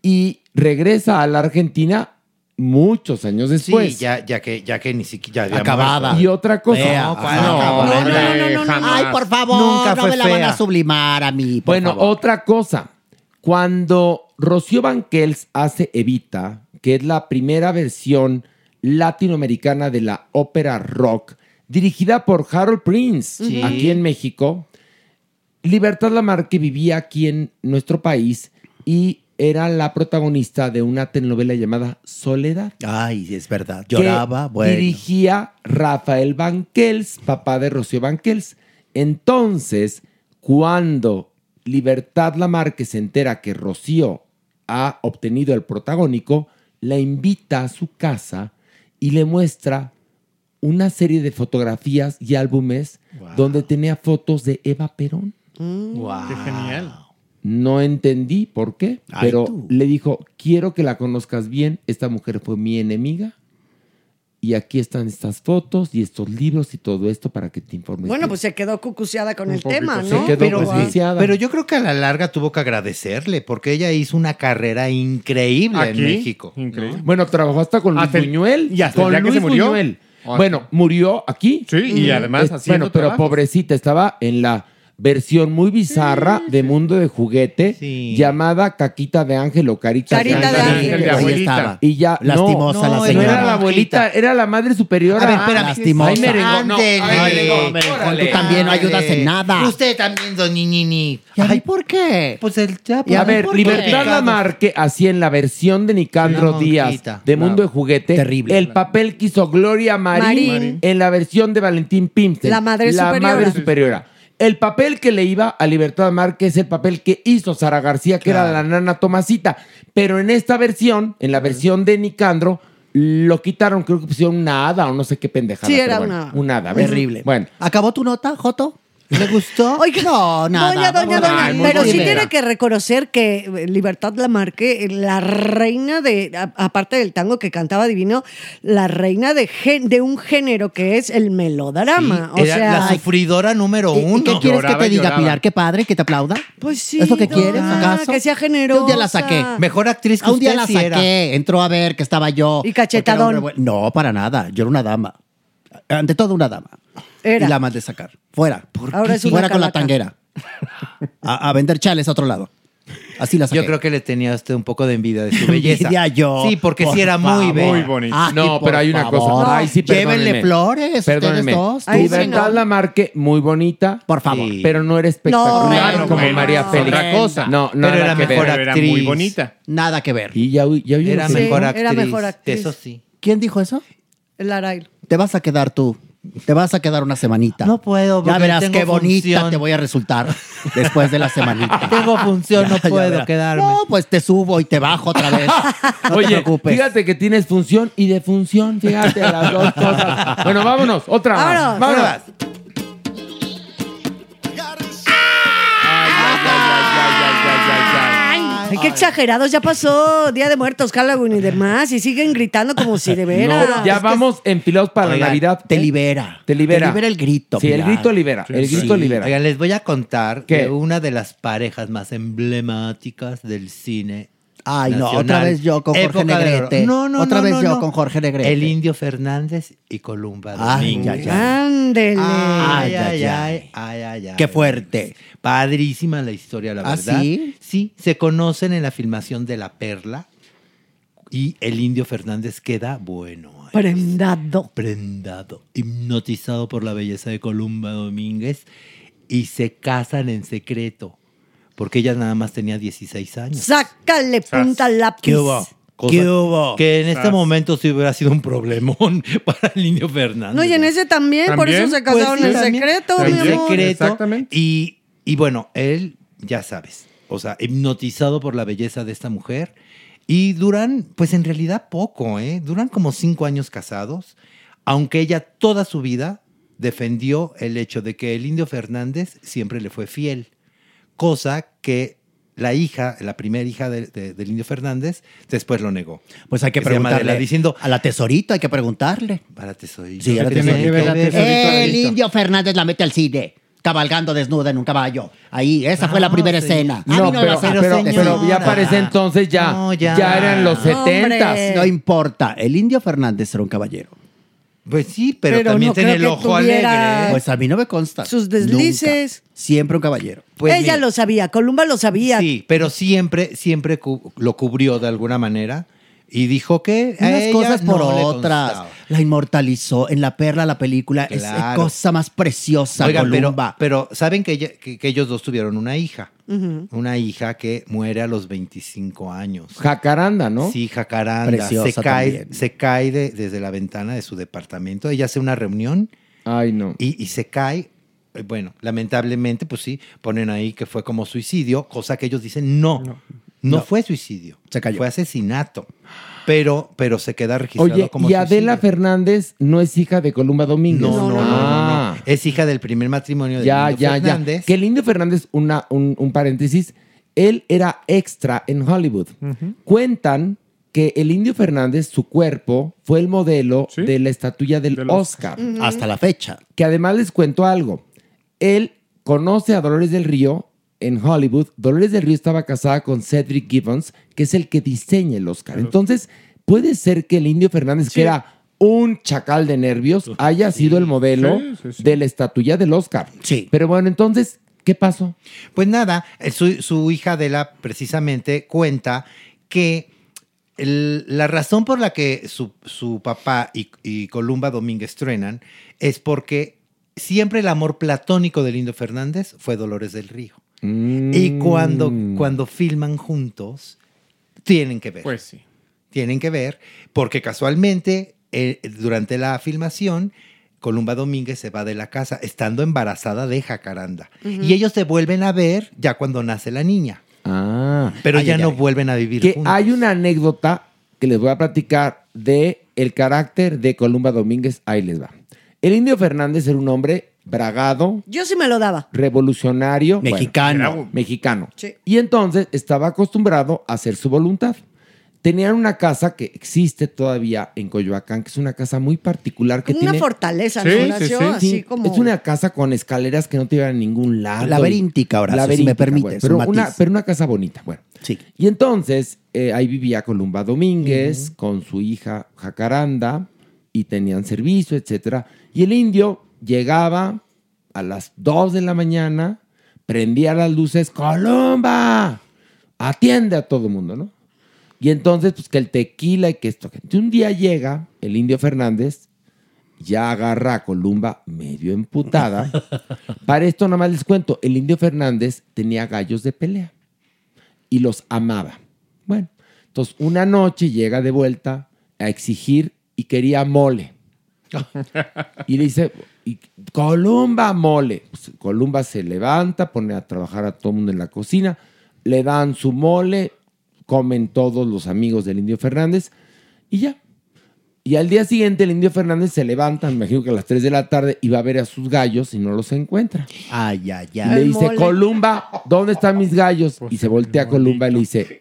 S2: Y regresa a la Argentina muchos años
S5: Sí,
S2: después.
S5: ya, ya, que, ya que ni siquiera había
S2: Acabada.
S5: muerto.
S2: Pues, Y otra cosa.
S5: Fea.
S2: No,
S5: Ah,
S2: no,
S5: acabada.
S2: no, no, no, no, no, no.
S5: Jamás.
S1: Ay, por favor,
S2: Nunca
S1: no
S2: fue
S1: me la van
S2: fea.
S1: a sublimar a mí. por
S2: Bueno,
S1: favor.
S2: otra cosa. Cuando Rocío Banquels hace Evita, que es la primera versión latinoamericana de la ópera rock, dirigida por Harold Prince,
S13: Sí.
S2: aquí en México, Libertad Lamarque vivía aquí en nuestro país y era la protagonista de una telenovela llamada Soledad.
S1: Ay, es verdad.
S2: que
S1: Lloraba, bueno.
S2: Dirigía Rafael Banquels, papá de Rocío Banquels. Entonces, cuando Libertad Lamarque se entera que Rocío ha obtenido el protagónico, la invita a su casa y le muestra una serie de fotografías y álbumes donde tenía fotos de Eva Perón.
S4: Qué genial.
S2: No entendí por qué,
S4: Ay,
S2: pero
S4: tú.
S2: le dijo, quiero que la conozcas bien, esta mujer fue mi enemiga y aquí están estas fotos y estos libros y todo esto para que te informes.
S3: Bueno, pues se quedó cucuciada con el tema, ¿no?
S2: Se quedó
S5: pero,
S2: prejuiciada.
S5: pero yo creo que a la larga tuvo que agradecerle porque ella hizo una carrera increíble
S2: Aquí,
S5: en México.
S2: ¿no? Bueno, trabajó hasta con Luis
S5: Hasta el-
S2: Buñuel.
S5: Ah, y hasta el
S2: con
S5: día que
S2: Luis
S5: se murió.
S2: Buñuel.
S5: Ah,
S2: Bueno, murió aquí. Sí,
S5: y además haciendo
S2: Bueno, pero
S5: trabajos.
S2: pobrecita, estaba en la versión muy bizarra de Mundo de Juguete llamada Caquita de Ángel o Carita,
S3: Carita de Ángel. Ángel de
S2: Ahí
S3: abuelita.
S2: estaba. Y ya, no,
S1: Lastimosa
S2: no,
S1: la
S2: no
S1: señora.
S2: era la abuelita, era la madre superior.
S1: A ver, espérame. Lastimosa.
S2: Ay, merengón, no, ay,
S1: Ándele.
S2: merengón,
S1: Merengón, tú
S2: órale.
S1: también no ayudas en nada.
S5: Usted también, don Niñini.
S1: Ay, ¿por qué? Pues el ya,
S2: Y a ver, Libertad Lamarque hacía en la versión de Nicandro
S1: Una
S2: Díaz
S1: monjita.
S2: de Mundo de Juguete el papel que hizo Gloria Marín,
S3: Marín.
S2: en la versión de Valentín Pimstein.
S3: La madre superiora.
S2: madre superiora. El papel que le iba a Libertad Lamarque es el papel que hizo Sara García, que era la nana Tomasita. Pero en esta versión, en la versión de Nicandro, lo quitaron, creo que pusieron una hada o no sé qué pendejada.
S1: Sí,
S2: pero
S1: era
S2: bueno,
S1: una-
S2: una hada. ¿ves?
S1: Terrible.
S2: Bueno.
S1: ¿Acabó tu nota, Joto? ¿Le gustó? no, nada.
S3: Doña, doña,
S1: vamos.
S3: doña.
S1: Ay, muy
S3: pero sí
S1: bonita.
S3: tiene que reconocer que eh, Libertad Lamarque, eh, la reina de, a- aparte del tango que cantaba divino, la reina de, gen- de un género que es el melodrama. o
S5: Era
S3: sea,
S5: la sufridora número
S1: ¿Y- y
S5: uno.
S1: ¿Qué quieres que te diga, Pilar? ¿Qué padre? ¿Que te aplauda?
S3: Pues sí.
S1: ¿Es lo que
S3: doña,
S1: quieres, acaso?
S3: Que sea
S1: Yo
S3: generosa.
S1: un día la saqué.
S5: Mejor actriz
S3: que
S1: Un día
S3: usted
S1: la
S3: sí era.
S1: saqué. Entró a ver que estaba yo.
S3: Y cachetadón.
S1: Porque era un revuel- No, para nada. Yo era una dama. Ante todo, una dama.
S3: Era.
S1: Y la más de sacar. Fuera.
S3: Ahora es una
S1: Fuera con la
S3: calaca.
S1: tanguera. A, a vender chales a otro lado. Así la saqué.
S5: Yo creo que le tenía a usted un poco de envidia de su belleza.
S1: Envidia yo.
S5: Sí, porque
S1: Por
S5: sí era muy
S1: favor.
S5: bella.
S1: Muy bonita. Ay,
S2: no,
S1: por
S2: pero hay una
S1: favor.
S2: cosa. Ay, sí,
S1: Llévenle
S2: perdónenme.
S1: flores, ustedes
S2: Perdónenme.
S1: dos. Ay, sí,
S2: Libertad
S1: no.
S2: Lamarque, muy bonita. Por
S1: favor.
S2: Pero no era espectacular
S1: No,
S2: como
S1: bueno,
S2: María
S1: no.
S2: Félix.
S1: Otra cosa.
S2: No,
S1: Pero
S2: nada
S1: era
S2: que ver.
S1: mejor Pero era muy actriz. bonita. Nada que ver.
S2: Y ya, ya oí
S1: Era
S2: un-
S1: mejor
S3: Sí, era actriz, mejor actriz. eso
S5: sí.
S1: ¿Quién dijo eso?
S3: El Arail.
S1: Te vas a quedar tú. Te vas a quedar una semanita. No
S5: puedo,
S1: Ya
S5: porque
S1: verás
S5: tengo
S1: qué bonita
S5: función.
S1: te voy a resultar después de la semanita.
S5: Tengo función, no puedo
S1: quedarme. No, pues te subo y te bajo otra vez. No
S2: Oye,
S1: te preocupes.
S2: fíjate que tienes función y defunción. Fíjate las dos cosas. Bueno, vámonos. Otra. más.
S1: Vámonos.
S2: Vámonos.
S13: Vámonos.
S3: qué exagerados. Ya pasó Día de Muertos, Halloween y demás. Y siguen gritando como si de veras.
S2: No, ya vamos enfilados para
S1: Oigan,
S2: la Navidad.
S1: Te libera.
S2: Te
S1: Te
S2: libera.
S1: libera el grito,
S2: Sí, el
S1: Pilar.
S2: grito libera. el grito
S1: Sí.
S2: libera.
S5: Oigan, les voy a contar
S2: ¿Qué?
S5: de una de las parejas más emblemáticas del cine.
S1: Ay, no,
S5: nacional.
S1: otra vez yo con Jorge
S5: Época de oro.
S1: Negrete.
S5: No, no,
S1: Otra
S5: no,
S1: vez
S5: no,
S1: yo
S5: no.
S1: con Jorge Negrete.
S5: El Indio Fernández y Columba
S1: Ay,
S5: Domínguez.
S1: ay, ay.
S3: Ándele.
S5: Ay, ay,
S1: ay,
S5: ay, ay, ay, ay.
S1: Qué fuerte.
S5: Padrísima la historia, la
S1: ¿Ah,
S5: verdad.
S1: sí?
S5: Sí, se conocen en la filmación de La Perla y el Indio Fernández queda bueno.
S3: Prendado.
S5: Prendado, hipnotizado por la belleza de Columba Domínguez y se casan en secreto porque ella nada más tenía 16 años.
S3: Sácale punta al lápiz.
S5: ¿Qué hubo? Cosa
S3: ¿Qué hubo?
S5: Que en este
S3: Sas.
S5: momento sí hubiera sido un problemón para el Indio Fernández.
S3: No, y en ese también, por eso se casaron
S5: Pues sí,
S3: en
S5: también.
S3: secreto, mi
S5: En
S3: amor.
S5: secreto. Y, y bueno, él, ya sabes, o sea, hipnotizado por la belleza de esta mujer. Y duran, pues en realidad poco, ¿eh? Duran como cinco años casados, aunque ella toda su vida defendió el hecho de que el indio Fernández siempre le fue fiel, cosa que la hija, la primera hija de- de- del indio Fernández, después lo negó.
S1: Pues hay que
S5: Se llama
S1: preguntarle.
S5: Adela, diciendo,
S1: a la tesorito hay que preguntarle.
S5: A la tesorito.
S1: Sí, a la
S5: ¿Qué tiene que ver la tesorito
S1: El
S5: ahí?
S1: Indio Fernández la mete al cine. Cabalgando desnuda en un caballo. Ahí, esa fue la primera escena. A
S2: No,
S1: mí
S2: pero,
S1: me vas a-
S2: pero- pero ya parece entonces ya, ya. eran los 70
S1: No importa. El Indio Fernández era un caballero.
S5: Pues sí,
S3: pero Pero también no tiene creo el que ojo tuviera alegre.
S1: Pues a mí no me consta.
S3: Sus deslices.
S1: Nunca. Siempre un caballero.
S5: Pues
S3: Ella lo sabía, Columba lo sabía.
S5: Sí, pero siempre, siempre cu- lo cubrió de alguna manera y dijo que a
S1: Unas
S5: ella
S1: cosas por
S5: no le
S1: otras.
S5: constaba.
S1: La inmortalizó en La Perla, la película. Es
S5: Claro.
S1: cosa más preciosa,
S5: Oigan, pero,
S1: Columba.
S5: pero saben que, ella- que- que ellos dos tuvieron una hija. Una hija que muere a los 25 años.
S2: Jacaranda, ¿no?
S5: Sí, jacaranda.
S2: Preciosa
S5: se cae,
S2: también.
S5: se cae de- desde la ventana de su departamento. Ella hace una reunión.
S2: Ay, no.
S5: Y, y se cae. Eh, Bueno, lamentablemente, pues sí, ponen ahí que fue como suicidio, cosa que ellos dicen no. No,
S2: No.
S5: fue suicidio. Se cayó. Fue asesinato. Pero, pero se queda registrado
S2: Oye,
S5: como
S2: y Adela Fernández no es hija de Columba Domínguez.
S5: No, no, no, no,
S2: Ah,
S5: no. Es hija del primer matrimonio de
S2: Ya,
S5: Lindo
S2: ya,
S5: Fernández.
S2: ya. Que el Indio Fernández, una, un, un paréntesis, él era extra en Hollywood. Cuentan que el Indio Fernández, su cuerpo, fue el modelo de la estatuilla del Oscar.
S1: Ujú. Hasta la fecha.
S2: Que además les cuento algo. Él conoce a Dolores del Río en Hollywood. Dolores del Río estaba casada con Cedric Gibbons, que es el que diseña el Oscar. Entonces, puede ser que el Indio Fernández, que era un chacal de nervios, haya sido el modelo
S5: Sí, sí, sí.
S2: de la estatuilla del Oscar.
S1: Sí.
S2: Pero bueno, entonces, ¿qué pasó?
S5: Pues nada, eh, su, su hija Adela precisamente cuenta que el- la razón por la que su, su papá y, y Columba Domínguez truenan es porque siempre el amor platónico de Lindo Fernández fue Dolores del Río. Y cuando,
S2: Mm.
S5: cuando filman juntos, tienen que ver. Pues
S10: sí.
S5: Tienen que ver, porque casualmente eh, durante la filmación, Columba Domínguez se va de la casa estando embarazada de Jacaranda.
S1: Ujú.
S5: Y ellos se vuelven a ver ya cuando nace la niña.
S2: Ah.
S5: Pero ya no vuelven a vivir
S2: Que
S5: juntos.
S2: hay una anécdota que les voy a platicar de el carácter de Columba Domínguez. Ahí les va. El Indio Fernández era un hombre bragado,
S3: Yo sí me lo daba.
S2: revolucionario.
S1: Mexicano.
S2: bueno, mexicano.
S3: Sí.
S2: Y entonces estaba acostumbrado a hacer su voluntad. Tenían una casa que existe todavía en Coyoacán, que es una casa muy particular que
S3: Como una
S2: tiene...
S3: fortaleza, ¿no? Nació así
S2: Sí,
S3: como-
S2: Es una casa con escaleras que no te llevan a ningún lado.
S1: Ah, Laberíntica, Horacio, si me permites,
S2: bueno, pero,
S1: un matiz.
S2: una, pero una casa bonita, bueno.
S1: Sí.
S2: Y entonces eh, ahí vivía Columba Domínguez con su hija Jacaranda y tenían servicio, etcétera. Y el indio llegaba a las 2 de la mañana, prendía las luces, Columba, atiende a todo el mundo, ¿no? Y entonces, pues que el tequila y que esto. que- Un día llega el indio Fernández, ya agarra a Columba medio emputada. Para esto nada más les cuento, el indio Fernández tenía gallos de pelea y los amaba. Bueno, entonces una noche llega de vuelta a exigir y quería mole. Y le dice, y- Columba mole. Pues, Columba se levanta, pone a trabajar a todo el mundo en la cocina, le dan su mole, comen todos los amigos del Indio Fernández y ya. Y al día siguiente el Indio Fernández se levanta, me imagino que a las 3 de la tarde, y va a ver a sus gallos y no los encuentra.
S1: Ay, ay,
S2: Y
S1: ay. Pues
S2: le dice, Columba, ¿dónde están mis gallos? Y se voltea a Columba y le dice,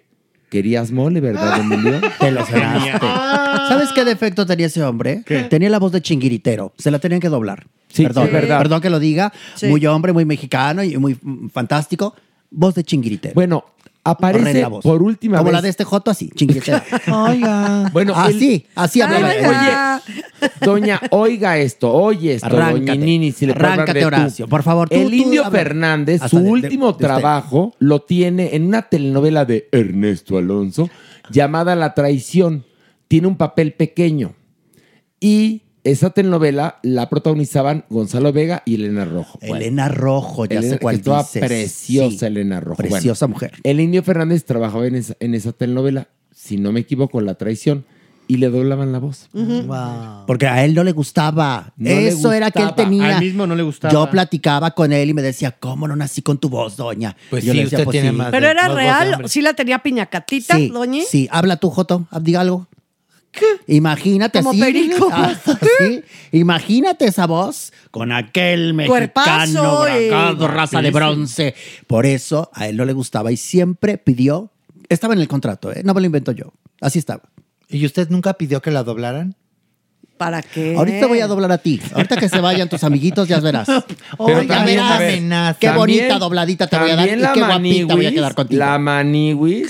S2: Querías mole, ¿verdad, Emilio?
S1: Te lo cenaste.
S3: Ah.
S1: ¿Sabes qué defecto tenía ese hombre? Tenía la voz de chinguiritero. Se la tenían que doblar.
S2: Sí,
S1: perdón,
S2: es verdad.
S1: Perdón que lo diga.
S2: Sí.
S1: Muy hombre, muy mexicano y muy mm, fantástico. Voz de chinguiritero.
S2: Bueno, aparece por última
S1: Como
S2: vez-
S1: la de este Joto, así, chinguiritero.
S2: Oiga. Bueno,
S1: Así, Ah, así hablaba.
S2: Oiga. Oye, doña, oiga esto, oye esto,
S1: Arráncate.
S2: doña Nini, si le puedo hablar
S1: Arráncate,
S2: de tú.
S1: Horacio, por favor, tú,
S2: el
S1: tú,
S2: Indio
S1: habla.
S2: Fernández,
S1: Hasta
S2: su
S1: de- de- de
S2: último
S1: usted.
S2: trabajo lo tiene en una telenovela de Ernesto Alonso llamada La Traición. Tiene un papel pequeño. Y esa telenovela la protagonizaban Gonzalo Vega y Elena Rojo.
S1: Elena Rojo, ya sé
S2: Elena-
S1: cuál
S2: que estaba
S1: dices.
S2: preciosa
S1: Sí.
S2: Elena Rojo. Bueno,
S1: Preciosa mujer.
S2: el Indio Fernández trabajaba en esa, en esa telenovela, si no me equivoco, La Traición, y le doblaban la voz.
S1: Porque a él no le gustaba.
S2: No le
S1: Eso era que él
S2: gustaba.
S1: tenía.
S2: Al mismo no le gustaba.
S1: Yo platicaba con él y me decía, ¿cómo no nací con tu voz, doña?
S5: Pues
S1: Y yo
S5: sí,
S1: le decía,
S5: usted tiene más
S3: Pero era real, sí la tenía piñacatita,
S1: Sí,
S3: Doñi.
S1: sí. Ah, habla tú, Joto, hab- diga algo. Imagínate
S3: Como
S1: así,
S3: perico.
S1: ah, sí. Imagínate esa voz con aquel mexicano
S13: Cuerpazo y-
S1: bragado, raza de
S13: Sí, sí.
S1: bronce. Por eso a él no le gustaba y siempre pidió, estaba en el contrato, ¿eh? no me lo invento yo, así estaba.
S13: ¿Y usted nunca pidió que la doblaran?
S3: ¿Para qué?
S1: Eh, Ahorita voy a doblar a ti. Ahorita que se vayan tus amiguitos, ya verás.
S13: Pero
S1: ya
S13: también, a
S1: verás.
S13: ver,
S1: qué
S2: También-
S1: bonita dobladita te voy a dar y
S2: también la
S1: qué guapita voy a
S2: maniwis,
S1: quedar contigo.
S2: La maniwis,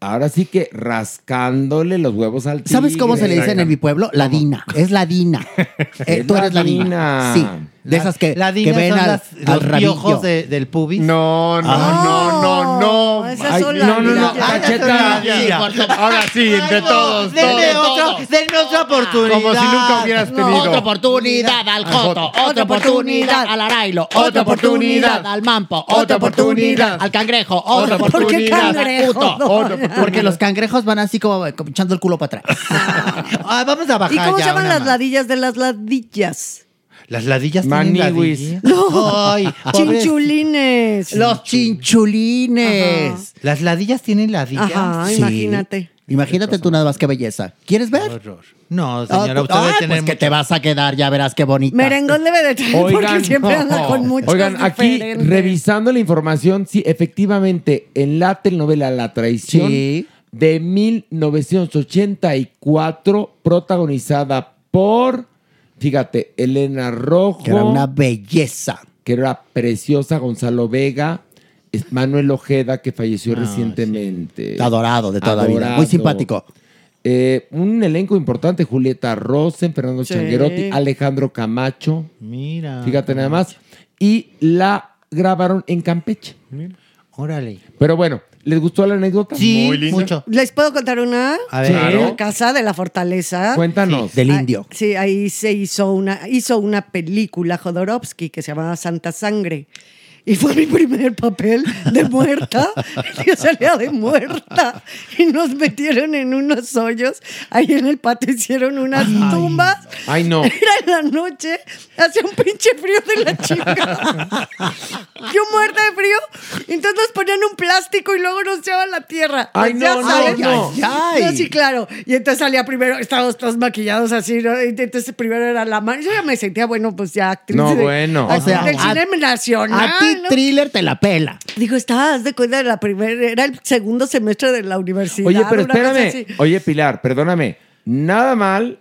S2: ahora sí que rascándole los huevos al tigre.
S1: ¿Sabes cómo se le dicen en mi pueblo? La Dina. Es la Dina. Eh,
S2: Es
S1: tú
S2: la
S1: eres la Dina.
S2: Dina.
S1: Sí. De esas que,
S13: La
S1: que
S13: Dina
S1: ven
S13: son
S1: al,
S13: las-
S1: al
S13: los
S1: rabillo.
S13: piojos de- del pubis.
S4: No,
S13: no, no, no, no.
S2: Ay, no, no, no, cacheta.
S13: Ahora sí, entre todos.
S1: denme
S13: todos,
S1: otro-
S13: todos. otra oportunidad.
S4: Como si nunca hubieras
S1: No.
S4: tenido.
S1: Otra oportunidad al Joto, otra oportunidad al Arailo, otra
S13: Otra
S1: oportunidad
S13: oportunidad.
S1: al Mampo, otra oportunidad al Cangrejo,
S13: Otra
S1: otra oportunidad
S13: oportunidad.
S1: al puto.
S13: Otra oportunidad.
S1: Porque los cangrejos van así como como echando el culo para atrás. Ah, vamos a
S3: ¿Y cómo se
S1: ya
S3: llaman
S1: una
S3: las
S1: más.
S3: ladillas de las ladillas?
S13: Las ladillas tienen
S5: Maniwis.
S13: ladillas.
S3: No.
S13: Ay,
S3: Chinchulines.
S1: Los chinchulines.
S13: Las ladillas tienen ladillas.
S3: Ajá,
S1: Sí.
S3: imagínate.
S1: Imagínate tú nada más qué belleza. ¿Quieres ver?
S13: No,
S1: Ah,
S13: señora, usted
S1: ah,
S13: debe
S1: pues
S13: tener
S1: que
S13: mucho-
S1: te vas a quedar, ya verás qué bonita.
S3: Merengón debe de traer porque siempre anda con muchos
S2: Oigan, aquí
S3: diferentes.
S2: revisando la información, sí, efectivamente, en la telenovela La Traición de 1984, protagonizada por, fíjate, Elena Rojo.
S1: Que era una belleza.
S2: Que era preciosa, Gonzalo Vega, es- Manuel Ojeda, que falleció
S1: Ah,
S2: recientemente.
S1: Adorado de toda vida. Muy simpático.
S2: Eh, un elenco importante, Julieta Rosen, Fernando
S13: Sí.
S2: Changuerotti, Alejandro Camacho.
S3: Ah,
S13: Mira.
S2: Fíjate nada más. Y la grabaron en Campeche.
S13: Órale.
S2: Pero bueno, ¿les gustó la anécdota?
S13: Sí, Muy linda. mucho.
S3: ¿Les puedo contar una?
S2: A ver. Claro.
S3: En la casa de la fortaleza.
S2: Cuéntanos.
S1: del
S3: Ah,
S1: indio.
S3: Sí, ahí se hizo una, hizo una película Jodorowsky que se llamaba Santa Sangre. Y fue mi primer papel de muerta. Yo salía de muerta. Y nos metieron en unos hoyos. Ahí en el patio hicieron unas tumbas.
S2: Ay, no.
S3: Era en la noche. Hacía un pinche frío de la chica. Yo muerta de frío. Entonces nos ponían un plástico y luego nos llevaban la tierra.
S13: Ay,
S3: Pues
S13: no, no,
S3: sabes.
S13: no. Ay, ay.
S3: No, sí, claro. Y entonces salía primero, estábamos todos maquillados así, ¿no? Y entonces primero era la mano. Yo ya me sentía, bueno, pues ya actriz.
S1: No,
S3: de-
S1: bueno.
S3: actriz
S1: O sea,
S3: del
S1: a-
S3: cine nacional.
S1: a ti,
S3: ¿no?
S1: thriller, te la pela.
S3: Digo, estabas de cuenta de la primera, era el segundo semestre de la universidad.
S2: Oye, pero
S3: una cosa
S2: espérame.
S3: así.
S2: Oye, Pilar, perdóname. Nada mal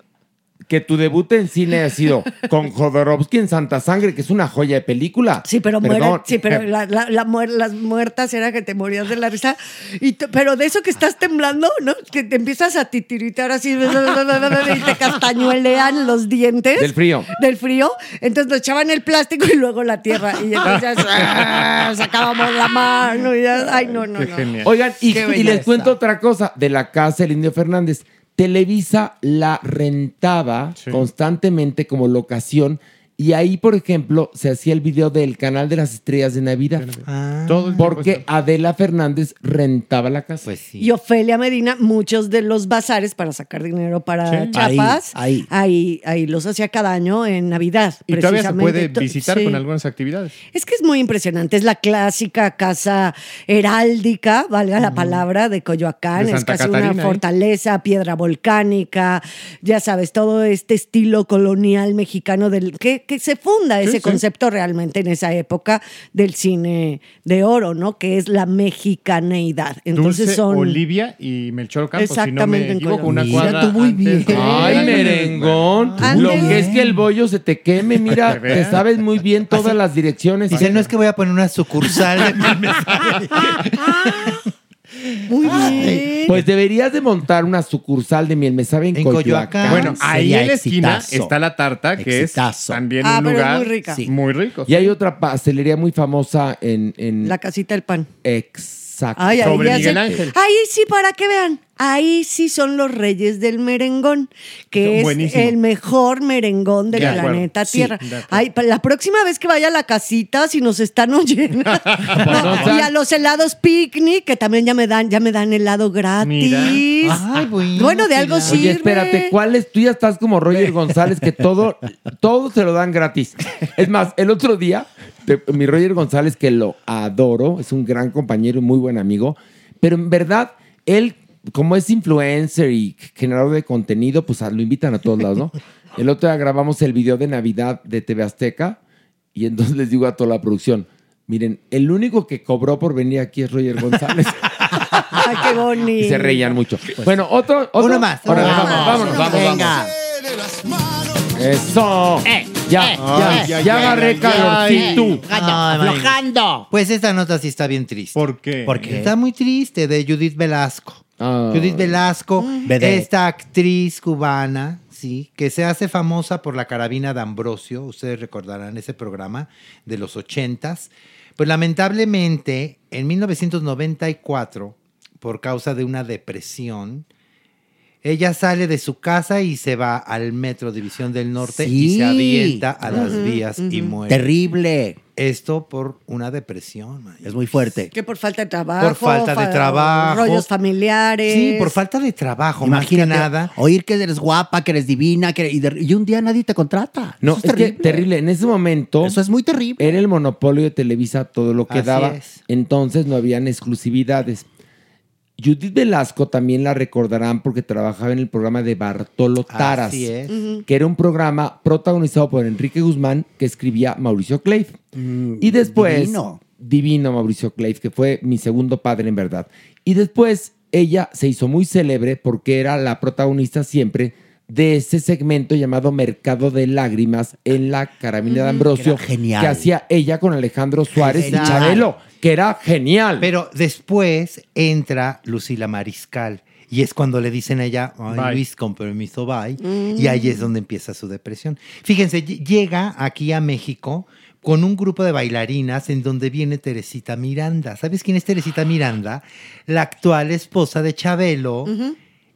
S2: que tu debut en cine haya sido con Jodorowsky en Santa Sangre, que es una joya de película. Sí,
S3: Pero muere- sí, pero la- la- la muer- las muertas era que te morías de la risa. Y te- pero de eso que estás temblando, ¿no? Que te empiezas a titiritar así y te castañuelean los dientes.
S2: Del frío.
S3: Del frío. Entonces nos echaban el plástico y luego la tierra. Y entonces ya sacábamos la mano. y ya- ay, no, no, no.
S2: Oigan, y,
S3: Qué
S2: y les
S3: belleza.
S2: cuento otra cosa de la casa del Indio Fernández. Televisa la rentaba constantemente como locación y ahí, por ejemplo, se hacía el video del canal de las estrellas de Navidad.
S3: Ah.
S2: porque Adela Fernández rentaba la casa. Pues
S3: Y Ofelia Medina, muchos de los bazares para sacar dinero para
S2: Sí.
S3: chapas,
S2: Ahí,
S3: ahí. ahí los hacía cada año en Navidad.
S4: Y todavía se
S3: precisamente.
S4: puede
S3: To-
S4: visitar
S3: sí.
S4: con algunas actividades.
S3: Es que es muy impresionante. Es la clásica casa heráldica, valga la palabra, de Coyoacán.
S4: De
S3: es
S4: Santa
S3: casi
S4: Catarina,
S3: una
S4: ¿eh?
S3: fortaleza, piedra volcánica. Ya sabes, todo este estilo colonial mexicano del. ¿Qué? que, que se funda ese
S1: sí.
S3: concepto realmente en esa época del cine de oro, ¿no? Que es la mexicaneidad. Entonces
S4: Dulce
S3: son.
S4: Olivia y Melchor Ocampo,
S3: Exactamente, en
S4: si no me equivoco,
S3: Colombia.
S4: una
S3: Mira,
S4: cuadra
S3: tú muy
S4: antes de-
S2: Ay, merengón.
S4: Ah,
S2: Lo
S4: bien.
S2: que es que el bollo se te queme, mira, te sabes muy bien todas las direcciones. Dice, no es que voy a poner una sucursal.
S3: Muy
S2: bien. Pues deberías de montar una sucursal de miel, me sabe, en, Coyoacán.
S4: Bueno, ahí en la esquina está la tarta, que es también
S3: Ah,
S4: un lugar muy rico.
S2: Y hay otra pastelería muy famosa en... en-
S3: La casita del pan.
S2: Exacto.
S3: Ay, ahí Ah, ya sé- Ahí sí, para que vean. Ahí sí son los reyes del merengón, que es
S1: Buenísimo.
S3: el mejor merengón del
S1: De acuerdo.
S3: planeta
S1: Sí,
S3: Tierra.
S1: de acuerdo.
S3: Ay, pa- la próxima vez que vaya a la casita, si nos están oyendo,
S1: Pues no,
S3: y a los helados picnic, que también ya me dan, ya me dan helado gratis.
S2: Ah,
S3: bueno, de algo sí.
S2: Oye, espérate, ¿cuál es? Tú ya estás como Roger González, que todo, todo se lo dan gratis. Es más, el otro día, te- mi Roger González, que lo adoro, es un gran compañero y muy buen amigo, pero en verdad, él, como es influencer y generador de contenido, pues a- lo invitan a todos lados, ¿no? El otro día grabamos el video de Navidad de TV Azteca y entonces les digo a toda la producción, miren, el único que cobró por venir aquí es Roger González.
S3: Ay, qué bonito.
S2: Y se reían mucho. bueno, otro, otro. Uno más.
S1: uno más.
S2: vámonos,
S1: Uno
S2: vámonos,
S1: más.
S2: vámonos. Eso. ya,
S1: eh,
S2: ya,
S1: eh,
S2: ya,
S1: eh,
S2: agarré
S1: eh,
S2: calorcito.
S1: Ay,
S5: aflojando. Pues esta nota sí está bien triste.
S4: ¿Por qué?
S5: Porque está muy triste de Judith Velasco.
S2: Ah.
S5: Judith Velasco,
S1: Vedette.
S5: esta actriz cubana, sí, que se hace famosa por la carabina de Ambrosio, ustedes recordarán ese programa de los ochentas. Pues lamentablemente, en 1994, por causa de una depresión, ella sale de su casa y se va al Metro División del Norte y
S1: Sí.
S5: se avienta a las
S1: Ujú,
S5: vías y
S1: ujú.
S5: muere.
S1: Terrible.
S5: Esto por una depresión.
S1: Es muy fuerte.
S3: Que por falta de trabajo.
S5: Por falta de
S3: fa-
S5: trabajo.
S3: Rollos familiares.
S5: Sí, por falta de trabajo,
S1: Imagínate
S5: más que nada.
S1: oír que eres guapa, que eres divina, que y, de- y un día nadie te contrata.
S2: No,
S1: Eso
S2: es
S1: es terrible.
S2: que terrible. En ese momento. Eso
S1: es muy terrible.
S2: Era el monopolio de Televisa todo lo que
S1: Así
S2: daba.
S1: es.
S2: Entonces no habían exclusividades. Judith Velasco también la recordarán porque trabajaba en el programa de Bartolo Taras.
S5: Así es.
S1: Ujú.
S2: Que era un programa protagonizado por Enrique Guzmán que escribía Mauricio Clave. Y después.
S1: divino.
S2: Mm, divino Mauricio Clave, que fue mi segundo padre en verdad. Y después ella se hizo muy célebre porque era la protagonista siempre de ese segmento llamado Mercado de Lágrimas en la Carabina de Ambrosio.
S5: genial.
S2: Que hacía ella con Alejandro Suárez
S5: Genial.
S2: y Chabelo, que era genial.
S5: Pero después entra Lucila Mariscal. Y es cuando le dicen a ella, "Ay,
S1: Bye.
S5: Luis, con permiso, bye.
S1: Mm.
S5: Y ahí es donde empieza su depresión. Fíjense, ll- llega aquí a México con un grupo de bailarinas en donde viene Teresita Miranda. ¿Sabes quién es Teresita Miranda? La actual esposa de Chabelo.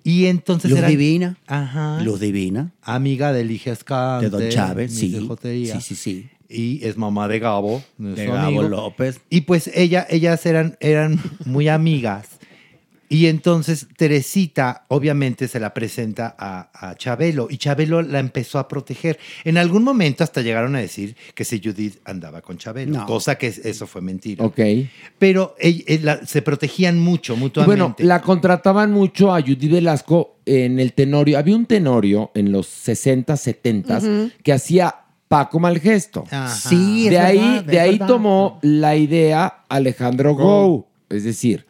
S5: Y entonces
S1: Luz
S5: era...
S1: Divina.
S5: Ajá.
S1: Luz divina.
S5: Amiga de Ligia Escante.
S1: De Don Chávez,
S5: Miss
S1: sí.
S5: Ah, de Jotería.
S1: Sí, sí, sí.
S5: Y es mamá de Gabo.
S1: De
S5: su
S1: Gabo
S5: amigo.
S1: López.
S5: Y pues ella, ellas eran, eran muy amigas. Y entonces Teresita obviamente se la presenta a, a Chabelo y Chabelo la empezó a proteger. En algún momento hasta llegaron a decir que si Judith andaba con Chabelo,
S2: No.
S5: cosa que es- eso fue mentira.
S2: Ok.
S5: Pero ell- eh, la- se protegían mucho
S2: Y
S5: mutuamente.
S2: Bueno, la contrataban mucho a Judith Velasco en el tenorio. Había un tenorio en los 60, 70
S1: Ujú.
S2: que hacía Paco Malgesto.
S1: Sí, es
S2: de ahí,
S1: verdad,
S2: de
S1: es
S2: ahí
S1: verdad.
S2: tomó la idea Alejandro Gou. Es decir,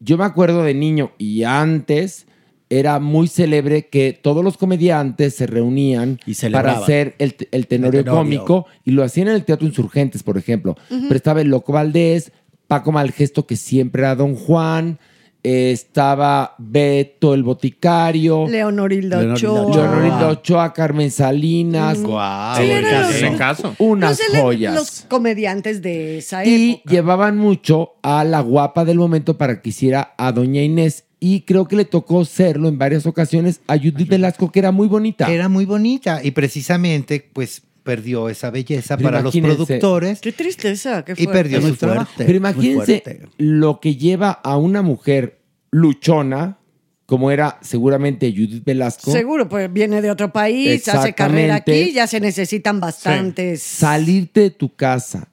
S2: yo me acuerdo de niño y antes era muy célebre que todos los comediantes se reunían para
S1: celebraban.
S2: hacer el, te- el tenorio
S1: El tenorio.
S2: cómico y lo hacían en el Teatro Insurgentes, por ejemplo.
S1: Ujú.
S2: Pero estaba el Loco Valdés, Paco Malgesto, que siempre era Don Juan, eh, estaba Beto el Boticario.
S3: Leonor Hilda Ochoa.
S2: Leonorildo Ochoa, Carmen Salinas.
S3: Sí, eran los-
S2: Ese
S3: caso.
S2: Unas
S3: Entonces, le-
S2: joyas.
S3: Los comediantes de esa
S2: Y
S3: época.
S2: llevaban mucho a la guapa del momento para que hiciera a Doña Inés. Y creo que le tocó serlo en varias ocasiones a Judith Velasco, que era muy bonita.
S5: Era muy bonita y precisamente pues perdió esa belleza
S2: Pero
S5: para los
S2: imagínense.
S5: productores.
S3: Qué tristeza, qué
S5: Y
S3: fuerte.
S5: perdió su trabajo.
S2: Pero imagínense lo que lleva a una mujer luchona, como era seguramente Judith Velasco,
S3: Seguro, pues viene de otro país, hace carrera
S2: Exactamente.
S3: aquí, ya se necesitan bastantes.
S2: salirte de tu casa,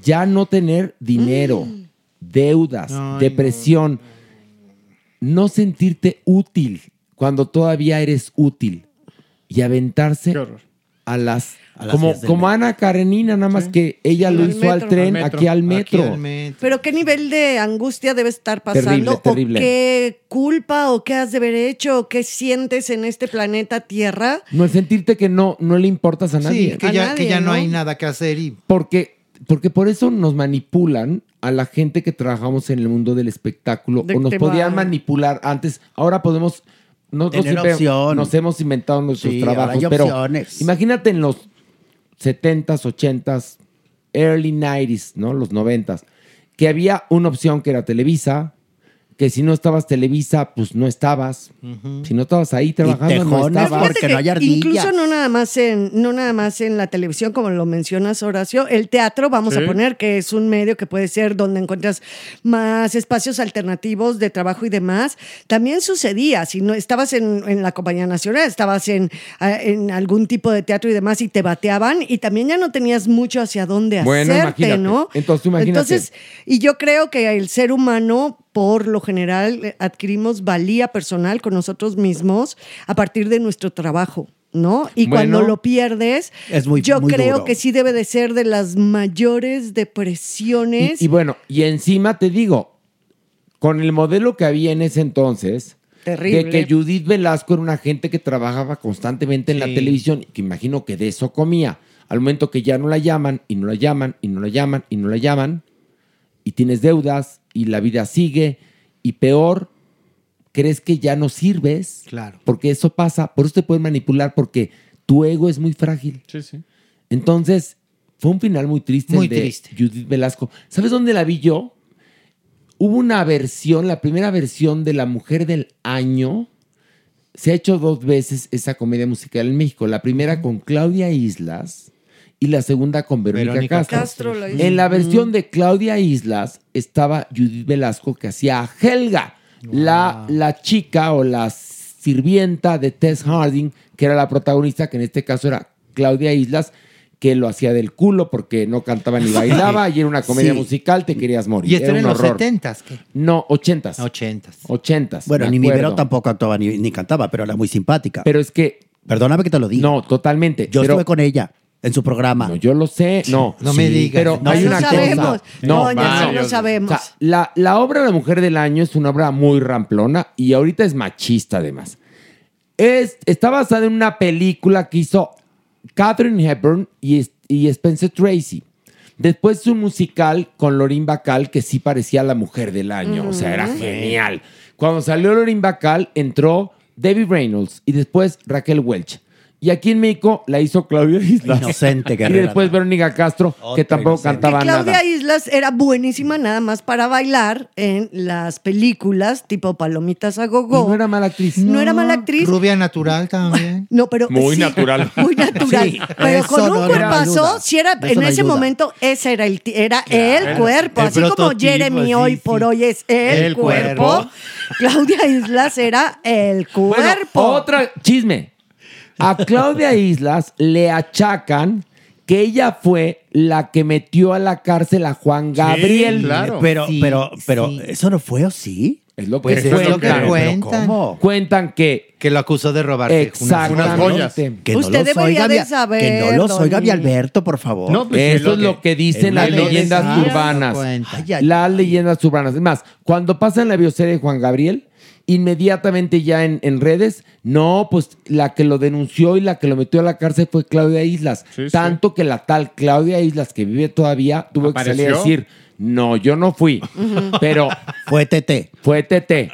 S2: ya no tener dinero, deudas, depresión, no sentirte útil cuando todavía eres útil y aventarse a las
S9: A las
S2: Como,
S9: 10 del
S2: como Ana Karenina, nada más que ella
S3: Sí,
S2: lo
S3: al
S2: hizo al
S3: metro.
S2: tren,
S3: Al metro.
S2: aquí al
S3: Aquí
S2: metro.
S3: al Pero qué nivel de angustia debe estar pasando
S2: Terrible, terrible.
S3: o qué culpa o qué has de haber hecho o qué sientes en este planeta Tierra.
S2: No, el sentirte que no, no le importas a nadie.
S3: Sí, que A ya- que nadie, ya no ¿no? hay
S2: nada que hacer y. Porque, porque por eso nos manipulan a la gente que trabajamos en el mundo del espectáculo.
S9: De
S2: o nos
S9: que
S2: podían
S9: va.
S2: manipular antes. Ahora podemos. Nosotros
S9: Tener
S2: siempre
S9: opción.
S2: nos hemos inventado nuestros
S9: Sí, ahora
S2: trabajos.
S9: hay
S2: Pero
S9: opciones.
S2: imagínate en los 70s, 80s, early 90s, ¿no? Los 90s. Que había una opción que era Televisa, que si no estabas Televisa, pues no estabas. Si no estabas ahí trabajando, no
S9: tejones,
S2: estabas.
S9: porque no hay
S3: Incluso no nada más en no nada más en la televisión como lo mencionas Horacio, el teatro vamos
S9: Sí.
S3: a poner que es un medio que puede ser donde encuentras más espacios alternativos de trabajo y demás. También sucedía si no estabas en, en la compañía nacional, estabas en, ah, en algún tipo de teatro y demás y te bateaban y también ya no tenías mucho hacia dónde
S2: Bueno,
S3: hacerte,
S2: imagínate.
S3: ¿no?
S2: Entonces, tú imagínate.
S3: Entonces, y yo creo que el ser humano, por lo general, eh, adquirimos valía personal con nosotros mismos a partir de nuestro trabajo, ¿no? Y
S9: Bueno.
S3: cuando lo pierdes,
S9: Es muy-
S3: yo
S9: muy
S3: creo
S9: duro.
S3: que sí debe de ser de las mayores depresiones.
S2: Y, y bueno, y encima te digo, con el modelo que había en ese entonces,
S3: Terrible.
S2: de que Judith Velasco era una gente que trabajaba constantemente en la
S9: Sí.
S2: televisión, que imagino que de eso comía. Al momento que ya no la llaman, y no la llaman, y no la llaman, y no la llaman, y tienes deudas, y la vida sigue, y peor, crees que ya no sirves.
S5: Claro.
S2: Porque eso pasa, por eso te pueden manipular, porque tu ego es muy frágil.
S5: Sí, sí.
S2: Entonces, fue un final muy triste
S5: Muy
S2: el de
S5: triste.
S2: Judith Velasco. ¿Sabes dónde la vi yo? Hubo una versión, la primera versión de La Mujer del Año. Se ha hecho dos veces esa comedia musical en México. La primera con Claudia Islas y la segunda con Verónica,
S9: Verónica
S2: Castro.
S9: Castro la hizo.
S2: en la
S9: Mm.
S2: versión de Claudia Islas estaba Judith Velasco que hacía a Helga, la, la chica o la sirvienta de Tess Harding, que era la protagonista, que en este caso era Claudia Islas, que lo hacía del culo porque no cantaba ni bailaba y era una comedia
S5: Sí.
S2: musical, te querías morir.
S5: Y esto
S2: era
S5: era en
S2: un
S5: los
S2: horror.
S5: 70s. ¿qué?
S2: No, 80s. 80s. 80s.
S13: Bueno,
S2: me
S13: ni mi
S2: acuerdo.
S13: Vero tampoco actuaba ni, ni cantaba, pero era muy simpática.
S2: Pero es que.
S13: Perdóname que te lo diga.
S2: No, totalmente.
S13: Yo
S2: pero-
S13: estuve con ella en su programa. No,
S2: yo lo sé. No,
S13: no
S2: me digas.
S13: Pero
S2: No, hay
S3: no
S2: una
S3: sabemos.
S2: cosa.
S3: No,
S2: No,
S3: ya no
S2: vaya.
S3: lo sabemos.
S2: O sea, la, la obra La Mujer del Año es una obra muy ramplona y ahorita es machista además. Es, está basada en una película que hizo Catherine Hepburn y, es- y Spencer Tracy. Después un musical con Lorin Bacal que sí parecía la mujer del año. O sea, era
S9: Ujú.
S2: genial. Cuando salió Lorin Bacal entró Debbie Reynolds y después Raquel Welch. Y aquí en México la hizo Claudia Islas.
S13: Inocente,
S2: Y
S13: guerrera.
S2: después Verónica Castro, que tampoco cantaba
S3: Que Claudia
S2: nada.
S3: Islas era buenísima nada más para bailar en las películas tipo Palomitas a Gogo. No
S2: era mala actriz.
S3: No, era mala actriz.
S5: Rubia natural también.
S3: No, pero sí,
S5: natural.
S3: Muy natural.
S5: Sí,
S3: pero
S5: eso
S3: con
S5: no,
S3: un
S5: no
S3: cuerpazo,
S5: ayuda.
S3: si era
S5: De eso
S3: en
S5: no
S3: ese
S5: ayuda.
S3: momento, ese era el ti- era el
S5: Claro.
S3: cuerpo.
S5: El
S3: así como
S5: prototipo,
S3: Jeremy
S5: sí,
S3: hoy
S5: sí.
S3: por hoy es el,
S2: El
S3: cuerpo,
S2: cuerpo.
S3: Claudia Islas era el
S2: Bueno, oh,
S3: cuerpo.
S2: otra chisme. A Claudia Islas le achacan que ella fue la que metió a la cárcel a Juan Gabriel.
S13: Pero, pero, pero, ¿eso no fue o sí?
S2: Es lo
S5: Pues es lo que
S2: cuentan.
S5: cuentan.
S2: Cuentan que.
S5: Que lo acusó de robar
S2: Exactamente.
S5: unas joyas.
S13: Que no
S3: Usted
S13: los
S3: debería
S13: oiga,
S3: de
S13: Bia-
S3: saber,
S13: Que no los oiga,
S3: Doni.
S13: mi Alberto, por favor.
S5: pues,
S2: Eso pues, es lo que dicen las leyendas urbanas. las leyendas urbanas. Es más, cuando pasan la bioserie de Juan Gabriel, inmediatamente ya en, en redes, no, pues la que lo denunció y la que lo metió a la cárcel fue Claudia Islas. Tanto que la tal Claudia Islas, que vive todavía, tuvo que salir a
S13: ¿Apareció?
S2: decir, no, yo no fui,
S13: Ujú.
S2: pero...
S13: Fue TT.
S2: Fue TT.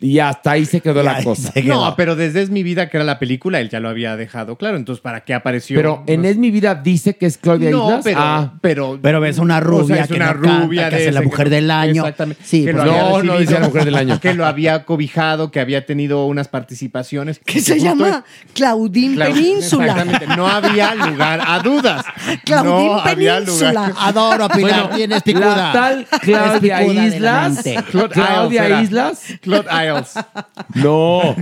S2: Y hasta ahí se quedó la cosa.
S4: No, pero desde Es mi vida, que era la película, él ya lo había dejado claro. Entonces, ¿para qué apareció?
S2: Pero en Es mi vida dice que es Claudia
S4: No,
S2: Islas. Ah.
S4: pero- pero,
S13: Pero es una rubia
S4: O sea, es
S13: que
S4: una
S13: no canta,
S4: rubia
S13: que
S4: de
S13: hace la
S4: esa
S13: mujer
S4: que no-
S13: del año.
S4: Exactamente.
S13: Sí,
S4: Que lo
S13: pues
S4: había
S13: no, no
S4: recibido,
S13: dice la mujer del año.
S4: Que lo había cobijado, que había tenido unas participaciones.
S3: que se llama Claudín
S4: Claro,
S3: Península.
S4: Exactamente. No había lugar a dudas.
S3: Claudín
S4: no había
S3: Península.
S4: lugar.
S13: Adoro a Pilar, tienes picuda.
S2: La tal Claudia
S13: Es picuda de la
S2: Islas.
S13: mente.
S4: Claude Isles
S2: Claudia
S4: era.
S2: Islas.
S4: Claude Isles.
S2: No,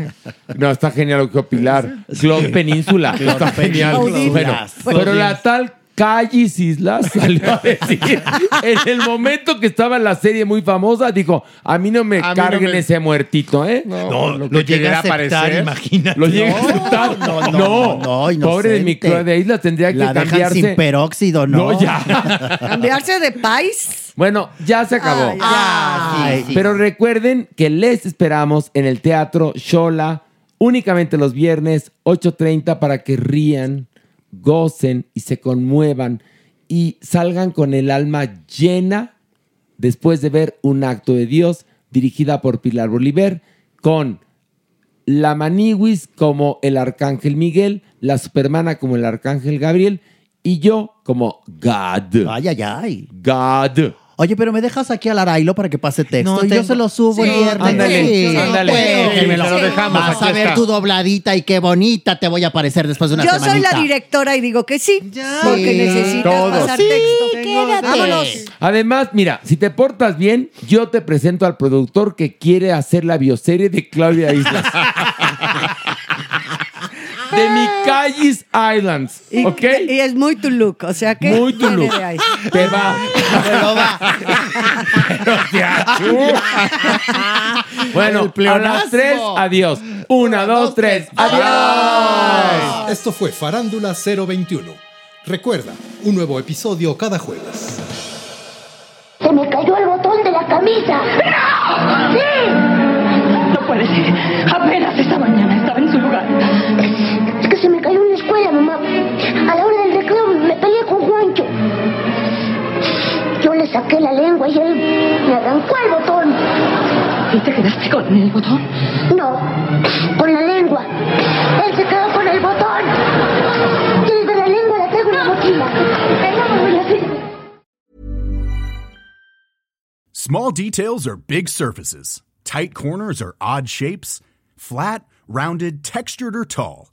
S2: no, está genial lo que dijo Pilar. Claude Península.
S4: Claude
S2: está
S4: Península.
S2: genial.
S4: Claude
S2: Bueno,
S4: Islas.
S2: pero
S4: Claude
S2: la
S4: Islas.
S2: tal Callis Islas salió a decir, en el momento que estaba la serie muy famosa, dijo, a mí no me
S5: mí no
S2: carguen
S5: me-
S2: ese muertito, ¿eh?
S5: No, lo que llegué a aceptar, imagínate.
S2: Lo llegué a
S5: No,
S2: aceptar.
S5: no,
S2: No,
S5: no,
S1: no, inocente.
S2: Pobre de mi Claudia de Islas, tendría que
S1: La dejan
S2: cambiarse.
S1: sin peróxido, ¿no?
S2: No, ya.
S3: Cambiarse de país.
S2: Bueno, ya se acabó. Ah.
S13: Ah,
S2: Ay, Pero recuerden que les esperamos en el Teatro Shola únicamente los viernes 8.30 para que rían, gocen y se conmuevan y salgan con el alma llena después de ver un acto de Dios dirigida por Pilar Bolívar con la Maniwis como el Arcángel Miguel, la Supermana como el Arcángel Gabriel y yo como God.
S13: Ay, ay, ay.
S2: God.
S13: Oye, pero me dejas aquí al Arailo para que pase texto
S1: No
S13: y
S1: tengo-
S13: yo se lo subo el
S1: Sí,
S13: viernes.
S1: ándale,
S13: Sí,
S1: ándale.
S13: bueno,
S1: Sí,
S13: déjenmelo.
S1: se lo dejamos,
S13: Vas
S1: aquí
S13: a ver
S1: está.
S13: tu
S1: dobladita y qué bonita te voy a aparecer después de una
S3: Yo soy
S1: semanita.
S3: la directora y digo que sí, porque
S1: Sí.
S3: necesitas
S1: Todos.
S3: pasar
S1: Sí,
S3: texto.
S1: quédate.
S3: Vámonos.
S2: Además, mira, si te portas bien, yo te presento al productor que quiere hacer la bioserie de Claudia Islas. de mi Callis Islands,
S3: Ah. Y,
S2: ¿ok?
S3: y es muy tu look, o sea que
S2: Muy tu
S3: viene
S2: look.
S3: de ahí.
S2: Te va. Bueno, a las tres, adiós. Una, dos, tres, adiós.
S11: Esto fue Farándula 021. Recuerda, un nuevo episodio cada jueves.
S12: Se me cayó el botón de la camisa. ¡No! ¡Sí! No puede ser. Apenas esta mañana estaba en su lugar. Es que se me cayó en la escuela, mamá. A la hora del recreo me peleé con Juancho. Yo le saqué la lengua y él me arrancó el botón. ¿Y te quedaste con el botón? No, con la lengua. Él se quedó con el botón. Yo digo, la lengua la traigo en la mochila. No me voy a hacer
S14: Small details are big surfaces. Tight corners are odd shapes. Flat, rounded, textured, or tall.